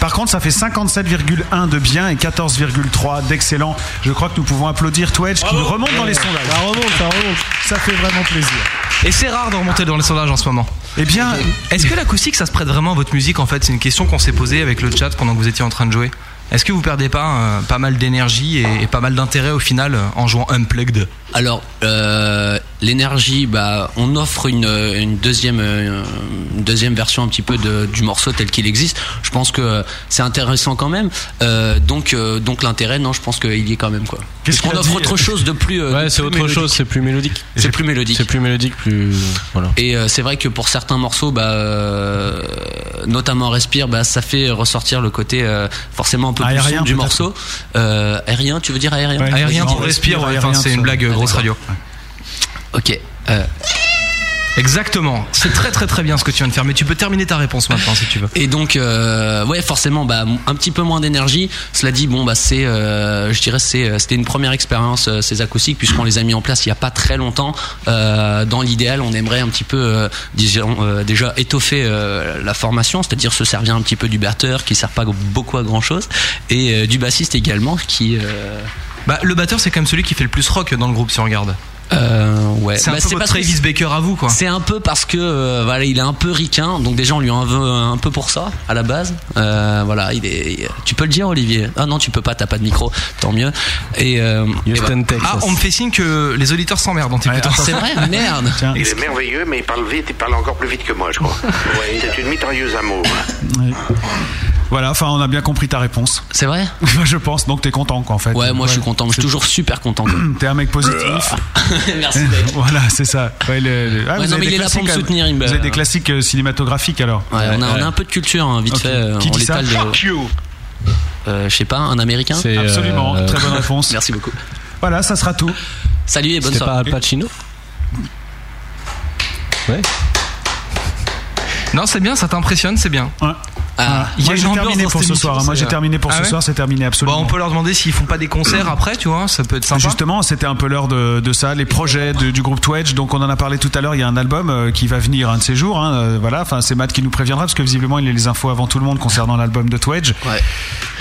S2: Par contre, ça fait 57,1 de bien et 14,3 d'excellent. Je crois que nous pouvons applaudir Twedge qui remonte dans les sondages. Ça remonte, ça remonte. Ça fait vraiment plaisir.
S5: Et c'est rare de remonter dans les sondages en ce moment.
S2: Eh bien,
S5: est-ce que l'acoustique ça se prête vraiment à votre musique en fait C'est une question qu'on s'est posée avec le chat pendant que vous étiez en train de jouer. Est-ce que vous perdez pas euh, pas mal d'énergie et, et pas mal d'intérêt au final euh, en jouant unplugged
S4: Alors, euh, l'énergie, bah, on offre une, une deuxième, euh, une deuxième version un petit peu de- du morceau tel qu'il existe. Je pense que c'est intéressant quand même. Euh, donc, euh, donc l'intérêt, non, je pense qu'il y est quand même quoi.
S6: Qu'est-ce
S4: qu'on
S6: qu'il a
S4: offre
S6: dit
S4: autre chose de plus. euh, de
S6: Ouais, c'est
S4: plus
S6: autre
S4: mélodique.
S6: chose, c'est plus mélodique.
S4: C'est plus mélodique.
S6: C'est plus mélodique, plus. Voilà.
S4: Et euh, c'est vrai que pour certains morceaux, bah, euh, notamment Respire, bah, ça fait ressortir le côté euh, forcément un peu plus
S2: Aérien,
S4: sombre du
S2: peut-être.
S4: morceau. Euh, aérien, tu veux dire aérien Ah,
S2: Ouais,
S5: Aérien
S2: Non,
S5: pour
S2: respire,
S5: respire, ouais, enfin,
S2: aérien,
S5: c'est
S2: tout
S5: une
S2: ça.
S5: blague euh, grosse radio.
S4: Ok. euh,
S5: Exactement, c'est très très très bien ce que tu viens de faire, mais tu peux terminer ta réponse maintenant si tu veux.
S4: Et donc, euh, ouais, forcément, bah, m- un petit peu moins d'énergie. Cela dit, bon, bah, c'est, euh, je dirais, c'est, euh, c'était une première expérience euh, ces acoustiques puisqu'on les a mis en place il n'y a pas très longtemps. Euh, dans l'idéal, on aimerait un petit peu, euh, disons, euh, déjà étoffer euh, la formation, c'est-à-dire se servir un petit peu du batteur qui sert pas beaucoup à grand chose et euh, du bassiste également qui. euh,
S5: Bah, le batteur c'est quand même celui qui fait le plus rock dans le groupe si on regarde.
S4: euh, ouais.
S5: C'est un
S4: Bah,
S5: peu votre
S4: parce que-
S5: Travis Baker à vous quoi.
S4: C'est un peu parce que euh, voilà, il est un peu ricain, donc déjà on lui en veut un peu pour ça à la base. Euh, voilà, il est. Tu peux le dire Olivier Ah non, tu peux pas, t'as pas de micro, tant mieux. Et, euh, et voilà.
S5: Ah, on me fait signe que les auditeurs s'emmerdent en
S18: Ah,
S5: t'écoutant.
S4: c'est vrai, merde.
S19: Il est merveilleux, mais il parle vite, il parle encore plus vite que moi, je crois. c'est une mitrailleuse à mots. hein.
S2: Ouais. Voilà, enfin, on a bien compris ta réponse.
S4: C'est vrai
S2: Je pense, donc t'es content quoi en fait.
S4: Ouais, moi je suis content, je suis toujours super content.
S2: T'es un mec positif. Eh,
S4: Merci mec.
S2: voilà, c'est ça. Ouais, le- le- Ah,
S4: Ouais,
S2: vous
S4: non,
S2: avez
S4: mais
S2: des
S4: il est là
S2: classiques,
S4: pour me
S2: quand même.
S4: soutenir, il me-
S2: Vous avez des classiques euh, cinématographiques alors
S4: Ouais, on, a, on a un peu de culture, hein, vite
S2: Ok.
S4: fait. euh,
S2: Qui
S4: on
S2: dit ça
S4: l'étale de-
S2: Fuck
S4: Euh, je sais pas, un américain
S2: C'est, euh, Absolument, très bonne réponse.
S4: Merci beaucoup.
S2: Voilà, ça sera tout.
S4: Salut et bonne
S2: C'était
S4: soirée.
S2: pas Al
S6: Pacino
S5: Non, c'est bien, ça t'impressionne, c'est bien.
S3: Ah, il y a
S2: Moi
S3: une
S2: j'ai
S3: ambiance
S2: terminé
S3: dans
S2: pour
S3: cette
S2: ce soir.
S3: émission,
S2: hein. Moi
S3: c'est
S2: j'ai
S3: vrai.
S2: terminé pour
S3: Ah
S2: ce
S3: ouais
S2: soir. C'est terminé absolument.
S3: Bah, on peut leur demander s'ils font pas des concerts après, tu vois, ça peut être sympa.
S2: Justement, c'était un peu l'heure de, de ça, les projets de- du groupe Twedge. Donc, on en a parlé tout à l'heure. Il y a un album euh, qui va venir un de ces jours. hein, euh, voilà, enfin, c'est Matt qui nous préviendra parce que visiblement, il a les infos avant tout le monde concernant l'album de Twedge.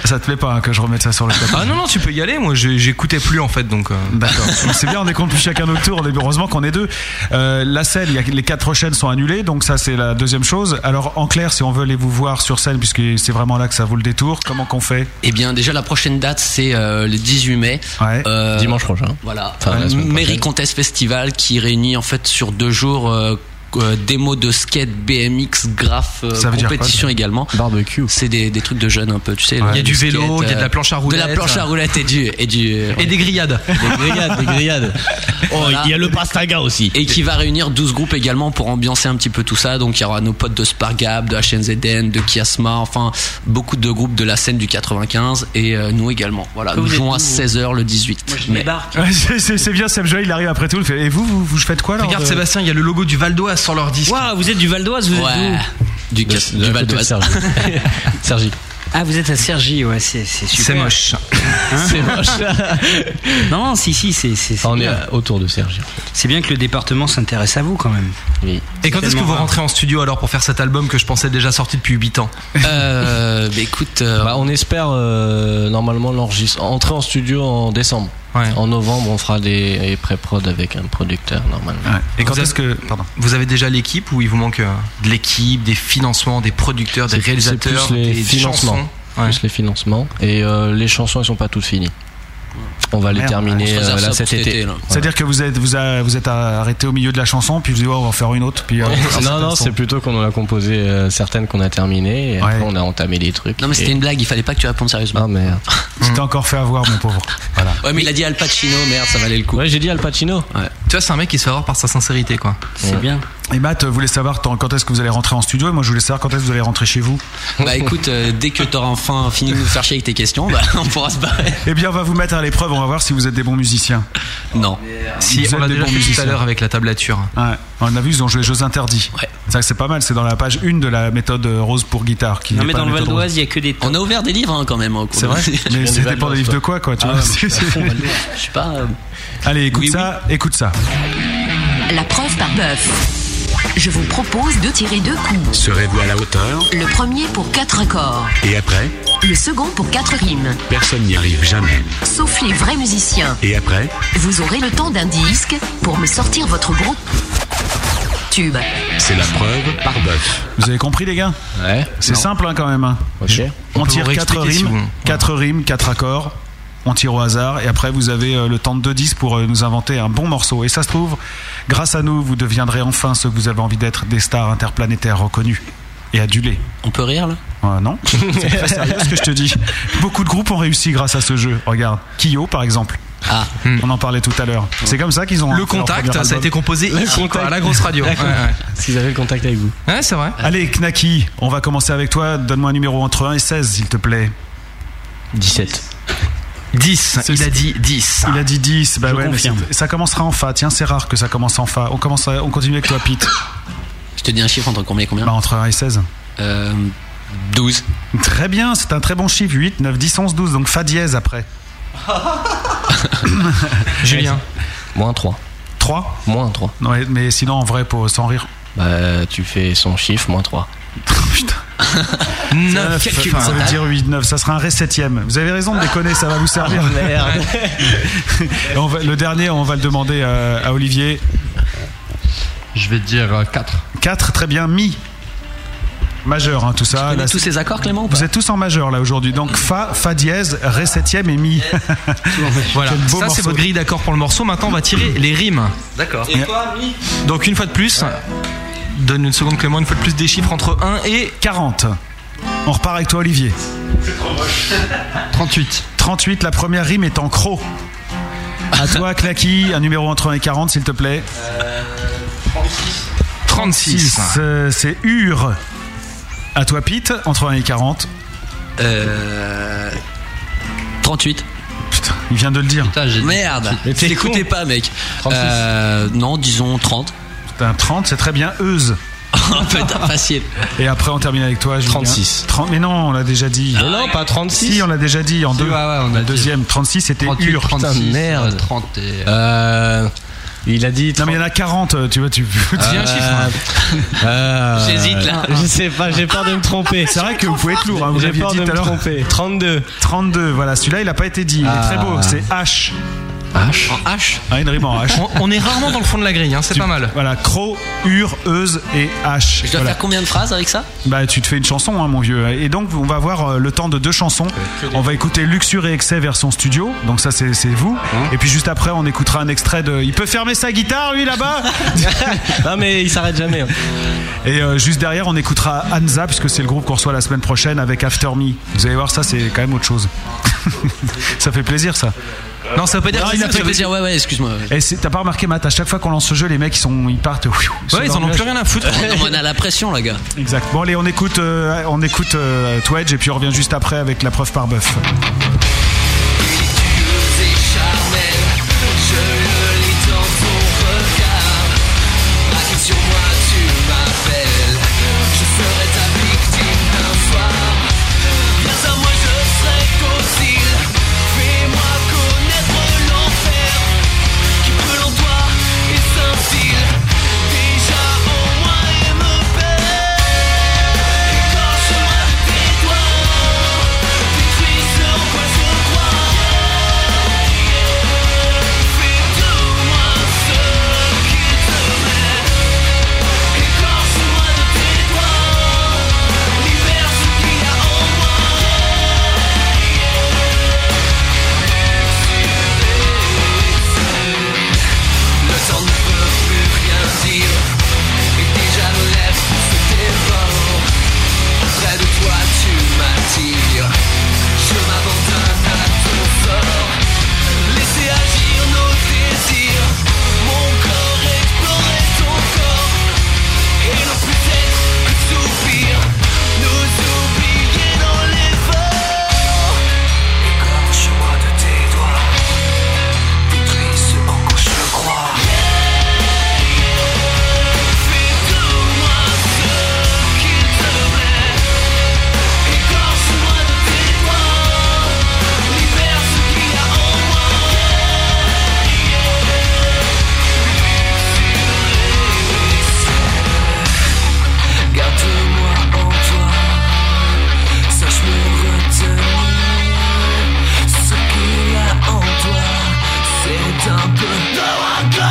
S2: Ça te plaît pas hein, que je remette ça sur le tapis
S3: Ah non, non, tu peux y aller, moi j'ai- j'écoutais plus en fait donc. euh.
S2: D'accord. Mais C'est bien, on est compte plus chacun notre tour. On est- Heureusement qu'on est deux. Euh, la scène, il y a- les quatre prochaines sont annulées, donc ça c'est la deuxième chose. Alors en clair, si on veut aller vous voir sur scène, puisque c'est vraiment là que ça vaut le détour, comment qu'on fait
S4: Eh bien, déjà, la prochaine date, c'est euh, le 18 mai. Euh,
S6: Dimanche prochain.
S4: Voilà.
S6: Enfin, la semaine
S4: Mairie
S6: prochaine.
S4: Contest Festival qui réunit en fait sur deux jours euh, euh, démos de skate, BMX, graph, euh,
S6: Ça veut dire quoi,
S4: compétition
S6: ça
S4: également.
S6: Barbecue.
S4: C'est des, des trucs de jeunes un peu, tu sais.
S3: Il y a
S4: le
S3: du
S4: skate,
S3: vélo, il y a de la
S4: euh,
S3: planche à roulettes.
S4: De la planche à roulettes et du. Et, du,
S3: Et des grillades.
S4: Des grillades, des grillades. Oh, il y a le Pastaga aussi. Et qui va réunir 12 groupes également pour ambiancer un petit peu tout ça. Donc il y aura nos potes de Spargab, de HNZN, de Kiasma, enfin beaucoup de groupes de la scène du 95 et euh, nous également. Voilà,
S2: Vous
S4: nous
S2: êtes hein.
S4: jouons à
S2: où
S4: 16h le 18 mai.
S2: Ouais, c'est- C'est c'est bien, Sam Joy, il arrive après tout. il fait, et vous, vous, vous faites quoi euh là
S3: Regarde Sébastien, il y a le logo du Val d'Oise sur leur disque. Euh,
S18: Waouh, vous êtes du Val d'Oise, vous êtes
S4: Ouais. Du, Cas- du Val d'Oise.
S6: Sergi.
S18: Ah, vous êtes à Sergi, ouais, c'est c'est super.
S6: C'est moche.
S18: Hein
S6: C'est moche.
S18: non, si, si, c'est. c'est- c'est
S6: On est
S18: bien.
S6: à- autour de Sergi.
S18: C'est bien que le département s'intéresse à vous quand même.
S6: Oui.
S3: Et quand est-ce que vous rentrez en studio alors pour faire cet album que je pensais déjà sorti depuis 8 ans
S4: Euh, bah écoute, euh,
S6: Bah, on espère euh, normalement l'enregistrer, entrer en studio en décembre. En novembre, on fera des des pré-prod avec un producteur normalement.
S3: Et quand est-ce que vous avez déjà l'équipe ou il vous manque euh, de l'équipe, des financements, des producteurs, des
S6: C'est- c'est
S3: réalisateurs,
S6: plus les
S3: des
S6: financements.
S3: chansons
S6: Plus les financements. Et euh, les chansons, elles sont pas toutes finies. On va les
S2: Merde,
S6: terminer
S2: ouais.
S6: euh, là, cet été.
S2: C'est-à-dire que vous êtes, vous, a- vous êtes arrêté au milieu de la chanson, puis vous dites, oh, on va en faire une autre. Puis, euh,
S6: Voilà. non, non, c'est plutôt qu'on en a composé euh, certaines qu'on a terminées et après on a entamé les trucs.
S4: Non, mais c'était
S6: Et-
S4: une blague, il fallait pas que tu répondes sérieusement.
S6: Ah merde.
S2: Tu t'es encore fait avoir, mon pauvre. Voilà.
S4: Ouais, mais il a dit Al Pacino, merde, ça valait le coup.
S6: Ouais, j'ai dit Al Pacino.
S3: Tu vois, c'est un mec qui se fait avoir par sa sincérité quoi.
S4: C'est bien.
S2: Et Matt voulait savoir tant- quand est-ce que vous allez rentrer en studio, et moi je voulais savoir quand est-ce que vous allez rentrer chez vous.
S4: Bah écoute, euh, dès que t'auras enfin fini de nous faire chier avec tes questions, bah on pourra se barrer.
S2: Eh bien, on va vous mettre à l'épreuve, on va voir si vous êtes des bons musiciens.
S4: Non.
S3: Si
S2: Vous
S3: on
S2: êtes
S3: l'a
S2: des
S3: déjà
S2: bons
S3: fait tout à
S2: musiciens.
S3: l'heure avec la tablature.
S2: Ouais, on a vu, ils ont joué Jeux Interdits. C'est vrai que C'est pas mal, c'est dans la page 1 de la méthode euh, rose pour guitare. Qui
S18: Non,
S2: n'est
S18: mais
S2: pas
S18: dans
S2: la
S18: le Val
S2: méthode rose.
S18: d'Oise, il y a que des.
S4: On a ouvert des livres hein, Ah, quand même.
S2: C'est vrai Mais ça dépend des livres de quoi, quoi, tu vois. C'est- c'est-
S4: Je sais pas. euh,
S2: Allez, écoute ça, écoute ça.
S1: La preuve par bœuf. Je vous propose de tirer deux coups.
S20: Serez-vous à la hauteur
S1: Le premier pour quatre accords.
S20: Et après
S1: Le second pour quatre rimes.
S20: Personne n'y arrive jamais.
S1: Sauf les vrais musiciens.
S20: Et après
S1: Vous aurez le temps d'un disque pour me sortir votre gros tube.
S20: C'est la preuve par bœuf.
S2: Vous avez compris, les gars
S6: Ouais.
S2: C'est
S20: Non.
S2: simple hein, quand même. hein.
S20: On
S2: On
S20: peut
S2: tire
S20: vous
S2: 4
S20: réexpliquer si
S2: rimes,
S20: vous-
S2: 4 rimes, 4 accords. On tire au hasard et après vous avez euh, le temps de 2-10 pour euh, nous inventer un bon morceau. Et ça se trouve, grâce à nous, vous deviendrez enfin ce que vous avez envie d'être, des stars interplanétaires reconnues et adulées.
S4: On peut rire là
S2: Ouais, Non C'est très sérieux ce que je te dis. Beaucoup de groupes ont réussi grâce à ce jeu. Regarde, Kyo par exemple.
S4: Ah.
S2: On en parlait tout à l'heure. C'est comme ça qu'ils ont.
S3: Hmm. Le
S2: fait leur
S3: contact,
S2: premier
S3: Ah, ça a
S2: album.
S3: été composé
S2: Le
S3: ici, quoi,
S2: contact.
S3: à la grosse radio.
S2: D'accord.
S3: Ouais, ouais.
S6: S'ils avaient le contact avec vous.
S3: Ouais, Hein, c'est vrai.
S2: Allez, Knaki, on va commencer avec toi. Donne-moi un numéro entre 1 et 16, s'il te plaît.
S6: 17.
S3: 10, il a dit 10.
S2: Il a dit 10, bah
S3: Je
S2: ouais, mais
S3: confirme.
S2: c'est- ça commencera en Fa. Tiens, c'est rare que ça commence en Fa. On, commence à- on continue avec toi, Pete.
S4: Je te dis un chiffre entre combien et combien
S2: Bah, entre 1 et 16.
S4: Euh, 12.
S2: Très bien, c'est un très bon chiffre. 8, 9, 10, 11, 12. Donc Fa dièse après.
S3: Julien.
S6: Moins 3.
S2: 3
S6: Moins 3.
S2: Ouais, mais sinon, en vrai, pour, sans rire.
S6: Bah, tu fais son chiffre, moins 3.
S2: Neuf,
S3: calculs
S2: enfin, ça veut
S3: total. Ah.
S2: dire 8, 9, ça sera un ré septième. Vous avez raison de déconner, ça va vous servir.
S3: Oh,
S6: Merde.
S2: Et on va- le dernier, on va le demander euh, à Olivier.
S14: Je vais dire euh, 4.
S2: 4, très bien, mi. Majeur, hein, tout ça.
S4: connais
S2: Là,
S4: tous
S2: c'est-
S4: ces accords, Clément, ou pas
S2: Vous êtes tous en majeur là aujourd'hui. Donc Fa, Fa dièse, Ré septième et Mi.
S3: Voilà,
S2: Quel beau
S3: ça c'est
S2: morceau.
S3: votre grille d'accord pour le morceau. Maintenant, on va tirer les rimes. D'accord. Donc, une fois de plus, donne une seconde Clément, une fois de plus des chiffres entre 1 et
S2: 40. On repart avec toi, Olivier.
S14: 38.
S2: 38, la première rime est en croc. À toi, Clacky, un numéro entre 1 et 40, s'il te plaît.
S3: 36.
S2: Euh, C'est Ur. À toi, Pete, entre 1 et 40.
S4: Euh, 38.
S2: Putain, il vient de le dire.
S4: Merde
S2: t'es
S4: T'écoutais pas, mec. Euh, non, disons 30.
S2: Putain, 30, c'est très bien. Euse.
S4: Putain, facile.
S2: Et après, on termine avec toi, Julien.
S4: 36.
S2: 30, mais non, on l'a déjà dit.
S4: Mais non, pas 36.
S2: Si, on l'a déjà dit en deux.
S4: on
S2: La deuxième, 36, c'était
S4: 38,
S2: Ur.
S4: 36, Putain, merde.
S2: 30
S6: Euh, il a dit.
S2: Non, mais il y en a 40, tu euh, vois, tu.
S6: Dis un chiffre. Euh,
S2: J'hésite, là.
S6: Je sais pas, j'ai peur de me tromper.
S2: C'est vrai que vous pouvez être lourd, hein, vous
S6: J'ai
S2: l'aviez
S6: peur
S2: dit
S6: de
S2: tout à
S6: me
S2: l'heure.
S6: tromper.
S2: 32. 32, voilà, celui-là, il n'a pas été dit. Il
S6: Ah.
S2: est très beau, c'est H.
S4: H
S2: En H Ah, une rime en H.
S5: On- on est rarement dans le fond de la grille, hein, c'est
S2: Tu-
S5: pas mal.
S2: Voilà, Cro, Ur, Euse et H.
S4: Je dois
S2: Voilà.
S4: faire combien de phrases avec ça
S2: Bah, tu te fais une chanson, hein, mon vieux. Et donc, on va avoir euh, le temps de deux chansons. On va écouter Luxure et Excès version studio. Donc, ça, c'est c'est vous.
S5: Hein
S2: Et puis, juste après, on écoutera un extrait de. Il peut fermer sa guitare, lui, là-bas
S6: Non, mais il s'arrête
S5: hein.
S6: jamais.
S2: Et euh, juste derrière, on écoutera Anza, puisque c'est le groupe qu'on reçoit la semaine prochaine avec After Me. Vous allez voir, ça, c'est quand même autre chose. ça fait plaisir, ça.
S5: Non, ça veut pas dire que
S2: il
S5: c'est
S2: a
S5: ça, ça
S2: fait-
S5: veut dire-
S4: ouais, ouais, excuse-moi.
S2: Et c'est- t'as pas remarqué, Matt, à chaque fois qu'on lance ce jeu, les mecs, ils, sont, ils partent.
S5: Ouais, ils en ont plus rien à foutre.
S4: on a la pression, les gars.
S2: Exact. Bon, allez, on écoute, euh, on écoute euh, Twedge et puis on revient juste après avec la preuve par bœuf.
S12: et charnel, je le lis dans ton regard. À qui sur moi tu m'appelles, je serai ta victime d'un soir. Grâce à moi je serai docile, fais-moi connaître l'enfer. Qui peut en toi est sensible, déjà en moi et me perd. Écorche-moi tes doigts, détruis ce en quoi je crois. Le temps ne peut plus rien dire Et déjà nos lèvres se dévorent Près de toi tu m'attires Je m'abandonne à ton sort Laissez agir nos désirs Mon corps explorer ton corps Et non plus être que soupir Nous oublier dans les l'effort Écorche-moi de tes doigts Détruis ce en quoi je crois Garde-moi en toi, sache me retenir. Ce qu'il y a en toi, c'est un peu de la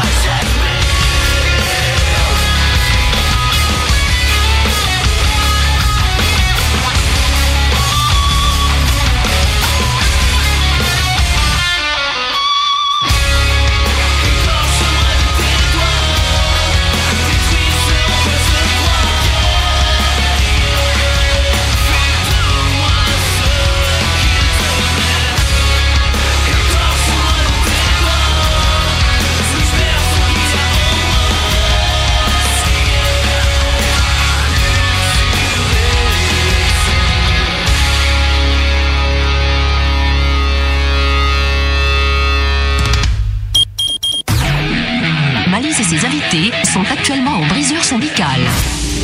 S1: Malice et ses invités sont actuellement en brisure syndicale.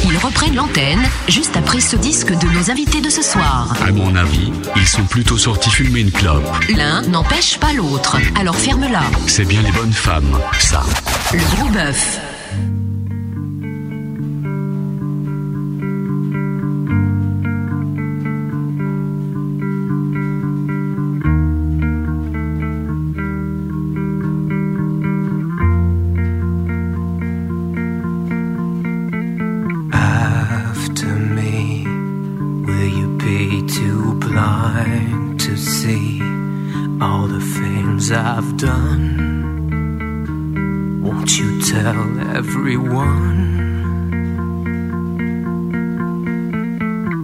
S1: Ils reprennent l'antenne juste après ce disque de nos invités de ce soir.
S20: À mon avis, ils sont plutôt sortis fumer une clope.
S1: L'un n'empêche pas l'autre, alors ferme-la.
S20: C'est bien les bonnes femmes, ça.
S1: Le gros bœuf.
S12: After me, will you be too blind to see all the things I've done? Won't you tell everyone?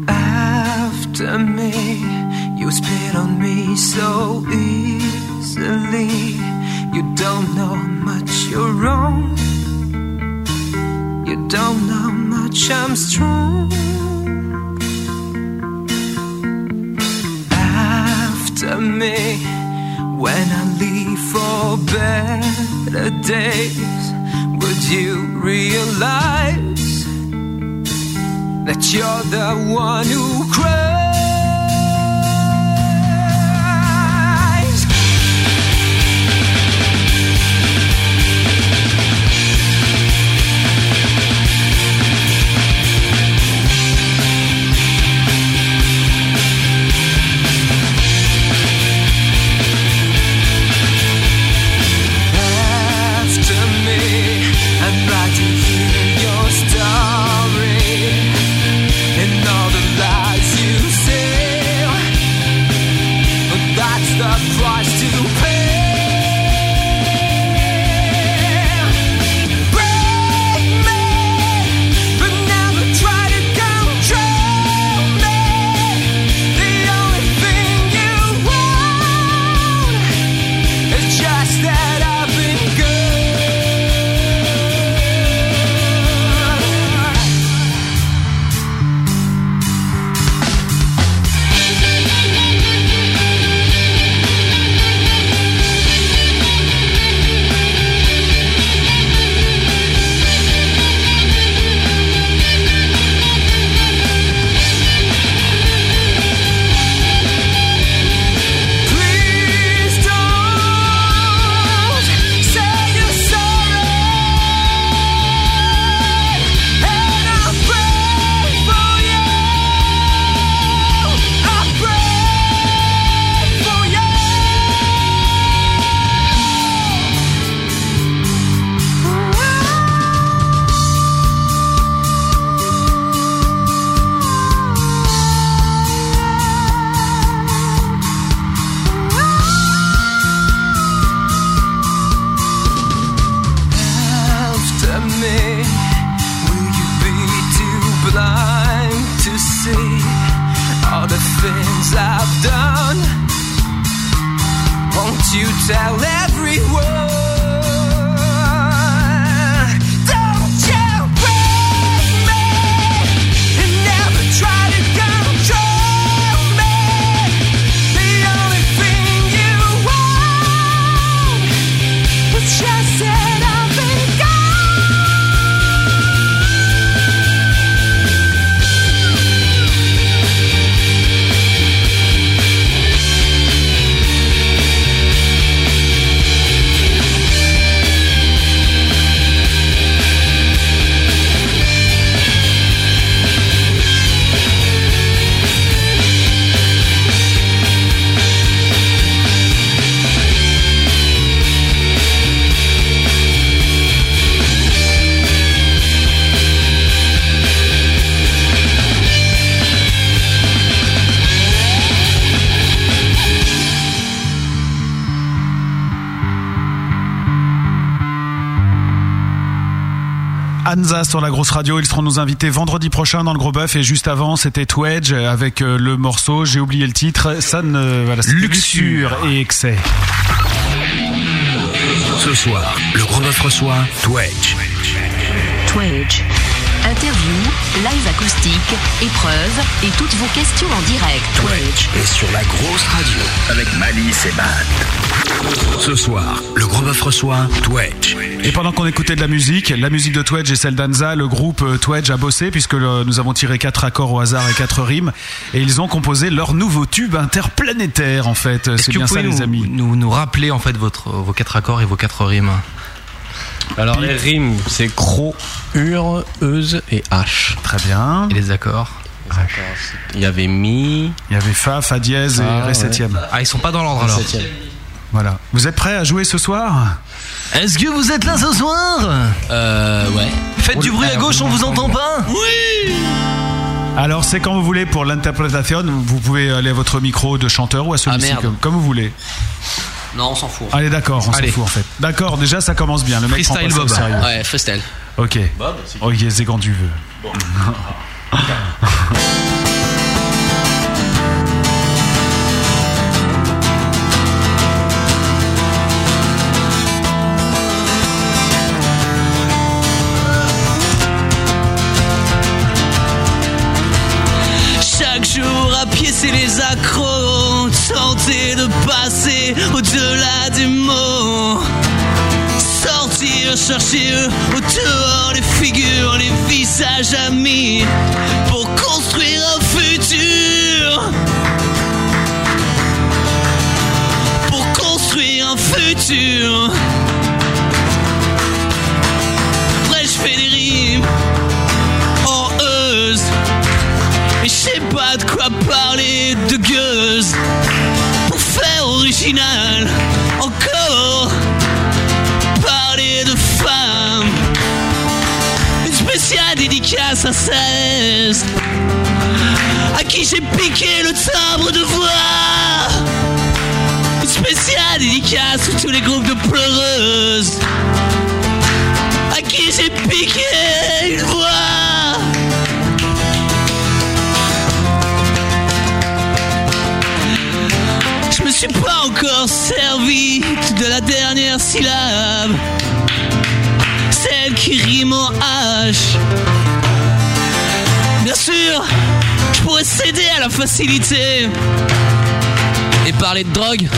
S12: After me, you spit on me so easily. You don't know how much you're wrong. You don't know how much I'm strong. After me, when I leave for better days, would you realize that you're the one who cries. After me, I'd like to hear your story and all the lies you sell. But that's the price to pay. Break me, but never try to control me. The only thing you want it's just that I've been good. Please don't say you're sorry. And I pray for you. I pray for you. After me, will you be too blind to see all the things I've done? Won't you tell everyone? Don't you break me and never try to control me. The only thing you want is just that I've been gone.
S2: Anza sur la grosse radio. Ils seront nos invités vendredi prochain dans le Gros Bœuf. Et juste avant, c'était Twedge avec euh, le morceau, j'ai oublié le titre, ça ne. Voilà, c'était Luxure et excès.
S8: Ce soir, le gros bœuf reçoit Twitch.
S1: Twitch. Interview, live acoustique, épreuves et toutes vos questions en direct.
S8: Twitch est sur la grosse radio avec Malice et Matt. Ce soir, le gros bœuf reçoit Twitch.
S2: Et pendant qu'on écoutait de la musique, la musique de Twedge et celle d'Anza, le groupe euh, Twedge a bossé puisque euh, nous avons tiré quatre accords au hasard et quatre rimes et ils ont composé leur nouveau tube interplanétaire en fait. Euh, C'est
S5: que vous
S2: bien ça
S5: pouvez
S2: les
S5: nous-
S2: amis.
S5: Nous, nous rappeler en fait votre, vos quatre accords et vos quatre rimes.
S6: Alors les rimes, c'est cro, ur, euse et h.
S2: Très bien.
S6: Et les accords Il y avait mi.
S2: Il y avait fa, fa dièse et ré septième.
S5: Ah, ils sont pas dans l'ordre alors.
S2: Voilà. Vous êtes prêts à jouer ce soir
S3: Est-ce que vous êtes là ce soir
S4: Euh, ouais.
S3: Faites du bruit à gauche, on vous entend pas
S4: Oui
S2: Alors c'est quand vous voulez pour l'interprétation, vous pouvez aller à votre micro de chanteur ou à
S3: Ah,
S2: celui-ci
S4: merde.
S2: comme, comme vous voulez.
S4: Non, on s'en fout.
S2: Allez d'accord, on s'en
S4: Allez.
S2: fout en fait. D'accord, déjà ça commence bien. Le mec prend pas
S4: Freestyle
S2: ça au
S4: Bob.
S2: sérieux.
S4: Ouais, freestyle.
S2: Ok.
S4: Bob,
S2: Ok, c'est quand tu veux.
S16: Chaque jour à pied, c'est les accros. Tenter de passer au-delà des mots. Sortir, chercher eux, autour les figures, les visages amis. Pour
S12: construire un futur. Pour construire un futur. Après, je fais des rimes en euse. Et je sais pas de quoi parler de gueuse. Pour faire original, encore parler de femmes. Une spéciale dédicace à 16 À qui j'ai piqué le timbre de voix Une spéciale dédicace à tous les groupes de pleureuses À qui j'ai piqué une voix Je me suis pas encore servi de la dernière syllabe celle qui rime en H. Bien sûr, je pourrais céder à la facilité et parler de drogue.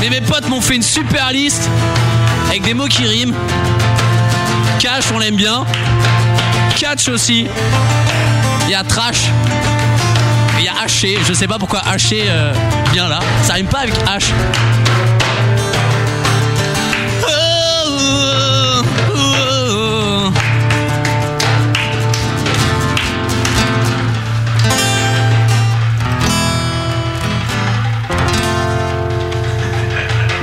S12: Mais mes potes m'ont fait une super liste avec des mots qui riment. Cash, on l'aime bien. Catch aussi. Il y a trash. Il y a haché. Je sais pas pourquoi haché euh, vient là. Ça rime pas avec H. Oh, oh, oh, oh.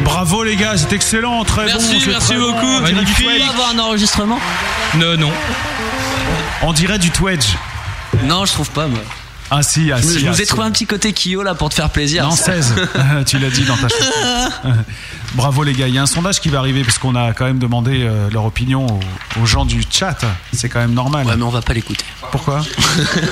S2: Bravo les gars, c'est excellent, très
S12: Merci,
S2: bon. c'est
S12: merci
S2: très bon.
S12: beaucoup.
S2: On dirait du
S12: Magnifique.
S2: Twedge.
S12: On va avoir un enregistrement
S2: Non, non. On dirait du Twedge.
S4: Non, je trouve pas, moi.
S2: Ah si, ah
S4: Je
S2: si.
S4: je
S2: ah,
S4: vous ai
S2: si.
S4: trouvé un petit côté Kyo là pour te faire plaisir.
S2: Non, 16. tu l'as dit dans ta chanson. Bravo les gars, il y a un sondage qui va arriver parce qu'on a quand même demandé euh, leur opinion aux, aux gens du chat. C'est quand même normal. Ouais, mais
S4: on va pas l'écouter.
S2: Pourquoi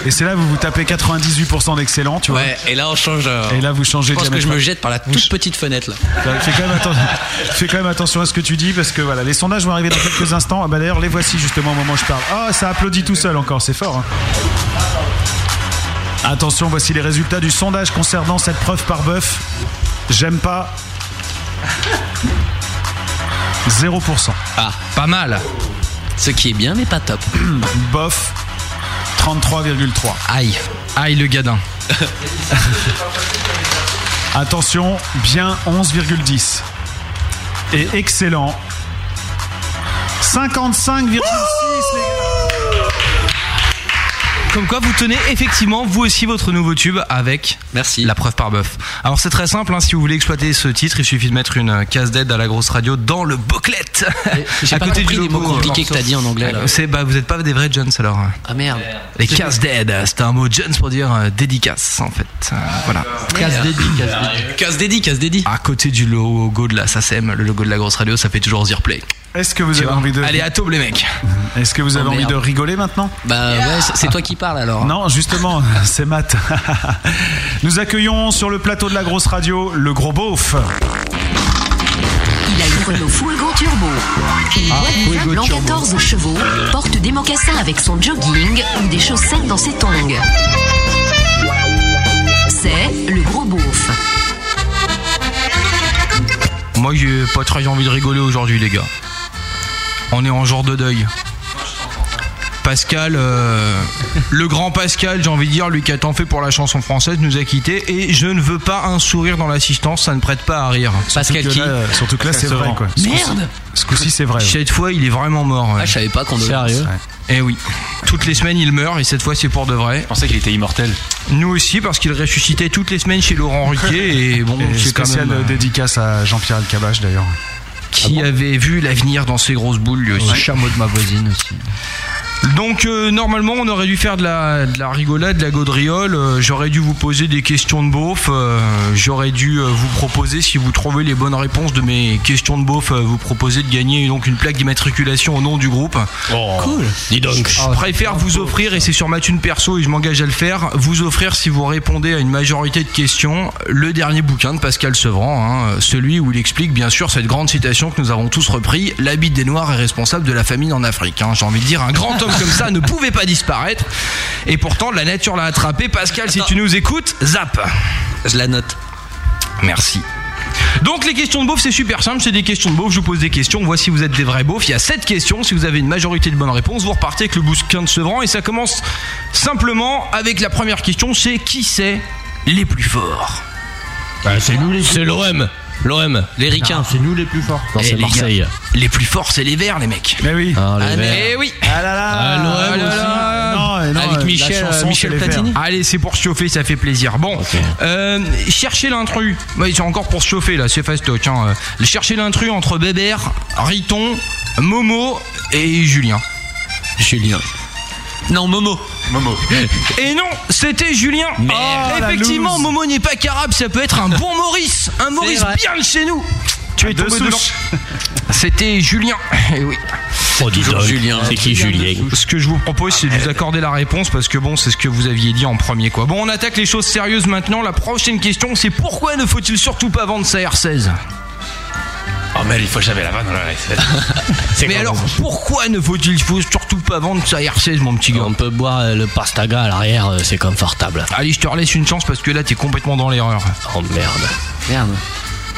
S2: Et c'est là vous vous tapez 98% d'excellent, tu vois.
S4: Ouais, et là on change. euh,
S2: Et là, vous changez
S4: Je pense que je
S2: diamétralement.
S4: me jette par la toute petite fenêtre là.
S2: Fais quand, même atten- fais quand même attention à ce que tu dis parce que voilà, les sondages vont arriver dans quelques instants. Ah bah d'ailleurs, les voici justement au moment où je parle. Ah, ça applaudit tout seul encore, c'est fort. hein. Attention, voici les résultats du sondage concernant cette preuve par bœuf. J'aime pas. 0%.
S4: Ah, pas mal. Ce qui est bien, mais pas top.
S2: Bof, 33,3.
S5: Aïe. Aïe le gadin.
S2: Attention, bien 11,10. Et excellent. 55,6 les gars.
S5: Comme quoi, vous tenez effectivement vous aussi votre nouveau tube avec la preuve par bœuf. Alors c'est très simple, hein, si vous voulez exploiter ce titre, il suffit de mettre une euh, case d'aide à la grosse radio dans le booklet.
S4: J'ai
S5: À
S4: pas
S5: côté
S4: compris
S5: du
S4: les mots
S5: logo, euh,
S4: compliqués que t'as dit en anglais là.
S5: C'est bah vous n'êtes pas des vrais Jones alors.
S4: Ah merde.
S5: Les cases d'aide, c'est un mot Jones pour dire euh, dédicace en fait. Euh, voilà. Euh,
S4: Casse dédi, casse dédi. Casse dédi, casse dédi.
S5: À côté du logo de la SACEM, le logo de la grosse radio, ça fait toujours dire play.
S2: Est-ce que vous
S5: Tu
S2: avez
S5: vois
S2: envie de.
S5: Allez, à taupe, les mecs.
S2: Est-ce que vous avez
S5: Oh,
S2: envie
S5: merde.
S2: de rigoler maintenant
S4: Bah ouais, c'est- c'est toi qui parles alors.
S2: Non, justement, c'est Matt. Nous accueillons sur le plateau de la grosse radio le gros beauf.
S1: Il a une Renault Fuego Turbo. Une
S2: Ah,
S1: boîte
S2: Fuego
S1: blanc
S2: Turbo.
S1: 14 chevaux porte des mocassins avec son jogging ou des chaussettes dans ses tongs. C'est le gros beauf.
S5: Moi, j'ai pas très envie de rigoler aujourd'hui, les gars. On est en jour de deuil. Pascal, euh, le grand Pascal, j'ai envie de dire, lui qui a tant fait pour la chanson française, nous a quittés et je ne veux pas un sourire dans l'assistance, ça ne prête pas à rire.
S2: Pascal Surtout que qui là- euh, surtout que là, c'est vrai, quoi. Ce coup-ci- Merde Ce coup-ci, c'est vrai. ouais.
S5: Cette fois, il est vraiment mort. ouais.
S2: Ah, je savais pas qu'on devait- Sérieux
S5: Eh oui. Toutes les semaines, il meurt et cette fois, c'est pour de vrai. Je pensais qu'il était immortel. Nous aussi, parce qu'il ressuscitait toutes les semaines chez Laurent Ruquier et bon,
S2: Et
S5: c'est quand
S2: spécial
S5: même. euh,
S2: dédicace à Jean-Pierre Elkabach d'ailleurs.
S5: qui avait vu l'avenir dans ses grosses boules lui aussi. Ah chameau de ma voisine aussi. Donc euh, normalement on aurait dû faire de la, de la rigolade, de la gaudriole, euh, j'aurais dû vous poser des questions de beauf, euh, j'aurais dû euh, vous proposer si vous trouvez les bonnes réponses de mes questions de beauf, euh, vous proposer de gagner donc une plaque d'immatriculation au nom du groupe.
S8: Cool. Oh, Dis donc.
S5: Je préfère vous offrir, et c'est sur ma thune perso et je m'engage à le faire, vous offrir si vous répondez à une majorité de questions, le dernier bouquin de Pascal Sevran, hein, celui où il explique bien sûr cette grande citation que nous avons tous repris, la bite des Noirs est responsable de la famine en Afrique. hein. J'ai envie de dire, un grand homme comme ça ne pouvait pas disparaître, et pourtant la nature l'a attrapé. Pascal, si tu nous écoutes, zap
S4: Je la note.
S5: Merci. Donc les questions de beauf, c'est super simple, c'est des questions de beauf, je vous pose des questions, on voit si vous êtes des vrais beaufs. Il y a 7 questions, si vous avez une majorité de bonnes réponses, vous repartez avec le bousquin de Sevran et ça commence simplement avec la première question, c'est qui c'est les plus forts
S15: Bah, C'est nous les
S5: C'est l'OM. L'OM, les ricains.
S15: C'est nous les plus forts.
S5: Eh, les gars, les plus forts, c'est les verts, les mecs.
S2: Mais oui.
S5: Ah, mais oui.
S2: Ah là là.
S5: Ah, l'OM aussi.
S2: Non, non,
S5: Avec
S2: la
S5: Michel, euh,
S2: chanson,
S5: Michel
S2: c'est les
S5: Platini. Allez, c'est pour se chauffer, ça fait plaisir. Bon, euh, cherchez l'intrus. Bah, ils sont encore pour se chauffer là, c'est fastoche. Hein. Euh, Cherchez l'intrus entre Bébert, Riton, Momo et Julien. Julien. Non, Momo. Momo. Et non, c'était Julien.
S12: Merde.
S5: Ah,
S12: Oh,
S5: effectivement,
S12: la loose.
S5: Momo n'est pas carabe, ça peut être un bon Maurice. Un Maurice
S12: vrai.
S5: bien de chez nous. Tu es
S12: Deux
S5: tombé
S12: souches.
S5: dedans. C'était Julien. Eh oui.
S15: Oh, dis
S5: Toujours
S15: donc.
S5: Julien.
S15: C'est qui, Julien
S5: Ce que je vous propose, c'est de vous accorder la réponse parce que bon, c'est ce que vous aviez dit en premier quoi. Bon, on attaque les choses sérieuses maintenant. La prochaine question, c'est pourquoi ne faut-il surtout pas vendre sa R16
S13: Oh mais il faut jamais la vanne dans la
S5: Mais alors, pourquoi ne faut-il faut surtout pas vendre sa R16, mon petit gars
S15: On peut boire euh, le pastaga à l'arrière, euh, c'est confortable.
S5: Allez, je te relaisse une chance parce que là, t'es complètement dans l'erreur.
S15: Oh merde.
S5: Merde.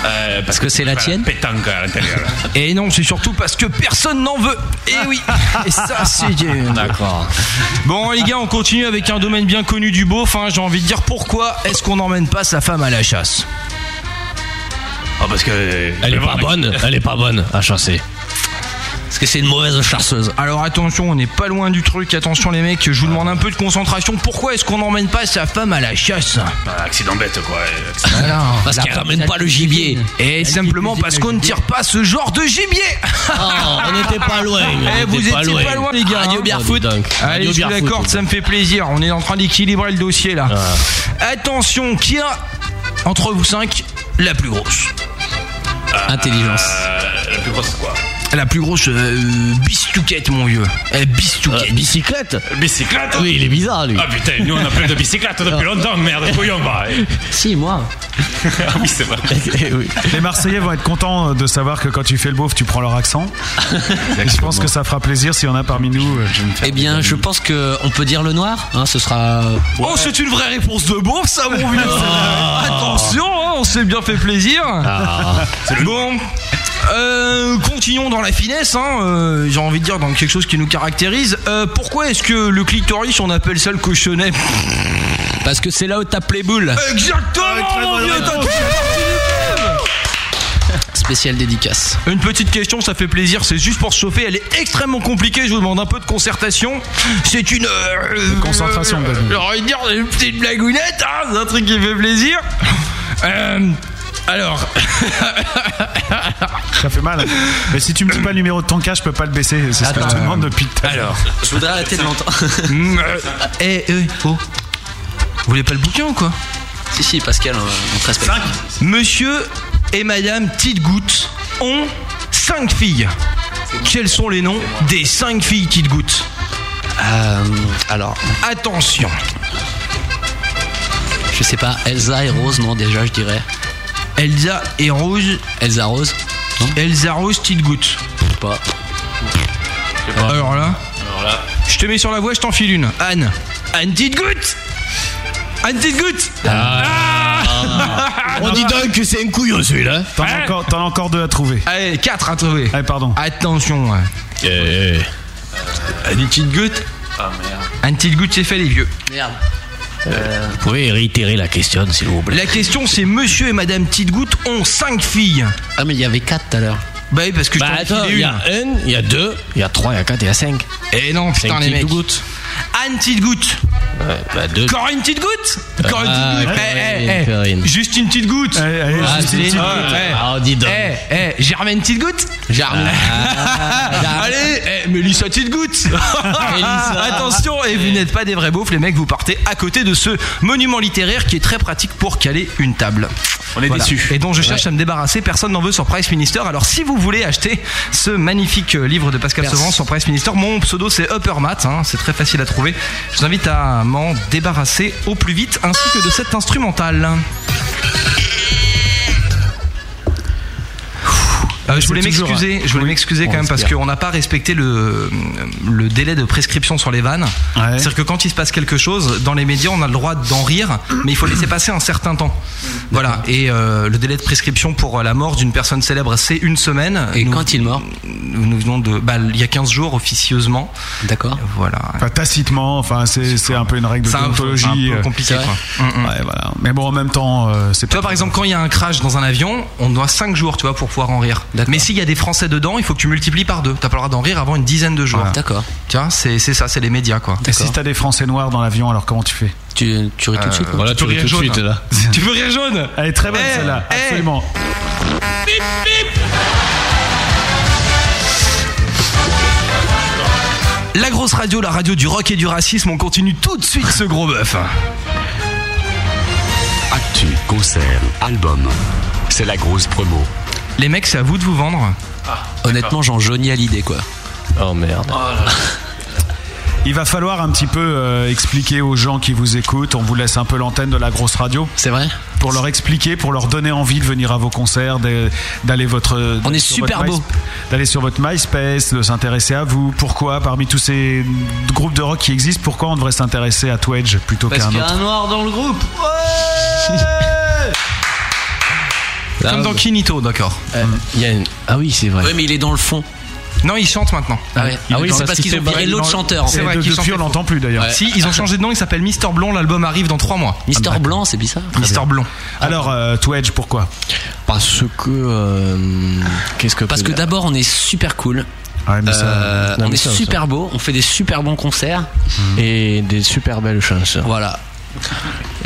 S13: Euh, parce que c'est la tienne Pétanque à l'intérieur.
S5: Et non, c'est surtout parce que personne n'en veut. Et oui. Et ça, c'est dur.
S15: D'accord.
S5: Bon, les gars, on continue avec un domaine bien connu du beauf. hein. J'ai envie de dire pourquoi est-ce qu'on n'emmène pas sa femme à la chasse
S6: Ah,
S13: Oh parce que.
S15: Elle est pas bonne, elle est pas
S5: Ah
S15: bonne à chasser.
S5: Parce que c'est une mauvaise chasseuse. Alors attention, on n'est pas loin du truc. Attention, les mecs, je vous demande un peu de concentration. Pourquoi est-ce qu'on n'emmène pas sa femme à la chasse
S13: Bah, accident bête quoi.
S5: Parce qu'elle ramène pas le gibier. Et simplement parce qu'on ne tire pas Oh, ce genre de gibier.
S15: on n'était pas loin.
S5: Eh,
S15: on
S5: vous
S15: était
S5: étiez
S15: pas loin.
S5: pas loin, les gars.
S15: Radio
S5: hein.
S15: Barefoot.
S5: Oh, dis donc. Allez,
S15: Radio
S5: je vous
S15: Barefoot.
S5: l'accorde, ça me fait plaisir. On est en train d'équilibrer le dossier là. Ah. Attention, qui a entre vous cinq la plus grosse Intelligence.
S13: Euh, la plus grosse quoi
S5: La plus grosse euh, bistouquette, mon vieux. Eh,
S6: Euh,
S5: bistouquette.
S15: bicyclette
S13: Bicyclette
S15: Oui, il est bizarre lui.
S13: Ah putain, nous on a plein de bicyclettes depuis longtemps, merde, couillon, bah.
S15: Si, moi.
S13: ah oui, c'est vrai.
S5: Eh
S2: Les Marseillais vont être contents de savoir que quand tu fais le beauf, tu prends leur accent. Et je pense que ça fera plaisir s'il y en a parmi nous. euh,
S4: Eh bien, je pense que on peut dire le noir. hein, ce sera.
S5: Oh, c'est une vraie réponse de beauf, ça, mon
S2: Ah,
S5: vieux.
S4: Ah.
S5: Attention, hein, on s'est bien fait plaisir. Bon. euh, continuons dans la finesse, hein, euh, j'ai envie de dire dans quelque chose qui nous caractérise. Euh, pourquoi est-ce que le clitoris on appelle ça le cochonnet
S4: Parce que c'est là où tapes les boules.
S5: Exactement, mon vieux, t'as tout sorti du thème.
S4: Spécial dédicace.
S5: Une petite question, ça fait plaisir, c'est juste pour se chauffer, elle est extrêmement compliquée, je vous demande un peu de concertation. C'est une... euh,
S2: concentration,
S5: euh,
S2: Benny.
S5: J'ai envie de dire, une petite blagounette, hein, c'est un truc qui fait plaisir. Euh, alors...
S2: Ça fait mal. hein. Mais si tu me dis pas le numéro de ton cas, je peux pas le baisser. C'est ce que je te demande depuis tout à l'heure.
S4: Je voudrais arrêter de l'entendre.
S5: Mm, euh, Eh, eh, oh. Vous voulez pas le bouquin ou quoi
S4: Si, si, Pascal, on, on te respecte.
S5: Monsieur et Madame Tite Goutte ont cinq filles. Quels sont les noms des cinq filles Euh, Tite Goutte
S4: Euh, alors,
S5: Attention
S4: je sais pas, Elsa et Rose, non, déjà, je dirais.
S5: Elsa et Rose.
S4: Elsa Rose.
S5: Elsa Rose Tite Goutte.
S4: Pas.
S5: Alors là,
S13: Alors là.
S5: je te mets sur la voie, je t'en file une. Anne. Anne Tite Goutte Anne Ah. Tite Goutte
S13: Ah.
S15: On dit donc que c'est un couillon celui-là.
S2: T'en as encore- t'en as encore deux à trouver.
S5: Allez, quatre à trouver.
S2: Allez, pardon.
S5: Attention. ouais.
S6: Eh.
S5: Anne Tite Goutte
S13: Ah merde.
S5: Anne Tite Goutte, c'est fait les vieux.
S4: Merde.
S15: Vous pouvez réitérer la question s'il vous plaît.
S5: La question c'est monsieur et madame Tite-Goutte ont 5 filles.
S4: Ah, mais il y avait 4 tout à l'heure.
S5: Bah oui, parce que
S15: Bah
S5: je t'en
S15: attends,
S5: ai
S15: il
S5: filé
S15: y a une, il y a deux, il y a trois, il y a quatre, il y a cinq.
S5: une. Eh non, putain
S15: Cinq
S5: les
S15: petites
S5: mecs.
S15: gouttes.
S5: Anne Tite-Goutte.
S15: Ouais, bah deux.
S5: Encore une petite goutte Encore une
S15: Ah,
S5: petite goutte Eh, eh, eh,
S15: Corinne.
S5: Juste une petite goutte
S2: allez,
S5: Ah,
S15: Eh, juste
S5: c'est
S15: une petite
S5: énorme.
S15: goutte.
S5: Eh,
S15: Ah, dis donc.
S5: Eh, eh, Germaine petite goutte
S4: Germaine.
S15: Ah,
S5: Allez, eh, Mélissa petite goutte Attention, et vous n'êtes pas des vrais beaufs, les mecs, vous partez à côté de ce monument littéraire qui est très pratique pour caler une table.
S13: On est déçus.
S5: Et dont je cherche à me débarrasser, personne n'en veut sur Price Minister. Alors si vous voulez acheter ce magnifique euh, livre de Pascal
S4: Merci.
S5: Sevran sur Price Minister, mon pseudo c'est Uppermat, hein, c'est très facile à trouver. Je vous invite à m'en débarrasser au plus vite, ainsi que de cet instrumental. Euh, je voulais m'excuser, je voulais m'excuser quand même parce qu'on n'a pas respecté le, le délai de prescription sur les vannes. C'est-à-dire que quand il se passe quelque chose, dans les médias, on a le droit d'en rire, mais il faut laisser passer un certain temps. Voilà. Et euh, le délai de prescription pour la mort d'une personne célèbre, c'est une semaine. Et quand il meurt Nous venons de. bah, il y a 15 jours officieusement. D'accord. Voilà.
S2: Enfin, tacitement, enfin, c'est c'est un peu une règle de
S5: C'est un peu-
S2: déontologie.
S5: un peu compliqué,
S2: euh,
S5: quoi. Mm, mm.
S2: Ouais, voilà. Mais bon, en même temps, euh, c'est
S5: Tu vois, par exemple, quand il y a un crash dans un avion, on doit 5 jours, tu vois, pour pouvoir en rire. Mais s'il y a des Français dedans, il faut que tu multiplies par deux. T'as pas le droit d'en rire avant une dizaine de jours.
S2: Voilà.
S5: D'accord. Tu vois, c'est c'est ça, c'est les médias, quoi.
S2: Et si t'as des Français noirs dans l'avion, alors comment tu fais
S4: tu, ris
S5: tout de suite, quoi. Euh, Voilà, tu ris tout de suite, là. Tu veux rire jaune Eh,
S2: Elle est très bonne celle-là, absolument.
S5: La grosse radio, la radio du rock et du racisme, on continue tout de suite ce gros bœuf.
S20: Actu, concert, album. C'est la grosse promo.
S5: Les mecs, c'est à vous de vous vendre.
S4: Ah, Honnêtement, j'en jaunis à l'idée, quoi.
S6: Oh merde.
S2: Ah, Il va falloir un petit peu euh, expliquer aux gens qui vous écoutent. On vous laisse un peu l'antenne de la grosse radio.
S4: C'est vrai.
S2: Pour leur expliquer, pour leur donner envie de venir à vos concerts, de- d'aller votre.
S4: On est
S2: sur
S4: super
S2: votre
S4: beau.
S2: Mysp- D'aller sur votre MySpace, de s'intéresser à vous. Pourquoi, parmi tous ces groupes de rock qui existent, pourquoi on devrait s'intéresser à Twedge plutôt qu'à
S18: Parce
S2: un
S18: qu'il y a
S2: autre
S18: un noir dans le groupe.
S5: Comme dans
S2: euh,
S5: Kinito, d'accord.
S6: Ah oui, c'est vrai.
S4: Ouais, mais il est dans le fond.
S5: Non, il chante maintenant.
S4: Ah ouais. Ah oui, c'est parce qu'ils ont viré l'autre chanteur. en
S5: C'est
S4: fait.
S5: vrai qu'ils chantent.
S4: Ouais.
S5: Si, ils ont changé de nom, il s'appelle Mister Blond, l'album arrive dans 3 mois.
S4: Mister Blanc, c'est bizarre.
S5: Mister Blond.
S2: Ah, Alors, euh, Twedge, pourquoi
S6: Parce que. euh, Qu'est-ce que.
S4: Parce que d'abord, on est super cool.
S2: Ah, mais ça- hein.
S4: Euh,
S6: Non,
S4: on
S6: mais
S4: est
S6: ça, ça.
S4: super beau, on fait des super bons concerts.
S6: Et des super belles chansons.
S4: Mm. Voilà.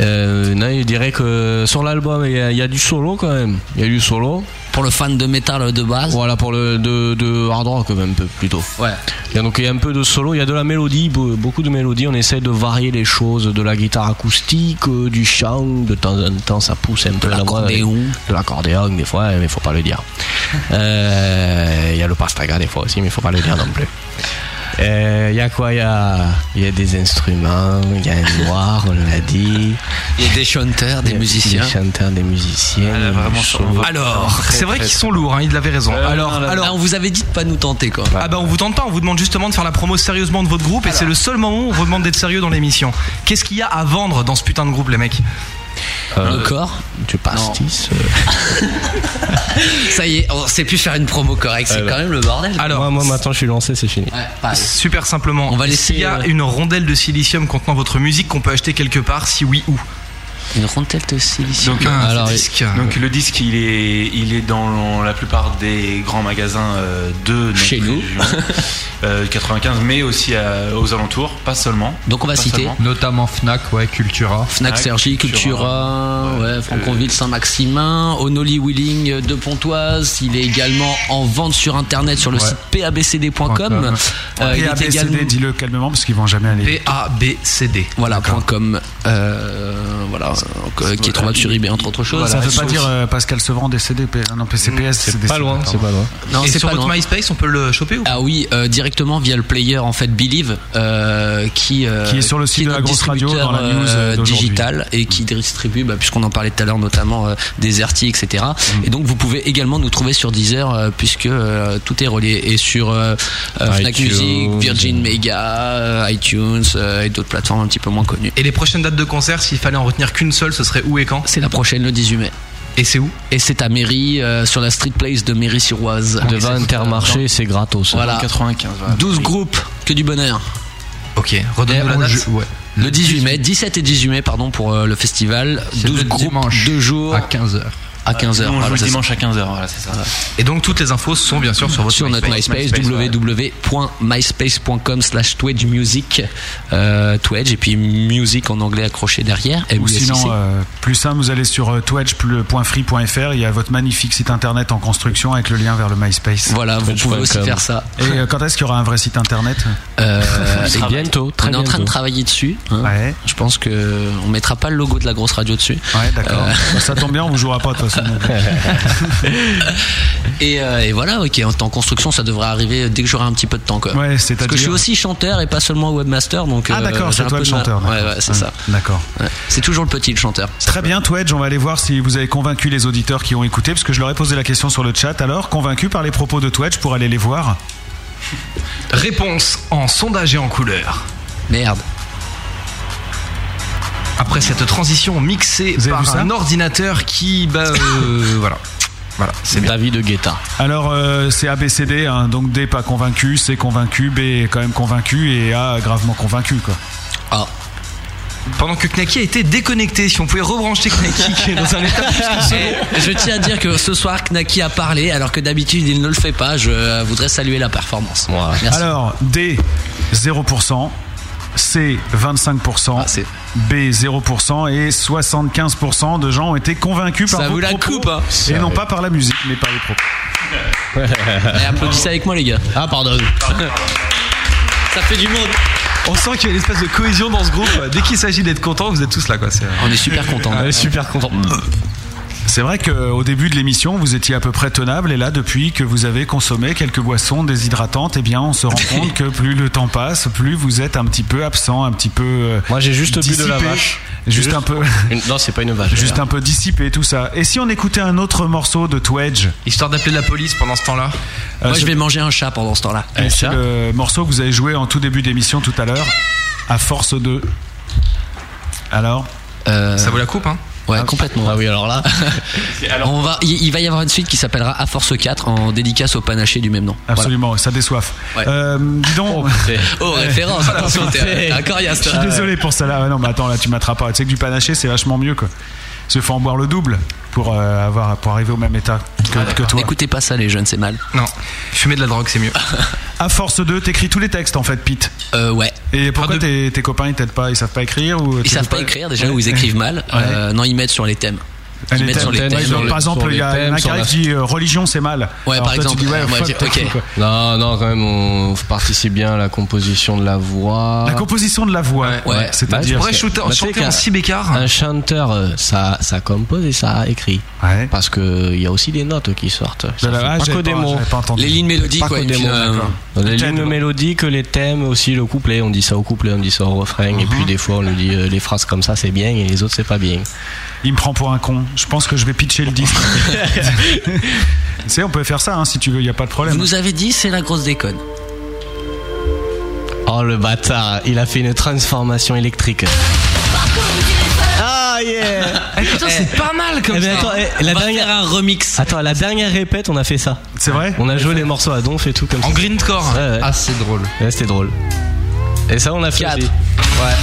S6: Euh, non, je dirais que sur l'album, il y, a- il y a du solo quand même. Il y a du solo.
S4: Pour le fan de métal de base.
S6: Voilà, pour le de, de hard rock même peu plutôt.
S4: Ouais.
S6: Il y a donc il y a un peu de solo, il y a de la mélodie, be- beaucoup de mélodie. On essaie de varier les choses, de la guitare acoustique, euh, du chant. De temps en temps, ça pousse un peu la voix avec- de l'accordéon des fois, mais faut pas le dire. Euh, Il y a le pastaga des fois aussi, mais faut pas le dire non plus. Euh, Il y a quoi Il y a, il y a des instruments, il y a un noir, on l'a dit.
S4: Il y a des chanteurs, des musiciens. Ah,
S6: Des chanteurs, des musiciens. des chanteurs.
S5: Alors, c'est vrai qu'ils sont lourds, hein, il avait raison.
S4: Euh,
S5: alors, alors,
S4: on vous avait dit de pas nous tenter quoi.
S5: Ah bah on vous tente pas, on vous demande justement de faire la promo sérieusement de votre groupe et c'est le seul moment où on vous demande d'être sérieux dans l'émission. Qu'est-ce qu'il y a à vendre dans ce putain de groupe les mecs
S4: Le
S6: Euh,
S4: corps
S6: Du pastis.
S4: Ça y est, on sait plus faire une promo correcte, c'est
S6: Ouais,
S4: quand
S6: ouais.
S4: même le bordel.
S5: Alors,
S6: moi, moi maintenant je suis lancé, c'est
S4: Ah,
S6: fini.
S5: Super simplement,
S4: On va laisser,
S5: s'il y a
S4: euh,
S5: une rondelle de silicium contenant votre musique qu'on peut acheter quelque part, si oui où
S4: Une rondelle de silicium
S5: Donc,
S9: Ah,
S5: alors,
S9: le
S5: disque.
S9: disque. Donc le disque, il est, il est dans la plupart des grands magasins euh, de
S4: Chez nous.
S9: 95, mais aussi à- aux alentours, pas seulement.
S4: Donc on va
S9: Pas
S4: citer.
S9: seulement.
S14: Notamment Fnac, ouais, Cultura.
S4: Fnac Sergi, Cultura, ouais, Franconville, Saint-Maximin, Onoli Wheeling euh, de Pontoise. Il est également en vente sur internet sur le
S2: Ouais.
S4: site pabcd.com. Euh, il est
S2: PABCD,
S4: également-
S2: dis-le calmement parce qu'ils vont jamais aller.
S5: PABCD.
S4: Voilà, point .com. euh, voilà, donc, euh, qui est trouvable sur eBay, entre autres choses.
S2: ça veut pas
S4: Sur- Hmm.
S2: dire euh, Pascal Sevran des CDP, non, PCPS, c'est des CD, pardon.
S4: Non,
S5: Et
S4: c'est
S5: sur
S4: pas
S5: votre
S4: loin.
S5: MySpace, on peut le choper ou
S4: Ah oui, euh, directement via le player en fait Believe euh, qui euh,
S2: Qui est sur le site de la
S4: notre
S2: grosse radio, dans la
S4: distributeur,
S2: news, euh, d'aujourd'hui.
S4: digital et qui distribue, bah, puisqu'on en parlait tout à l'heure notamment euh, Deserti, etc.
S2: Mm.
S4: Et donc vous pouvez également nous trouver sur Deezer euh, puisque euh, tout est relié et sur euh, euh, Fnac
S6: iTunes.
S4: Music, Virgin Mega, euh, iTunes euh, et d'autres plateformes un petit peu moins connues.
S5: Et les prochaines dates de concert, s'il fallait en retenir qu'une seule, ce serait où et quand
S4: C'est la prochaine le 18 mai.
S5: Et c'est où
S4: Et c'est à Mairie euh, sur la Street Place de
S5: Ah
S4: Mairie-sur-Oise
S6: Devant Intermarché, c'est gratos.
S4: Voilà.
S9: 95.
S4: 12 groupes, que du bonheur. Eh,
S5: Ok, redonne-nous la date.
S4: Le 18 mai, 17 et 18 mai, pardon, pour euh, le festival. 12 groupes, 2 jours.
S14: À 15h.
S4: À 15h.
S9: Nous, on joue
S4: voilà,
S9: le
S4: c'est
S9: dimanche à 15h, voilà, c'est ça.
S5: Et donc toutes les infos sont bien sûr sur votre
S4: sur notre MySpace, www.myspace.com slash Twedge Music euh, Twedge et puis music en anglais accroché derrière
S2: Ou
S4: MUSIC.
S2: sinon, euh, plus simple, vous allez sur euh, twedge.free.fr, il y a votre magnifique site internet en construction avec le lien vers le MySpace.
S4: Voilà, vous pouvez aussi faire ça.
S2: Et euh, quand est-ce qu'il y aura un vrai site internet
S4: Euh,
S2: C'est
S4: et
S2: bientôt, très
S4: on est en train
S2: bientôt.
S4: de travailler dessus hein.
S2: Ouais.
S4: je pense que on mettra pas le logo de la grosse radio dessus Euh,
S2: Ouais, d'accord. Ça tombe bien, on vous jouera pas de toute façon. donc.
S4: et, euh, et voilà, ok, en tant que construction, ça devrait arriver dès que j'aurai un petit peu de temps. Quoi.
S2: Ouais,
S4: Parce que je suis aussi chanteur et pas seulement webmaster. Donc, euh,
S2: Ah, d'accord,
S4: j'ai
S2: c'est
S4: un
S2: toi
S4: peu
S2: le
S4: de mal.
S2: chanteur,
S4: Ouais,
S2: d'accord.
S4: ouais, c'est
S2: Ouais,
S4: ça.
S2: D'accord.
S4: Ouais. C'est toujours le petit, le chanteur.
S2: Très bien, Twedge, on va aller voir si vous avez convaincu les auditeurs qui ont écouté, parce que je leur ai posé la question sur le chat. Alors, convaincu par les propos de Twedge pour aller les voir
S5: Réponse en sondage et en couleur.
S4: Merde.
S5: Après cette transition mixée
S2: Vous avez vu
S5: par
S2: ça
S5: un ordinateur qui. Bah, euh, voilà. Voilà, c'est bien.
S6: David Guetta.
S2: Alors, euh, c'est ABCD, hein, donc D pas convaincu, C convaincu, B est quand même convaincu et A gravement convaincu, quoi.
S4: Ah.
S5: Pendant que Knacky a été déconnecté, si on pouvait rebrancher Knacky qui est dans un état plus que second.
S4: Et je tiens à dire que ce soir, Knaki a parlé, alors que d'habitude, il ne le fait pas. Je euh, voudrais saluer la performance. Merci.
S2: Alors, D, 0%. C 25%,
S4: Ah,
S2: B 0% et 75% de gens ont été convaincus par
S4: Ça
S2: vos
S4: vous la
S2: propos
S4: coupe, hein.
S2: et
S4: Ça,
S2: non
S4: ouais.
S2: pas par la musique mais par les propos.
S4: Et applaudissez avec moi, les gars. Ah, pardon. Ça fait du monde.
S5: On sent qu'il y a une espèce de cohésion dans ce groupe. Dès qu'il s'agit d'être content, vous êtes tous là, quoi. euh,
S4: On est super contents.
S5: On est super contents.
S2: C'est vrai qu'au début de l'émission, vous étiez à peu près tenable, et là, depuis que vous avez consommé quelques boissons déshydratantes, eh bien, on se rend compte que plus le temps passe, plus vous êtes un petit peu absent, un petit peu. euh,
S6: Moi, j'ai juste bu de la vache.
S2: Juste, un peu.
S6: Non, c'est pas une vache.
S2: Juste un peu dissipé tout ça. Et si on écoutait un autre morceau de Twedge
S5: Histoire d'appeler la police pendant ce temps-là.
S2: Euh,
S4: Moi,
S2: ce-
S4: je vais manger un chat pendant ce temps-là.
S2: Et C'est le morceau que vous avez joué en tout début d'émission tout à l'heure, à force de. Alors
S4: Euh,
S5: Ça vaut la coupe, hein
S4: Ouais, complètement. Ah oui, alors là. On va, il, il va y avoir une suite qui s'appellera À Force 4 en dédicace au panaché du même nom.
S2: Absolument, ça déçoive.
S4: Ouais.
S2: Euh, dis donc.
S4: Oh, référence, euh, attention, t'es un- un coriace,
S2: Je suis
S4: toi.
S2: désolé pour ça là. Ouais, non, mais attends, là, tu m'attrapes pas. Tu sais que du panaché, c'est vachement mieux, quoi. Parce qu'il faut en boire le double pour, euh, avoir, pour arriver au même état que, que toi.
S4: N'écoutez pas ça, les jeunes, c'est mal.
S5: Non, fumer de la drogue, c'est mieux.
S2: À force de, t'écris tous les textes en fait, Pete.
S4: Euh, ouais.
S2: Et pourquoi tes, tes copains ils t'aident pas Ils savent pas écrire ou
S4: Ils
S2: t'écoutes
S4: savent pas écrire déjà ou ils
S2: Ouais.
S4: écrivent mal.
S2: Ouais.
S4: Euh, non, ils mettent sur les thèmes. Ils
S2: Les
S4: mettent
S2: thèmes,
S4: sur les
S2: ouais,
S4: thèmes.
S2: genre, par exemple, il y a un qui arrive qui dit euh, religion c'est mal.
S4: Ouais,
S2: Alors
S4: par
S2: toi, tu
S4: exemple.
S2: dis, ouais,
S4: euh, moi,
S2: fuck,
S4: je dis,
S2: t'as cru,
S4: ok.
S2: quoi.
S6: Non, non, quand même, on participe bien à la composition de la voix.
S2: La composition de la voix,
S6: Ah. Ouais.
S2: c'est-à-dire.
S6: Bah, tu sais qu'un- Un chanteur, euh, ça, ça compose et ça écrit. Parce qu'il y a aussi des notes qui sortent. Ça
S2: la-
S6: fait
S2: ah,
S6: pas
S2: j'avais
S6: que des
S2: pas-
S6: mots.
S2: j'avais pas entendu.
S4: Les lignes mélodiques,
S6: Pas que
S4: ouais, et
S6: des
S4: puis,
S6: mots,
S4: euh,
S6: d'accord.
S4: les
S6: Les
S4: thèmes.
S6: lignes mélodiques, les thèmes, aussi le couplet. On dit ça au couplet, on dit ça au refrain. Et
S2: Mhm.
S6: puis des fois, on nous dit euh, les phrases comme ça, c'est bien et les autres, c'est pas bien.
S2: Il me prend pour un con. Je pense que je vais pitcher le disque. tu sais, on peut faire ça hein, si tu veux, il y a pas de
S4: Vous
S2: problème.
S4: nous avez dit, c'est la grosse déconne.
S6: Oh le bâtard, il a fait une transformation électrique. Ah yeah
S5: Eh, putain, c'est pas mal comme
S6: Eh ben,
S5: ça.
S6: attends, eh, la
S5: On va
S6: dernière...
S4: un remix.
S6: Attends, la dernière répète, on a fait ça.
S2: C'est vrai
S6: On a joué les morceaux à donf et tout comme ça.
S5: En greencore.
S6: Ouais, ouais.
S5: Ah, c'est drôle.
S6: Ouais, c'était drôle. Et ça, on a fait aussi. Ouais.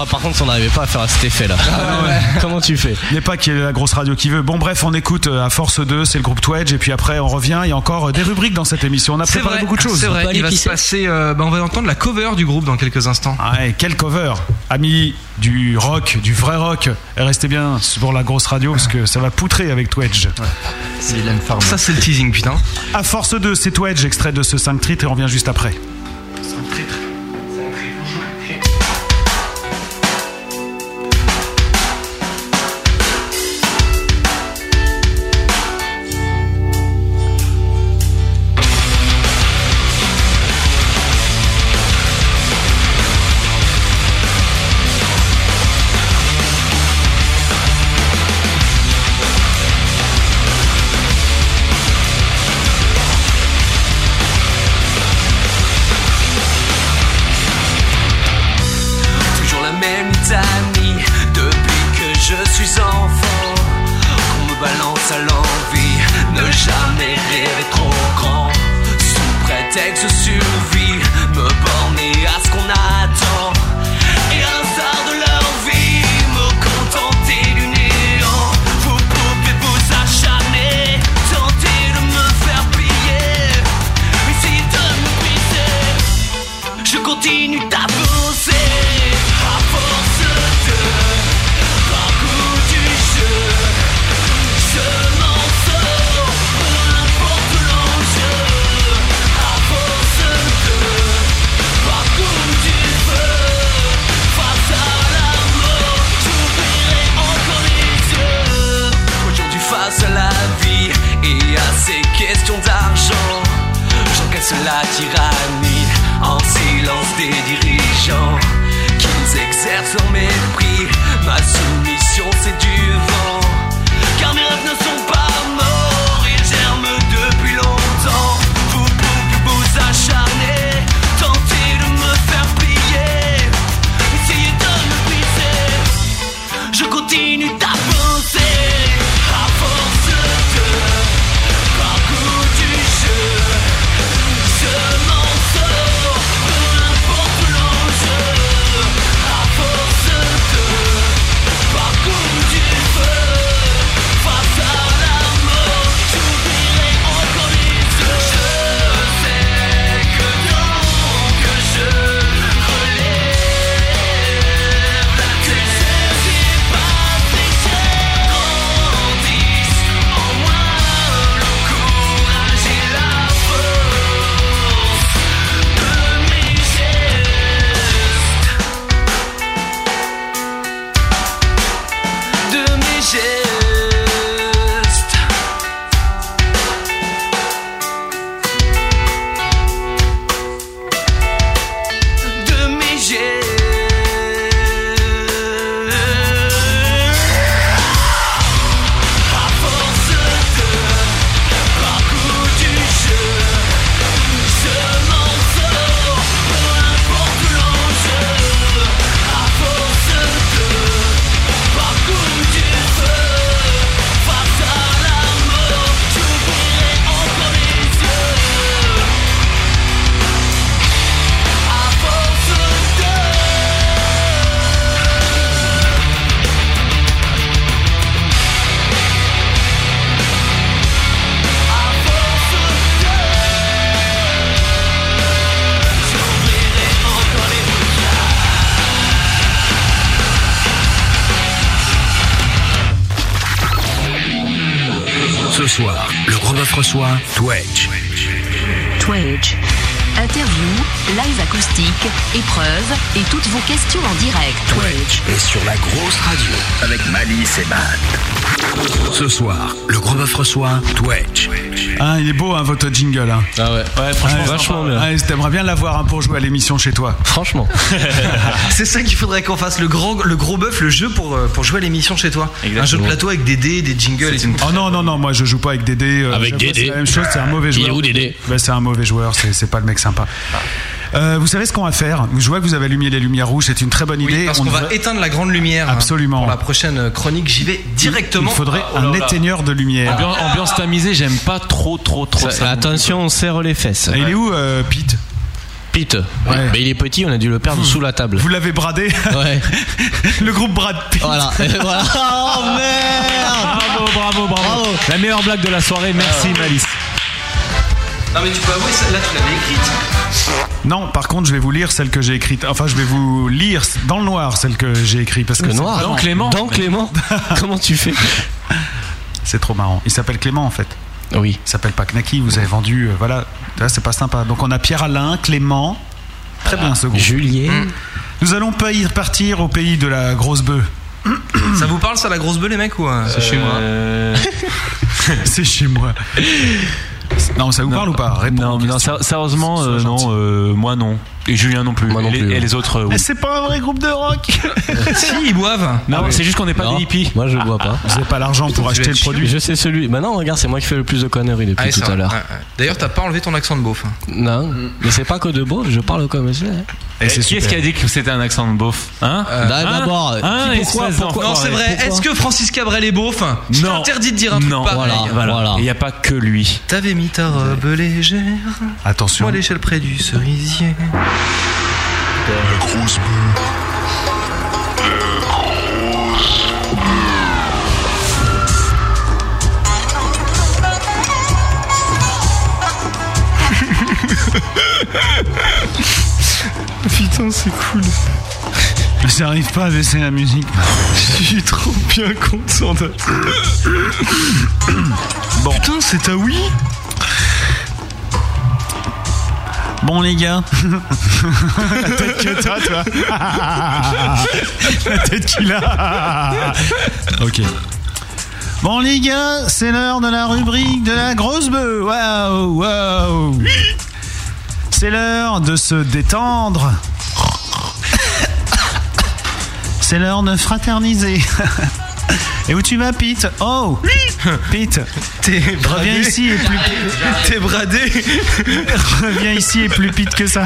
S6: Oh, par contre, on n'arrivait pas à faire cet effet là.
S5: Ah,
S6: Comment tu fais
S2: Ah Il n'est pas qu'il y ait la grosse radio qui veut. Bon, bref, on écoute euh, à force 2, c'est le groupe Twedge, et puis après, on revient. Il y a encore euh, des rubriques dans cette émission. On a
S5: C'est
S2: préparé
S5: vrai,
S2: beaucoup de choses.
S5: C'est vrai, il va se passer. euh, bah, on va entendre la cover du groupe dans quelques instants.
S2: Ah Ouais, quel cover Amis du rock, du vrai rock, restez bien pour la grosse radio, parce que ça va poutrer avec Twedge.
S5: Ça, c'est le teasing, putain.
S2: À force 2, c'est Twedge, extrait de ce 5 titres, et on revient juste après.
S12: Thank sous la tyrannie, en silence des dirigeants qu'ils exercent leur mépris. Ma soumission, c'est du vent, car mes rêves ne sont pas morts, ils germent depuis longtemps. Vous, vous, vous, vous acharnez, tentez de me faire plier, essayez de me briser. Je continue d'avancer, à force de parcours du jeu. Je m'en sors, peu importe l'enjeu, à force de parcours du feu. Face à la mort, j'oublierai encore les yeux. Je sais que tant que je relève la tête, ces pas grandissent en moi le courage et la force de mes gestes, de mes gestes. de mes gestes. À force de parcours du jeu, je m'en sors, peu importe l'enjeu. À force de parcours du feu, face à la mort, j'oublierai encore les yeux. À force de
S8: Ce soir, le gros bœuf reçoit Twitch.
S1: Twitch. Interview, live acoustique, épreuves et toutes vos questions en direct.
S8: Twitch est sur la grosse radio avec Malice et Matt. Ce soir, le gros bœuf reçoit Twitch.
S2: Ah, il est beau hein, votre jingle. Hein.
S8: Ah ouais.
S2: Ouais,
S8: franchement,
S2: vachement
S8: sympa.
S2: bien. T'aimerais bien l'avoir hein, pour jouer à l'émission chez toi.
S6: Franchement.
S5: C'est ça qu'il faudrait qu'on fasse le grand, le gros bœuf, le jeu pour, euh, pour jouer à l'émission chez toi. Un jeu de plateau avec des dés, des jingles et tout.
S2: Oh non, non, non, moi je joue pas avec Dédé. euh,
S5: Avec
S2: j'avoue,
S5: Dédé.
S2: C'est la même chose, c'est un mauvais
S5: Il est
S2: joueur.
S5: où, Dédé
S2: Ben, C'est un mauvais joueur, c'est c'est pas le mec sympa. Euh, vous savez ce qu'on va faire Je vois que vous avez allumé les lumières rouges, c'est une très bonne idée.
S5: Parce qu'on va
S2: devrait-
S5: éteindre la grande lumière. hein,
S2: Absolument.
S5: Pour la prochaine euh, chronique, j'y vais directement.
S2: Il faudrait
S5: Ah, oh là
S2: un
S5: là.
S2: éteigneur de lumière.
S9: Ambiance, ambiance tamisée, j'aime pas trop, trop, trop.
S6: Ça-
S9: ça.
S6: attention, on serre les fesses.
S2: il est où, euh, Pete
S6: Pete. Mais il est petit, on a dû le perdre sous la table.
S2: Vous l'avez bradé
S6: Ouais.
S2: le groupe Brad Pitt.
S6: Voilà. Et voilà. Oh merde
S9: Bravo, bravo, bravo. La meilleure blague de la soirée, merci
S5: Euh,
S9: Malice.
S5: Non, mais tu peux avouer, celle-là, tu l'avais écrite.
S2: Non, par contre, je vais vous lire celle que j'ai écrite. Enfin, je vais vous lire dans le noir celle que j'ai écrite parce que
S6: Le noir.
S2: Dans
S6: Dans Clément. Dans Clément. Comment tu fais
S2: C'est trop marrant. Il s'appelle Clément en fait.
S6: Oui.
S2: Il s'appelle pas Knacky. Vous avez vendu. euh, voilà. Là, c'est pas sympa. Donc on a Pierre Alain, Clément. Très bien ce groupe.
S6: Julien.
S5: Mm.
S2: Nous allons pas y repartir au pays de la grosse bœuf.
S5: Ça vous parle, ça, la grosse bœuf, les mecs, ou. euh,
S2: C'est chez moi. Euh,
S9: Euh,
S2: c'est chez moi. Non, ça vous parle ou pas
S9: Non, mais non, ser- sérieusement, euh, non, euh, moi non. Et Julien non plus. et, les, et les autres, euh, oui.
S2: Mais Eh, c'est pas un vrai groupe de rock.
S5: si, ils boivent. Ah
S9: Non, c'est juste qu'on n'est pas
S6: Non,
S9: des hippies.
S6: Moi, Hein, je bois pas.
S2: Vous n'avez pas l'argent pour acheter le produit.
S6: Je sais celui. Bah non, regarde, c'est moi qui fais le plus de conneries depuis
S5: Ah, ouais, c'est
S6: tout à
S5: vrai.
S6: l'heure.
S5: Ouais, ouais. D'ailleurs, t'as pas enlevé ton accent de beauf. hein.
S6: Non, mais c'est pas que de beau, je parle comme ça.
S9: Et Eh, qui est-ce qui a dit que c'était un accent de beauf Hein
S5: Euh,
S6: D'a-
S5: bah,
S9: Hein
S6: d'abord,
S9: Hein,
S6: qui- pourquoi-
S9: espèce
S6: pourquoi-
S9: d'enfoiré.
S5: Non, c'est vrai. Est-ce que Francis Cabrel est beauf Je
S9: Non.
S5: t'interdis de dire un truc
S9: Non,
S5: pareil.
S9: voilà, voilà. Il n'y a pas que lui.
S5: T'avais mis ta robe légère.
S2: Attention.
S5: Moi, l'échelle près du cerisier.
S8: La grosse
S21: Putain, c'est cool.
S2: J'arrive pas à baisser la musique.
S21: Je suis trop bien content. de-
S2: Bon.
S21: Putain, c'est ta oui
S2: Bon les gars. La tête que t'as, toi. La tête qu'il a. ok. Bon les gars, c'est l'heure de la rubrique de la grosse bœuf. Waouh, waouh. C'est l'heure de se détendre. C'est l'heure de fraterniser. Et où tu vas, Pete Oh Pete
S3: T'es
S2: Reviens
S3: bradé.
S2: ici et plus...
S3: T'es bradé
S2: Reviens ici et plus Pete que ça.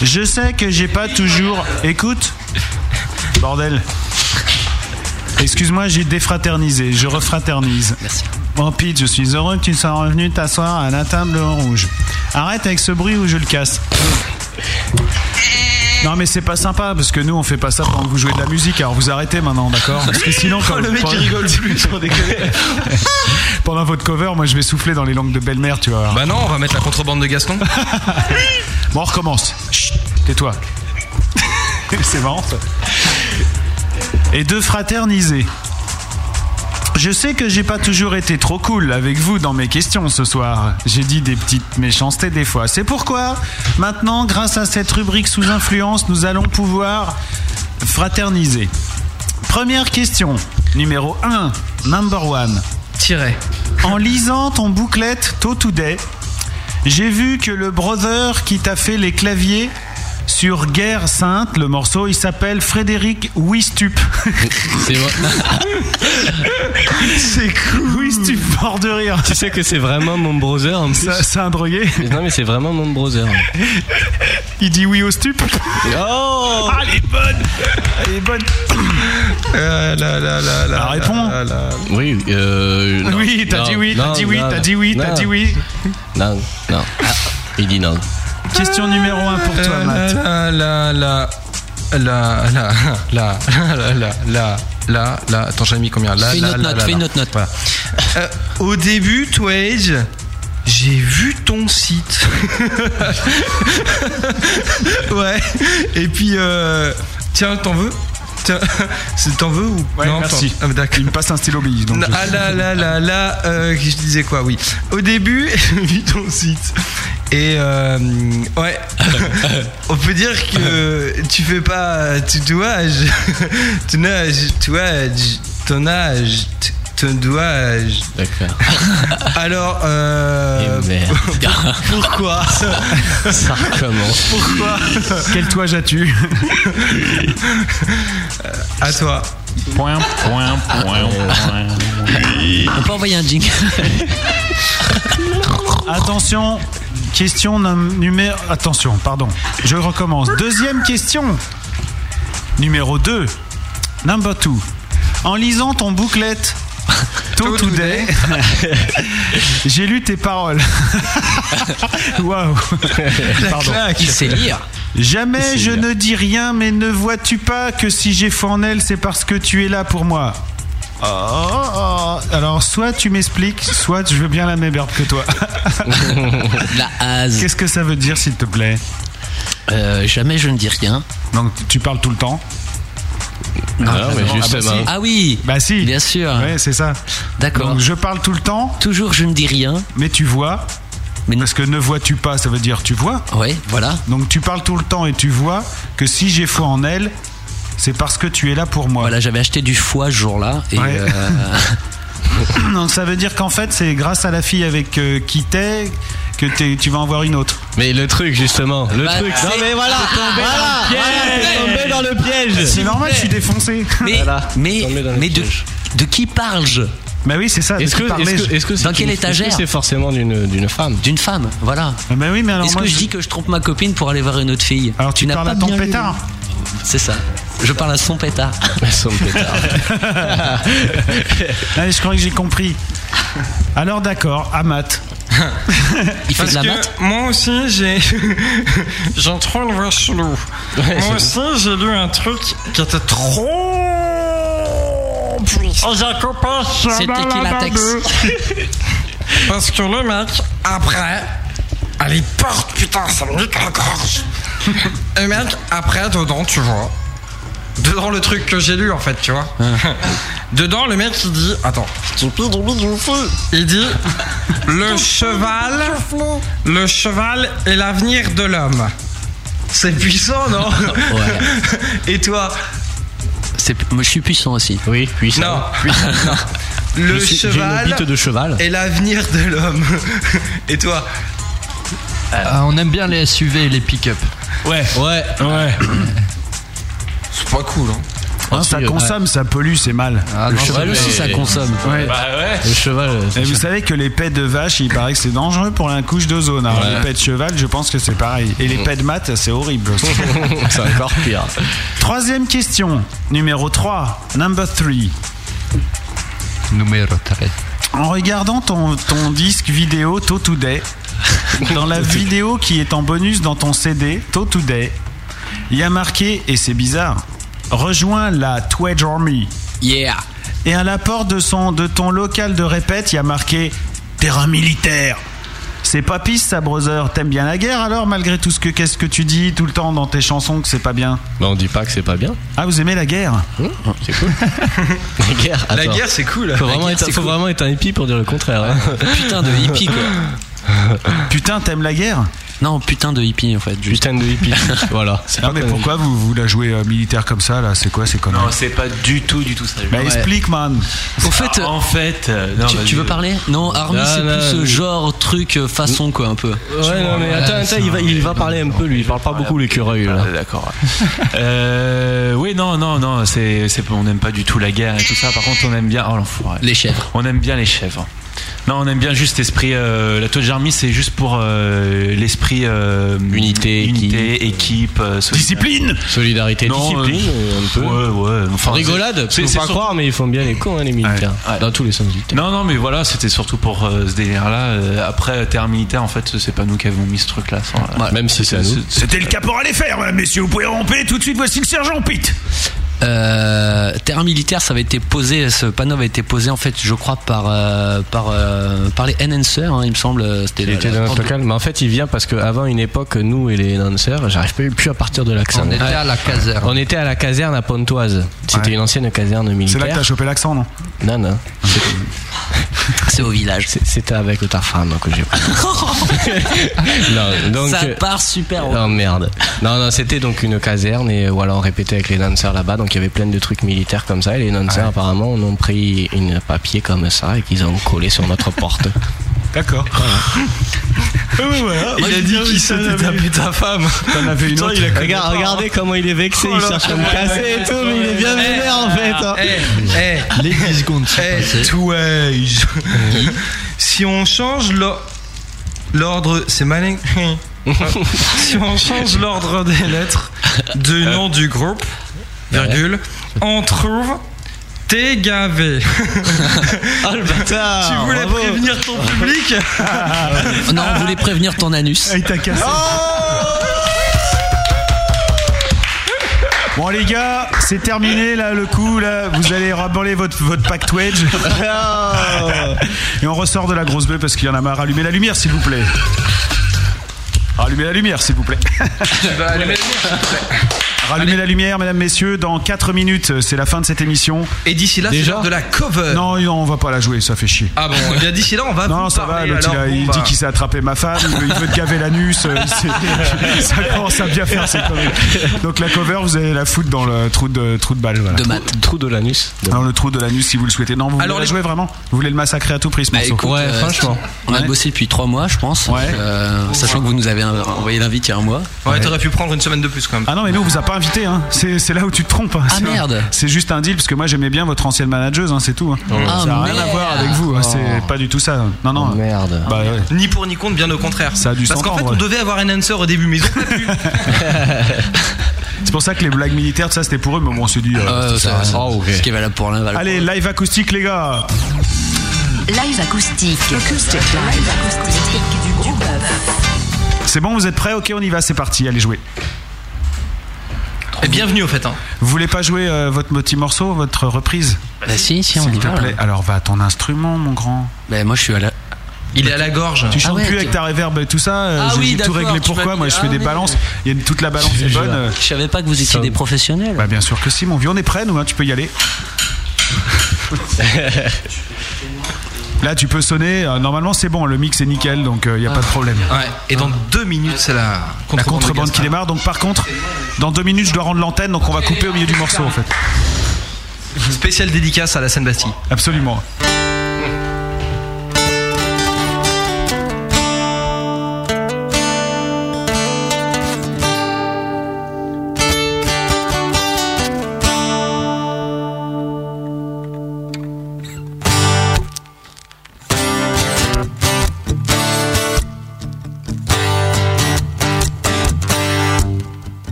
S2: Je sais que j'ai pas toujours... Écoute Bordel Excuse-moi, j'ai défraternisé. Je refraternise. Merci. Bon, Pete, je suis heureux que tu sois revenu t'asseoir à la table rouge. Arrête avec ce bruit ou je le casse. Non mais c'est pas sympa parce que nous on fait pas ça pendant que vous jouez de la musique alors vous arrêtez maintenant d'accord parce que sinon quand
S3: Oh, le
S2: vous-
S3: mec, il
S2: pendant-
S3: rigole plus, sans déconner.
S2: pendant votre cover moi je vais souffler dans les langues de belle-mère tu vois
S3: Bah non, on va mettre la contrebande de Gaston.
S2: bon on recommence Chut, tais-toi c'est marrant ça. et de fraterniser je sais que j'ai pas toujours été trop cool avec vous dans mes questions ce soir. J'ai dit des petites méchancetés des fois. C'est pourquoi, maintenant, grâce à cette rubrique sous influence, nous allons pouvoir fraterniser. Première question, numéro 1, number 1.
S3: Tiret.
S2: En lisant ton bouclette Tôt Today, j'ai vu que le brother qui t'a fait les claviers sur Guerre Sainte, le morceau, il s'appelle Frédéric Wistup.
S15: C'est
S2: C'est cool. Oui, tu mords de rire.
S15: Tu sais que c'est vraiment mon browser en plus.
S2: C'est un drogué
S15: Non, mais c'est vraiment mon browser.
S2: Il dit oui au stup.
S15: Oh
S2: Ah, elle est bonne Elle est bonne
S5: Euh,
S15: Alors réponds Oui, euh. non.
S2: Oui, t'as
S15: Non,
S2: dit oui,
S15: non,
S2: t'as dit oui,
S15: non,
S2: t'as dit oui, t'as
S15: non.
S2: dit oui.
S15: Non, non. Ah, il dit non.
S2: Question numéro 1 pour toi, Matt.
S5: Euh, La la la la la la la la la la la attends j'en ai mis combien la
S4: Fais une autre note, fais une autre
S5: note Euh, au début Twage j'ai vu ton site ouais et puis euh, tiens t'en veux Tiens, c'est- t'en veux ou
S2: Ouais,
S5: non
S2: merci.
S5: t'en- ah, d'accord.
S2: Il me passe un stylo bille. donc je-
S5: Ah là là là là, euh, je disais quoi, oui. Au début, j'ai vu ton site. Et euh, ouais, on peut dire que tu fais pas. Tu dois. je- Tu nages. Tu vois. je- Ton âge. tu- Ton dois.
S15: D'accord.
S5: Alors. Euh,
S15: Et merde.
S5: pourquoi
S15: Ça recommence.
S5: Pourquoi
S2: Quel toit as-tu
S5: À toi.
S13: Point, point, point,
S2: Euh,
S13: point.
S4: On peut envoyer un jingle.
S2: Attention, question num- numéro. Attention, pardon. Je recommence. Deuxième question. Numéro 2. Number 2. En lisant ton bouclette. Tôt today, j'ai lu tes paroles. Waouh!
S3: La
S2: Pardon.
S3: claque. Il sait lire.
S2: Jamais
S3: Il sait
S2: je
S3: lire.
S2: ne dis rien, mais ne vois-tu pas que si j'ai Fornel, c'est parce que tu es là pour moi? Oh, oh, oh. Alors, soit tu m'expliques, soit je veux bien la même herbe que toi.
S4: La hase. Euh,
S2: Qu'est-ce que ça veut dire, s'il te plaît
S4: Jamais je ne dis rien.
S2: Donc tu parles tout le temps
S4: Non,
S2: Ah,
S4: mais
S2: bah
S4: justement.
S2: si.
S4: Ah oui.
S2: Bah si.
S4: Bien sûr.
S2: Ouais, c'est ça.
S4: D'accord.
S2: Donc je parle tout le temps.
S4: Toujours je ne dis rien.
S2: Mais tu vois. Parce que ne vois-tu pas, ça veut dire tu vois.
S4: Ouais, voilà.
S2: Donc tu parles tout le temps et tu vois que si j'ai foi en elle, c'est parce que tu es là pour moi.
S4: Voilà, j'avais acheté du foie ce jour-là. Et
S2: Ouais.
S4: euh,
S2: Donc ça veut dire qu'en fait, c'est grâce à la fille avec euh, qui t'es que t'es- tu vas en voir une autre.
S15: Mais le truc, justement, le
S2: Bah,
S15: truc.
S2: c'est-
S15: Non, mais voilà,
S2: c'est tombé
S15: voilà,
S2: dans le piège.
S15: voilà, c'est tombé dans le piège.
S2: C'est normal, je suis défoncé.
S4: Mais, mais, mais de, de qui parle-je
S2: Bah oui, c'est ça.
S15: Est-ce que, est-ce que, est-ce que c'est
S4: Dans quelle
S15: une- est-ce que
S4: étagère
S15: c'est forcément d'une, d'une femme
S4: D'une femme, voilà.
S2: Bah oui, mais alors
S4: Est-ce
S2: moi,
S4: que je
S2: je-
S4: dis que je trompe ma copine pour aller voir une autre fille
S2: Alors tu
S4: n'as
S2: parles
S4: pas
S2: à ton
S4: bien lu.
S2: pétard.
S4: C'est ça. Je parle à son pétard.
S15: son pétard.
S2: Allez, Ah, je crois que j'ai compris. Alors d'accord, à maths.
S4: Il
S2: fait de la
S5: que
S2: maths
S5: Moi aussi, j'ai. J'ai trop le voix chelou. moi aussi, j'ai lu un truc qui était trop puissant. J'ai un copain, je suis un
S22: C'était qui,
S5: malade
S22: latex
S5: de- Parce que le mec, après, elle y porte, putain, ça me nique la gorge. Et Eh, mec, après, dedans, tu vois. Dedans, le truc que j'ai lu, en fait, tu vois. Dedans, le mec, il dit. Attends. Il dit. Le cheval. Le cheval est l'avenir de l'homme. C'est puissant, non Et toi
S4: C'est- moi, Je suis puissant aussi.
S15: Oui, puissant.
S5: Non. Non. Le
S4: Je suis- j'ai une
S5: cheval
S4: bite de cheval.
S5: est l'avenir de l'homme. Et toi
S8: Ah, on aime bien les SUV et les pick-up.
S23: Ouais.
S8: Ouais.
S23: Ouais.
S5: C'est pas cool, hein.
S2: Hein, ça consomme, ça pollue, c'est mal.
S5: Le Ah, non, cheval c'est- aussi, ça consomme.
S2: Ouais.
S5: Bah ouais.
S8: Le cheval.
S2: Et vous savez que les pets de vache, il paraît que c'est dangereux pour la couche d'ozone. Alors,
S8: Ouais.
S2: Les pets de cheval, je pense que c'est pareil. Et les pets de maths, c'est horrible aussi.
S8: C'est encore pire.
S2: Troisième question, numéro 3, number 3.
S8: Numéro 13.
S2: En regardant ton, ton disque vidéo Tôt Today, dans la vidéo qui est en bonus dans ton CD Tôt Today, il y a marqué, et c'est bizarre, rejoins la Twedge Army.
S4: Yeah.
S2: Et à la porte de, son, de ton local de répète, il y a marqué terrain militaire. C'est pas pisse ça, brother. T'aimes bien la guerre alors, malgré tout ce que qu'est-ce que tu dis tout le temps dans tes chansons que c'est pas bien
S6: Bah, on dit pas que c'est pas bien. Mmh,
S2: Ah, vous aimez la guerre
S6: C'est cool. la guerre.
S5: La
S6: euh, attends.
S5: guerre, c'est cool.
S6: Faut,
S5: La
S6: vraiment,
S5: guerre,
S6: être,
S5: c'est
S6: faut
S5: cool.
S6: vraiment être un hippie pour dire le contraire. hein.
S4: Putain de hippie, quoi.
S2: Putain, t'aimes la guerre
S4: Non, putain de hippie, en fait. juste.
S6: Putain de hippie. voilà.
S2: Non, mais pourquoi vous, vous la jouez euh, militaire comme ça là C'est quoi ces conneries
S9: Non, c'est pas du tout, du tout ça.
S2: Bah, explique, man.
S9: Au fait, en fait, euh, non,
S4: Tu,
S9: vas-y.
S4: tu veux parler Non, Army,
S6: Ah,
S4: c'est
S6: non,
S4: plus
S6: mais-
S4: euh, genre, truc, euh, façon, quoi, un peu.
S6: Ouais, non, mais attends, attends, il va, il va parler un peu, Ah, lui. Il parle pas beaucoup, l'écureuil, là.
S9: D'accord. Euh, oui, non, non, non, c'est, c'est, on n'aime pas du tout la guerre et tout ça. Par contre, on aime bien. Oh l'enfoiré.
S4: Les chèvres.
S9: On aime bien les chèvres. Non, on aime bien juste l'esprit. euh, la Touch Army, c'est juste pour euh, l'esprit. euh, unité, équipe, euh,
S2: Discipline
S6: Solidarité,
S9: Non,
S6: discipline,
S9: euh,
S6: un peu.
S9: Ouais, ouais. Enfin,
S6: Rigolade,
S9: c'est-
S6: c'est
S9: c'est
S6: pas
S9: surtout-
S6: croire, mais ils font bien les cons, hein, les militaires. Dans tous les sens du terme.
S9: Non, non, mais voilà, c'était surtout pour euh, ce délire-là. Euh, après, terre militaire, en fait, c'est pas nous qui avons mis ce truc-là. euh, ça, voilà.
S6: Même si c'est à nous.
S2: C'était le caporal les faire, euh, messieurs, vous pouvez romper. Tout de suite, voici le sergent Pete.
S4: Euh, terrain militaire, ça avait été posé, ce panneau avait été posé en fait, je crois, par euh, par euh, par les enhancers, hein, il me semble. euh, C'était
S6: Il
S4: la-
S6: était
S4: la-
S6: dans notre local, mais en fait il vient parce qu'avant une époque, nous et les danseurs, j'arrive plus- plus à partir de l'accent.
S8: On était à la caserne.
S6: On était à la caserne à Pontoise. C'était
S2: Ouais.
S6: une ancienne caserne
S2: C'est
S6: militaire.
S2: là que t'as chopé l'accent, non
S6: Non, non.
S4: C'est au village.
S6: C'était avec le Tarfam que j'ai pris. non, donc.
S4: ça
S6: euh,
S4: part super.
S6: Oh merde. Non, non, c'était donc une caserne et euh, voilà, on répétait avec les danseurs là-bas. Donc il y avait plein de trucs militaires comme ça. Et les danseurs apparemment en ont pris une papier comme ça et qu'ils ont collé sur notre porte.
S2: D'accord. voilà.
S5: Il a dit qu'il s'était tapé ta femme.
S2: T'en avais une
S5: Putain,
S2: autre. hein.
S5: il a connu
S6: Regarde-
S5: pas,
S6: regardez comment il est vexé,
S5: Oh
S6: il
S5: là
S6: cherche à me
S5: là.
S6: casser et tout, mais il est bien
S5: Eh,
S6: vénère en fait. hein.
S5: Eh, eh,
S8: Les 10 secondes sont
S5: eh,
S8: passées.
S5: Twice. Si on change l'o- l'ordre, c'est malin. si on change l'ordre des lettres
S6: Euh.
S5: du nom du groupe, virgule, on trouve TGAV.
S6: Ah le bâtard
S5: tu voulais
S6: bravo.
S5: prévenir ton public
S4: Non, on voulait prévenir ton anus.
S2: Il t'a cassé.
S5: Oh
S2: Bon les gars, c'est terminé là le coup là, vous allez raboler votre votre pack wedge.
S5: Oh.
S2: Et on ressort de la grosse bœuf parce qu'il y en a marre. Allumez la lumière s'il vous plaît. Allumez la lumière s'il vous plaît. Rallumez la lumière mesdames messieurs, dans 4 minutes, c'est la fin de cette émission.
S5: Et d'ici là, c'est
S2: Déjà
S5: l'heure de la cover.
S2: Non, non, on va pas la jouer, ça fait chier.
S5: Ah bon, eh bien d'ici là, on va.
S2: Non,
S5: vous
S2: ça va,
S5: parler,
S2: l'autre il,
S5: alors,
S2: a-
S5: bon,
S2: il
S5: bah,
S2: dit qu'il s'est attrapé ma femme, il veut, il veut te gaver l'anus, euh, c'est- ça commence à bien faire ces conneries. Donc la cover, vous allez la foutre dans le trou de, trou de balle. voilà.
S4: De maths.
S6: Trou de l'anus.
S2: Dans le trou de l'anus si vous le souhaitez. Non, vous voulez
S5: Alors,
S2: la
S5: les-
S2: jouer vraiment Vous voulez le massacrer à tout prix ce morceau
S4: écoute,
S6: Ouais,
S4: euh,
S6: franchement.
S4: On a bossé depuis trois mois, je pense.
S2: Ouais.
S4: Euh, sachant que vous nous avez euh, envoyé l'invite il y a un mois.
S5: Ouais, t'aurais pu prendre une semaine de plus quand même.
S2: Ah non, mais nous, on vous a pas invité, hein. c'est c'est là où tu te trompes. hein.
S4: Ah,
S2: C'est-
S4: merde.
S2: C'est juste un deal, parce que moi j'aimais bien votre ancienne manageuse, hein, c'est tout. hein.
S4: Ah,
S2: ça n'a rien à
S4: merde.
S2: voir avec vous, hein, c'est pas du tout ça. Non, non.
S6: Oh, merde.
S2: Bah ouais.
S5: Ni pour ni contre, bien au contraire.
S2: Ça a dû
S5: Parce qu'en fait,
S2: s'entendre,
S5: on
S2: ouais.
S5: devait avoir un answer au début, mais ils ont pas pu.
S2: C'est pour ça que les blagues militaires, tout ça c'était pour eux, mais bon, on s'est dit. euh,
S4: Euh, ça, ça-
S6: Oh, ok.
S4: Ce qui est valable pour l'un, valable
S2: Allez, live acoustique, les gars
S1: Live acoustique. Live acoustique du gros bœuf.
S2: C'est bon, vous êtes prêts Ok, on y va, c'est parti, allez jouer.
S5: Et bienvenue au fait. Hein.
S2: Vous voulez pas jouer euh, votre petit morceau, votre reprise
S4: pour l'un. Bah, si, si, on
S2: S'il
S4: y
S2: te
S4: va. là.
S2: plaît. Alors va à ton instrument, mon grand.
S4: Bah, moi, je suis à la.
S5: Il est à la gorge.
S2: Tu chantes
S4: Ah ouais,
S2: plus
S4: tu-
S2: avec ta reverb et tout ça. euh,
S4: Ah
S2: j'ai-
S4: oui,
S2: j'ai tout
S4: d'accord,
S2: réglé.
S4: tu
S2: Pourquoi
S4: m'as
S2: Moi,
S4: dit,
S2: je fais
S4: ah
S2: des
S4: oui.
S2: balances. Il y a toute la balance est bonne. euh,
S4: Je savais pas que vous étiez des professionnels.
S2: Bah, bien sûr que si, mon vieux, on est prêts, nous. hein, tu peux y aller. Là, tu peux sonner. euh, Normalement, c'est bon. Le mix est nickel, donc il n'y a pas de problème.
S5: Ouais. Et dans deux minutes, c'est la
S2: Ah. La
S5: contrebande,
S2: contrebande
S5: de
S2: qui démarre. Donc, par contre, dans deux minutes, je dois rendre l'antenne, donc on va couper au milieu du morceau, en fait.
S5: Gaspard. Spéciale dédicace à la scène Bastille.
S2: Absolument.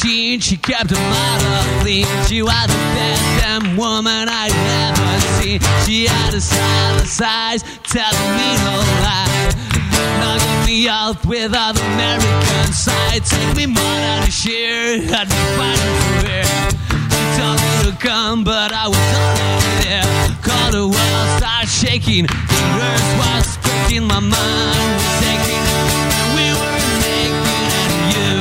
S12: queen, she kept her mother clean. She was the best damn woman I'd ever seen. She had a silent eyes, telling me no lie. Hugging me up with other American side. Take me more than a year, I'd be fighting for fear. She told me to come, but I was already there. Called the world, started shaking. The words was speaking, my mind was taking. We were naked and you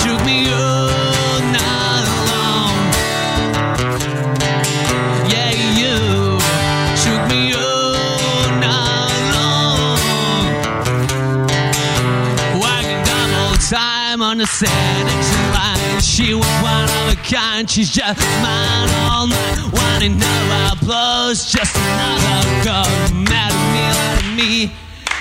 S12: shook me all night long. Yeah, you shook me all night long. Working double time on the seduction line. She was one of a kind, she's just mine all night. Wanna know how blows, just another girl. Mad at me, mad at me,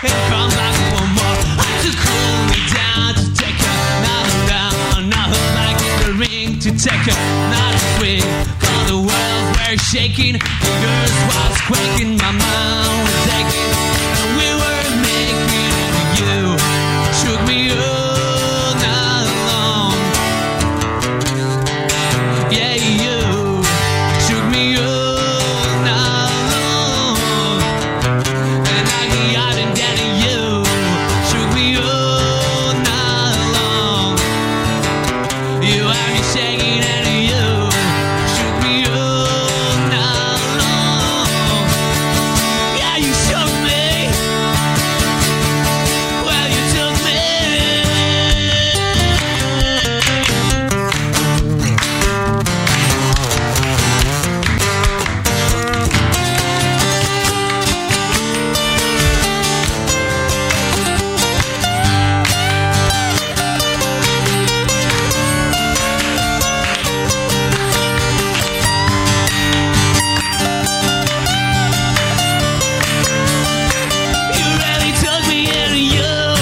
S12: and come back for more. I had to cool me down to take another round. Now her back in the ring to take another swing. Call the world, we're shaking, the girls was quaking, my mind was taking. And we were making it, and you shook me all night long. Yeah, you shook me all night long. And I be out and down to you shook me all night long. You had me shaking and you shook me all night long. Yeah, you shook me. Well, you took me. You really took me in, you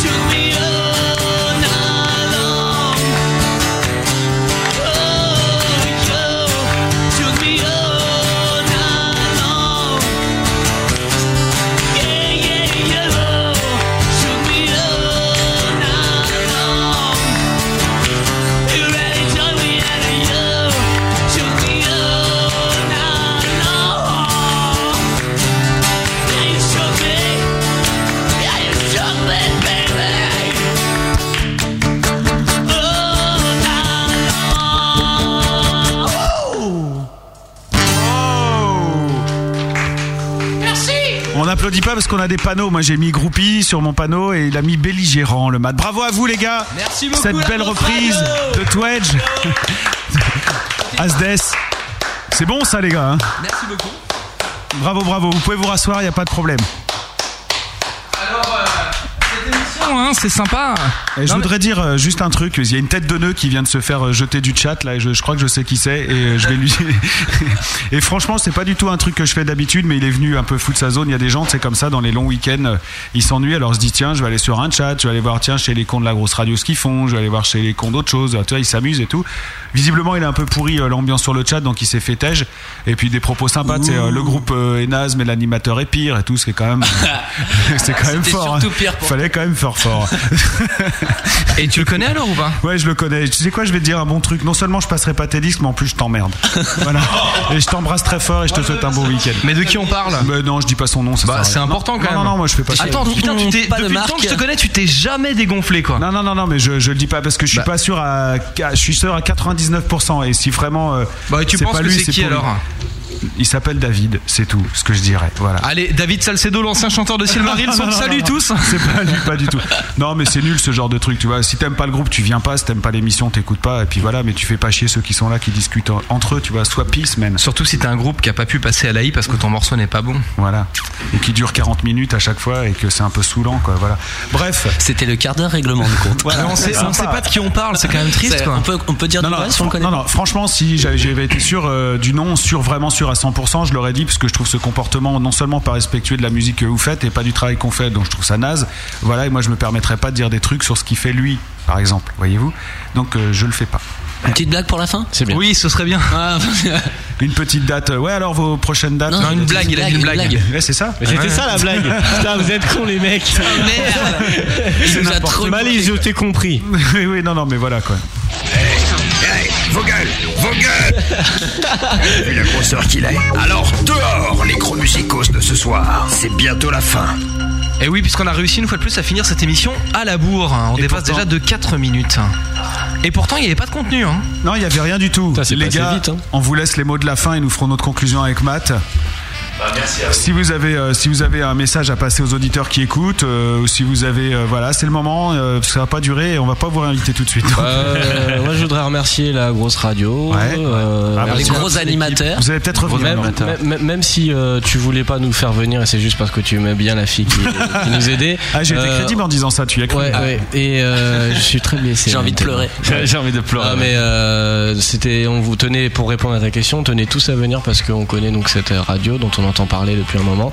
S12: shook me all night long. Oh, you shook me all night long. Yeah, yeah, you shook me all night long. You really took me in, you shook me all night long. Yeah, you shook me. Yeah, you shook me, baby. Oh, la, la. Merci.
S2: On n'applaudit pas parce qu'on a des panneaux. Moi, j'ai mis groupie sur mon panneau et il a mis belligérant le mat. Bravo à vous, les gars.
S24: Merci beaucoup,
S2: Cette
S24: la
S2: belle
S24: grosse
S2: reprise
S24: radio.
S2: de Twedge. Asdes. C'est bon, ça, les gars. hein
S24: Merci beaucoup.
S2: bravo, bravo. Vous pouvez vous rasseoir, il n'y a pas de problème.
S5: hein, c'est sympa.
S2: Et je voudrais dire euh, juste un truc. Il y a une tête de nœud qui vient de se faire euh, jeter du chat là. Et je, je crois que je sais qui c'est et euh, je vais lui. et franchement, c'est pas du tout un truc que je fais d'habitude, mais il est venu un peu foutre sa zone. Il y a des gens, c'est comme ça dans les longs week-ends, euh, ils s'ennuient. Alors je dis tiens, je vais aller sur un chat, je vais aller voir tiens chez les cons de la grosse radio ce qu'ils font, je vais aller voir chez les cons d'autres choses. Tu vois, ils s'amusent et tout. Visiblement, il a un peu pourri euh, l'ambiance sur le chat, donc il s'est fait tège. Et puis des propos sympas, c'est le groupe euh, est naze, mais l'animateur est pire et tout. C'est quand même, c'est quand même
S5: C'était
S2: fort. hein.
S5: surtout pire pour
S2: Fallait quand même faire fort.
S5: Et tu le connais alors ou pas
S2: Ouais, je le connais. Tu sais quoi, je vais te dire un bon truc. Non seulement je passerai pas tes disques, mais en plus je t'emmerde. voilà. Et je t'embrasse très fort et je te souhaite un bon week-end.
S5: Mais de qui on parle
S2: Mais non, je dis pas son nom. ça sert à
S5: Bah, c'est
S2: rien.
S5: important
S2: Non,
S5: quand même.
S2: Non, non, moi je fais pas. ça.
S5: Attends, putain, tu t'es, depuis le temps que je te connais, tu t'es jamais dégonflé quoi. Bah.
S2: Non, non, non, non, mais je, je le dis pas parce que je suis pas sûr à, je suis sûr à 99%. Et si vraiment. euh,
S5: Bah, et tu
S2: c'est
S5: penses
S2: pas
S5: que
S2: lui,
S5: c'est qui,
S2: pour lui.
S5: alors
S2: Il s'appelle David, c'est tout ce que je dirais. Voilà.
S5: Allez, David Salcedo, l'ancien chanteur de Silmaril,
S2: Non, non, non,
S5: salut
S2: non,
S5: tous
S2: non. C'est pas lui, pas du tout. Non, mais c'est nul ce genre de truc, tu vois. Si t'aimes pas le groupe, tu viens pas. Si t'aimes pas l'émission, t'écoutes pas. Et puis voilà, mais tu fais pas chier ceux qui sont là, qui discutent en- entre eux, tu vois. Sois peace, man.
S5: Surtout si t'es un groupe qui a pas pu passer à l'AI parce que ton morceau n'est pas bon.
S2: Voilà. Et qui dure 40 minutes à chaque fois et que c'est un peu saoulant, quoi. Voilà. Bref.
S4: C'était le quart d'heure règlement de compte. Ah.
S2: Voilà,
S5: Mais on, sait,
S2: c'est
S5: on sait
S2: sympa.
S5: pas de qui on parle, Oh, c'est quand même triste
S4: C'est-
S5: quoi.
S4: on peut- on peut dire
S5: non,
S4: du mal si on le connaît
S2: Non, non, franchement, si j'avais- j'avais été sûr euh, du non, sûr, vraiment sûr à 100%, je l'aurais dit, parce que je trouve ce comportement non seulement pas respectueux de la musique que vous faites et pas du travail qu'on fait, donc je trouve ça naze. Voilà, et moi je me permettrais pas de dire des trucs sur ce qu'il fait lui, par exemple, voyez-vous. Donc euh, je le fais pas.
S4: Une petite blague pour la fin C'est
S5: Oui, ce serait bien.
S2: Une petite date. euh, Ouais, alors vos prochaines dates euh,
S4: Non, Non, une une blague, il a dit une blague, blague. une blague.
S2: Ouais, c'est ça.
S4: Mais c'était
S2: Ouais.
S4: ça, la blague.
S6: Putain, vous êtes cons les mecs.
S4: Merde.
S2: C'est
S6: nous a
S2: n'importe
S6: trop
S2: quoi.
S6: Malice, je t'ai compris.
S2: oui, oui, non, non, mais voilà quoi.
S8: Hey, Hey, vos gueules, vos gueules Vu la grosseur qu'il est. Alors, dehors les gros musicos de ce soir. C'est bientôt la fin.
S5: Et Eh oui, puisqu'on a réussi une fois de plus à finir cette émission à la bourre. hein. On dépasse déjà de 4 minutes. Et pourtant, il n'y avait pas de contenu. Hein.
S2: Non, il n'y avait rien du tout. les
S5: passé
S2: gars,
S5: vite, hein.
S2: on vous laisse les mots de la fin et nous ferons notre conclusion avec Matt.
S25: merci
S2: Si vous avez euh, si vous avez un message à passer aux auditeurs qui écoutent euh, ou si vous avez euh, voilà c'est le moment euh, parce que ça va pas durer et on va pas vous réinviter tout de suite.
S6: Euh, moi, je voudrais remercier la grosse radio, euh,
S2: Ah, bah,
S6: les
S2: c'est
S6: gros
S2: votre
S6: animateurs.
S2: Vous allez peut-être revenir,
S6: Même,
S2: alors.
S6: même- même si euh, tu voulais pas nous faire venir, et c'est juste parce que tu aimais bien la fille qui, qui nous aidait.
S2: Ah, j'ai été
S6: euh,
S2: crédible en disant ça, tu y as cru.
S6: Ouais, ouais. Et euh, je suis très blessé.
S2: J'ai envie de
S6: maintenant.
S2: pleurer. J'ai envie de pleurer.
S6: Ah, mais euh, c'était, on vous tenait pour répondre à ta question, on tenait tous à venir parce qu'on connaît donc cette radio dont on entend parler depuis un moment.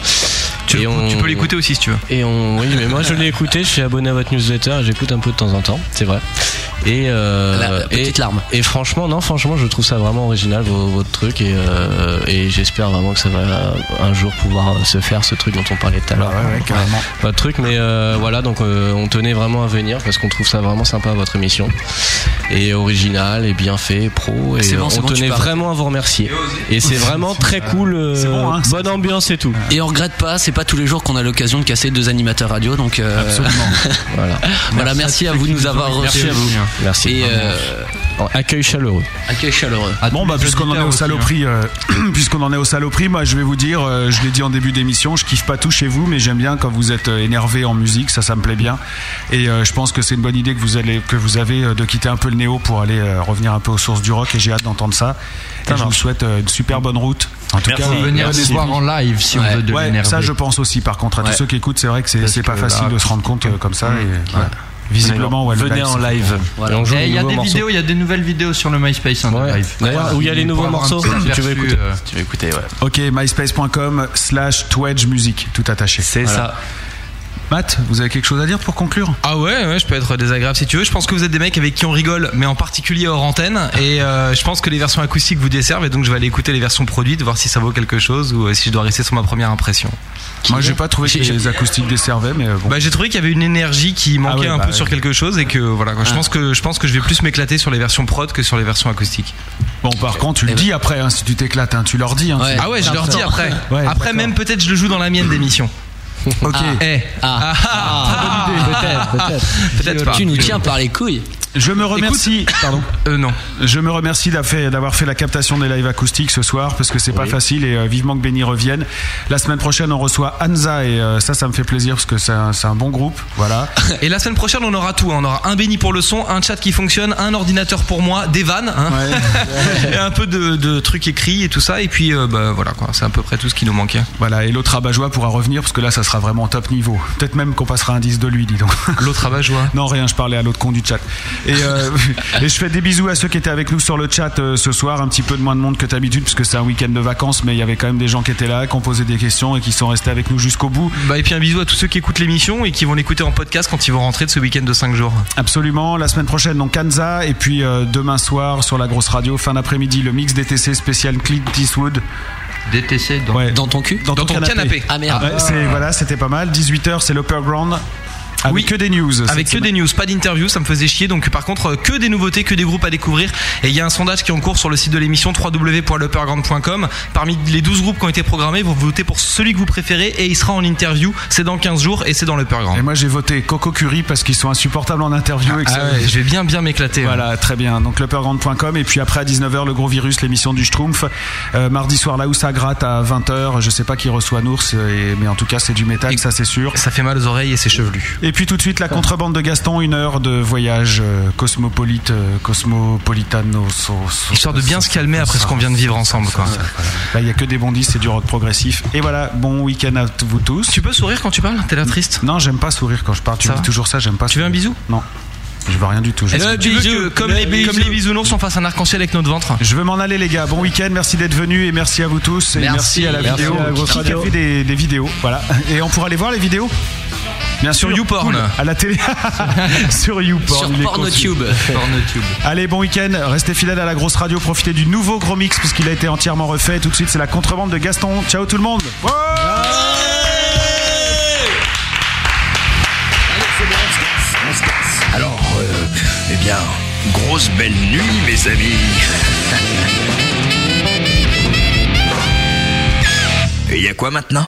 S6: Tu,
S5: tu peux l'écouter aussi si tu veux.
S6: Et on, oui, mais moi je l'ai écouté. Je suis abonné à votre newsletter. et J'écoute un peu de temps en temps. C'est vrai. Et euh, et, larme. Et franchement, non, franchement, je trouve ça vraiment original vo- votre truc et, euh, et j'espère vraiment que ça va un jour pouvoir euh, se faire ce truc dont on parlait tout à l'heure.
S2: ouais, ouais, carrément.
S6: Pas de truc, mais euh, voilà, donc euh, on tenait vraiment à venir parce qu'on trouve ça vraiment sympa votre émission. Et original, et bien fait, pro. Et euh,
S5: C'est bon, c'est
S6: on
S5: bon, tu
S6: tenait
S5: parles.
S6: vraiment à vous remercier. Et c'est vraiment très cool. euh, bonne ambiance et tout.
S4: Et on regrette pas, c'est pas tous les jours qu'on a l'occasion de casser deux animateurs radio, donc. euh,
S6: voilà.
S4: voilà, merci, à vous de nous avoir reçus.
S6: Merci à vous. Merci.
S4: Et, euh,
S6: Accueil chaleureux.
S4: accueil chaleureux.
S6: Ah,
S2: bon bah puisqu'on en est
S4: hein.
S6: hein.
S2: aux saloperies, euh, puisqu'on en est aux saloperies, moi je vais vous dire, euh, je l'ai dit en début d'émission, je kiffe pas tout chez vous, mais j'aime bien quand vous êtes euh, énervé en musique, ça ça me plaît bien. Et euh, je pense que c'est une bonne idée que vous allez, que vous avez euh, de quitter un peu le néo pour aller euh, revenir un peu aux sources du rock. Et j'ai hâte d'entendre ça. Et je vous souhaite euh, une super bonne route. En tout
S9: Merci.
S2: cas, euh,
S9: Venir
S2: merci.
S9: nous voir en live si on veut de
S2: Ouais,
S9: l'énerver.
S2: ça je pense aussi. Par contre, à
S9: Ouais.
S2: tous ceux qui écoutent, c'est vrai que c'est
S9: Parce
S2: c'est pas
S9: que
S2: facile
S6: bah,
S9: là,
S2: de se rendre compte euh, comme ça.
S6: Mm.
S2: et, voilà. Visiblement, ouais, le
S9: Venez en
S2: c'est-
S9: live.
S2: Et
S5: Eh,
S2: on joue
S9: Et
S2: les
S9: il y a
S2: nouveaux
S9: des
S2: morceaux.
S9: vidéos, il y a des nouvelles vidéos sur le MySpace. hein, de live.
S6: D'ailleurs, où il y a les nouveaux
S9: Pour avoir un
S6: morceaux,
S9: petit
S6: si tu
S9: aperçu,
S6: veux écouter.
S9: euh,
S6: Si tu veux écouter, ouais.
S2: Ok, myspace.com slash Twedge Music, tout attaché. C'est
S5: ça.
S2: Matt, vous avez quelque chose à dire pour conclure
S5: Ah ouais, ouais, je peux être désagréable si tu veux. Je pense que vous êtes des mecs avec qui on rigole, mais en particulier hors antenne. Et euh, je pense que les versions acoustiques vous desservent. Et donc je vais aller écouter les versions produites, voir si ça vaut quelque chose ou euh, si je dois rester sur ma première impression.
S2: Moi, j'ai pas trouvé que les acoustiques desservaient, mais euh, bon.
S5: Bah, j'ai trouvé qu'il y avait une énergie qui
S2: ouais,
S5: manquait un
S2: bah
S5: peu
S2: ouais.
S5: sur quelque chose et que voilà. quoi. Je
S2: Ah.
S5: pense que je pense que je vais plus m'éclater sur les versions prod que sur les versions acoustiques.
S2: Bon, par contre, tu le dis après, hein, si tu t'éclates, hein, tu leur dis. hein, tu-
S5: Ah Eh ben. ouais, je leur dis après.
S2: Ouais,
S5: après
S2: d'accord.
S5: même peut-être je le joue dans la mienne d'émission.
S2: Ok.
S5: Eh. Ah.
S4: Ah.
S5: Peut-être pas. euh,
S4: Tu nous tiens par les couilles.
S2: Je me remercie. Pardon.
S5: non.
S2: Je me remercie d'avoir fait, d'avoir fait la captation des lives acoustiques ce soir parce que c'est pas facile et euh, vivement que Benny revienne. La semaine prochaine, on reçoit Anza et euh, ça, ça me fait plaisir parce que c'est un, c'est un bon groupe. Voilà.
S5: Et la semaine prochaine, on aura tout. hein. On aura un béni pour le son, un chat qui fonctionne, un ordinateur pour moi, des vannes, hein. et un peu de, de trucs écrits et tout ça. Et puis, euh, bah, voilà, quoi. C'est à peu près tout ce qui nous manquait.
S2: Voilà. Et l'autre abat-joie pourra revenir parce que là, ça sera vraiment top niveau. Peut-être même qu'on passera un 10 de lui, dis donc.
S5: L'autre abat-joie
S2: Non, rien, je parlais à l'autre con du chat. Et, euh, et je fais des bisous à ceux qui étaient avec nous sur le chat euh, ce soir. Un petit peu de moins de monde que d'habitude parce que c'est un week-end de vacances, mais il y avait quand même des gens qui étaient là, qui ont posé des questions et qui sont restés avec nous jusqu'au bout.
S5: Bah, et puis un bisou à tous ceux qui écoutent l'émission et qui vont l'écouter en podcast quand ils vont rentrer de ce week-end de 5 jours.
S2: Absolument. La semaine prochaine, donc Kanza. Et puis euh, demain soir, sur la grosse radio, fin d'après-midi, le mix DTC spécial Clint Eastwood.
S9: DTC dans,
S4: ton cul
S2: Dans,
S5: ton canapé. Ah, merde.
S2: Ouais, c'est- voilà, c'était pas mal. 18h, c'est l'Upper Ground. Ah, Avec que des news.
S5: Avec que des news, pas d'interview, ça me faisait chier. Donc, par contre, euh, que des nouveautés, que des groupes à découvrir. Et il y a un sondage qui est en cours sur le site de l'émission www.lepergrand.com. Parmi les 12 groupes qui ont été programmés, vous votez pour celui que vous préférez et il sera en interview. C'est dans 15 jours et c'est dans l'Uppergrand.
S2: Et moi j'ai voté Coco Curry parce qu'ils sont insupportables en interview. et que
S5: Ah
S2: ça-
S5: ouais, je vais bien bien m'éclater. hein.
S2: Voilà, très bien. Donc lepergrand.com et puis après à 19h le gros virus, l'émission du Schtroumpf. Euh, mardi soir là où ça gratte à 20h, je sais pas qui reçoit Nours, et- mais en tout cas c'est du métal, ça c'est sûr.
S5: Ça fait mal aux oreilles et c'est chevelu.
S2: Et puis tout de suite la contrebande de Gaston, une heure de voyage euh, cosmopolite, euh, cosmopolitano. so- so-
S5: Histoire de bien se calmer après ce qu'on vient de vivre ensemble. Quoi.
S2: Là il y a que des bondis, c'est du rock progressif. Et voilà, bon week-end à t- vous tous.
S5: Tu peux sourire quand tu parles T'es là triste
S2: Non, j'aime pas sourire quand je parle. Tu
S5: Ça
S2: me dis
S5: va
S2: toujours ça, j'aime pas. Tu
S5: veux un bisou
S2: Non, je veux rien du tout. Je-
S5: Est-ce que tu veux que, comme, les, comme les bisounours, on fasse un arc-en-ciel avec notre ventre
S2: Je veux m'en aller les gars, bon week-end, merci d'être venus et merci à vous tous et merci,
S5: Merci.
S2: à la
S5: Merci
S2: vidéo
S5: à la grosse
S2: qui, qui a
S5: radio.
S2: fait des, des vidéos, voilà. Et on pourra aller voir les vidéos Bien sûr,
S5: Sur YouPorn.
S2: cool. à la télé, sur YouPorn.
S4: Sur
S2: il est
S4: Pornotube.
S2: conçu. Allez, bon week-end, restez fidèles à la grosse radio, profitez du nouveau gros mix puisqu'il a été entièrement refait. Tout de suite, c'est la contrebande de Gaston. Ciao tout le monde.
S5: Ah.
S8: Allez, c'est bon, on se casse, on se casse. Alors, euh, eh bien, Grosse belle nuit, mes amis. Et y a quoi maintenant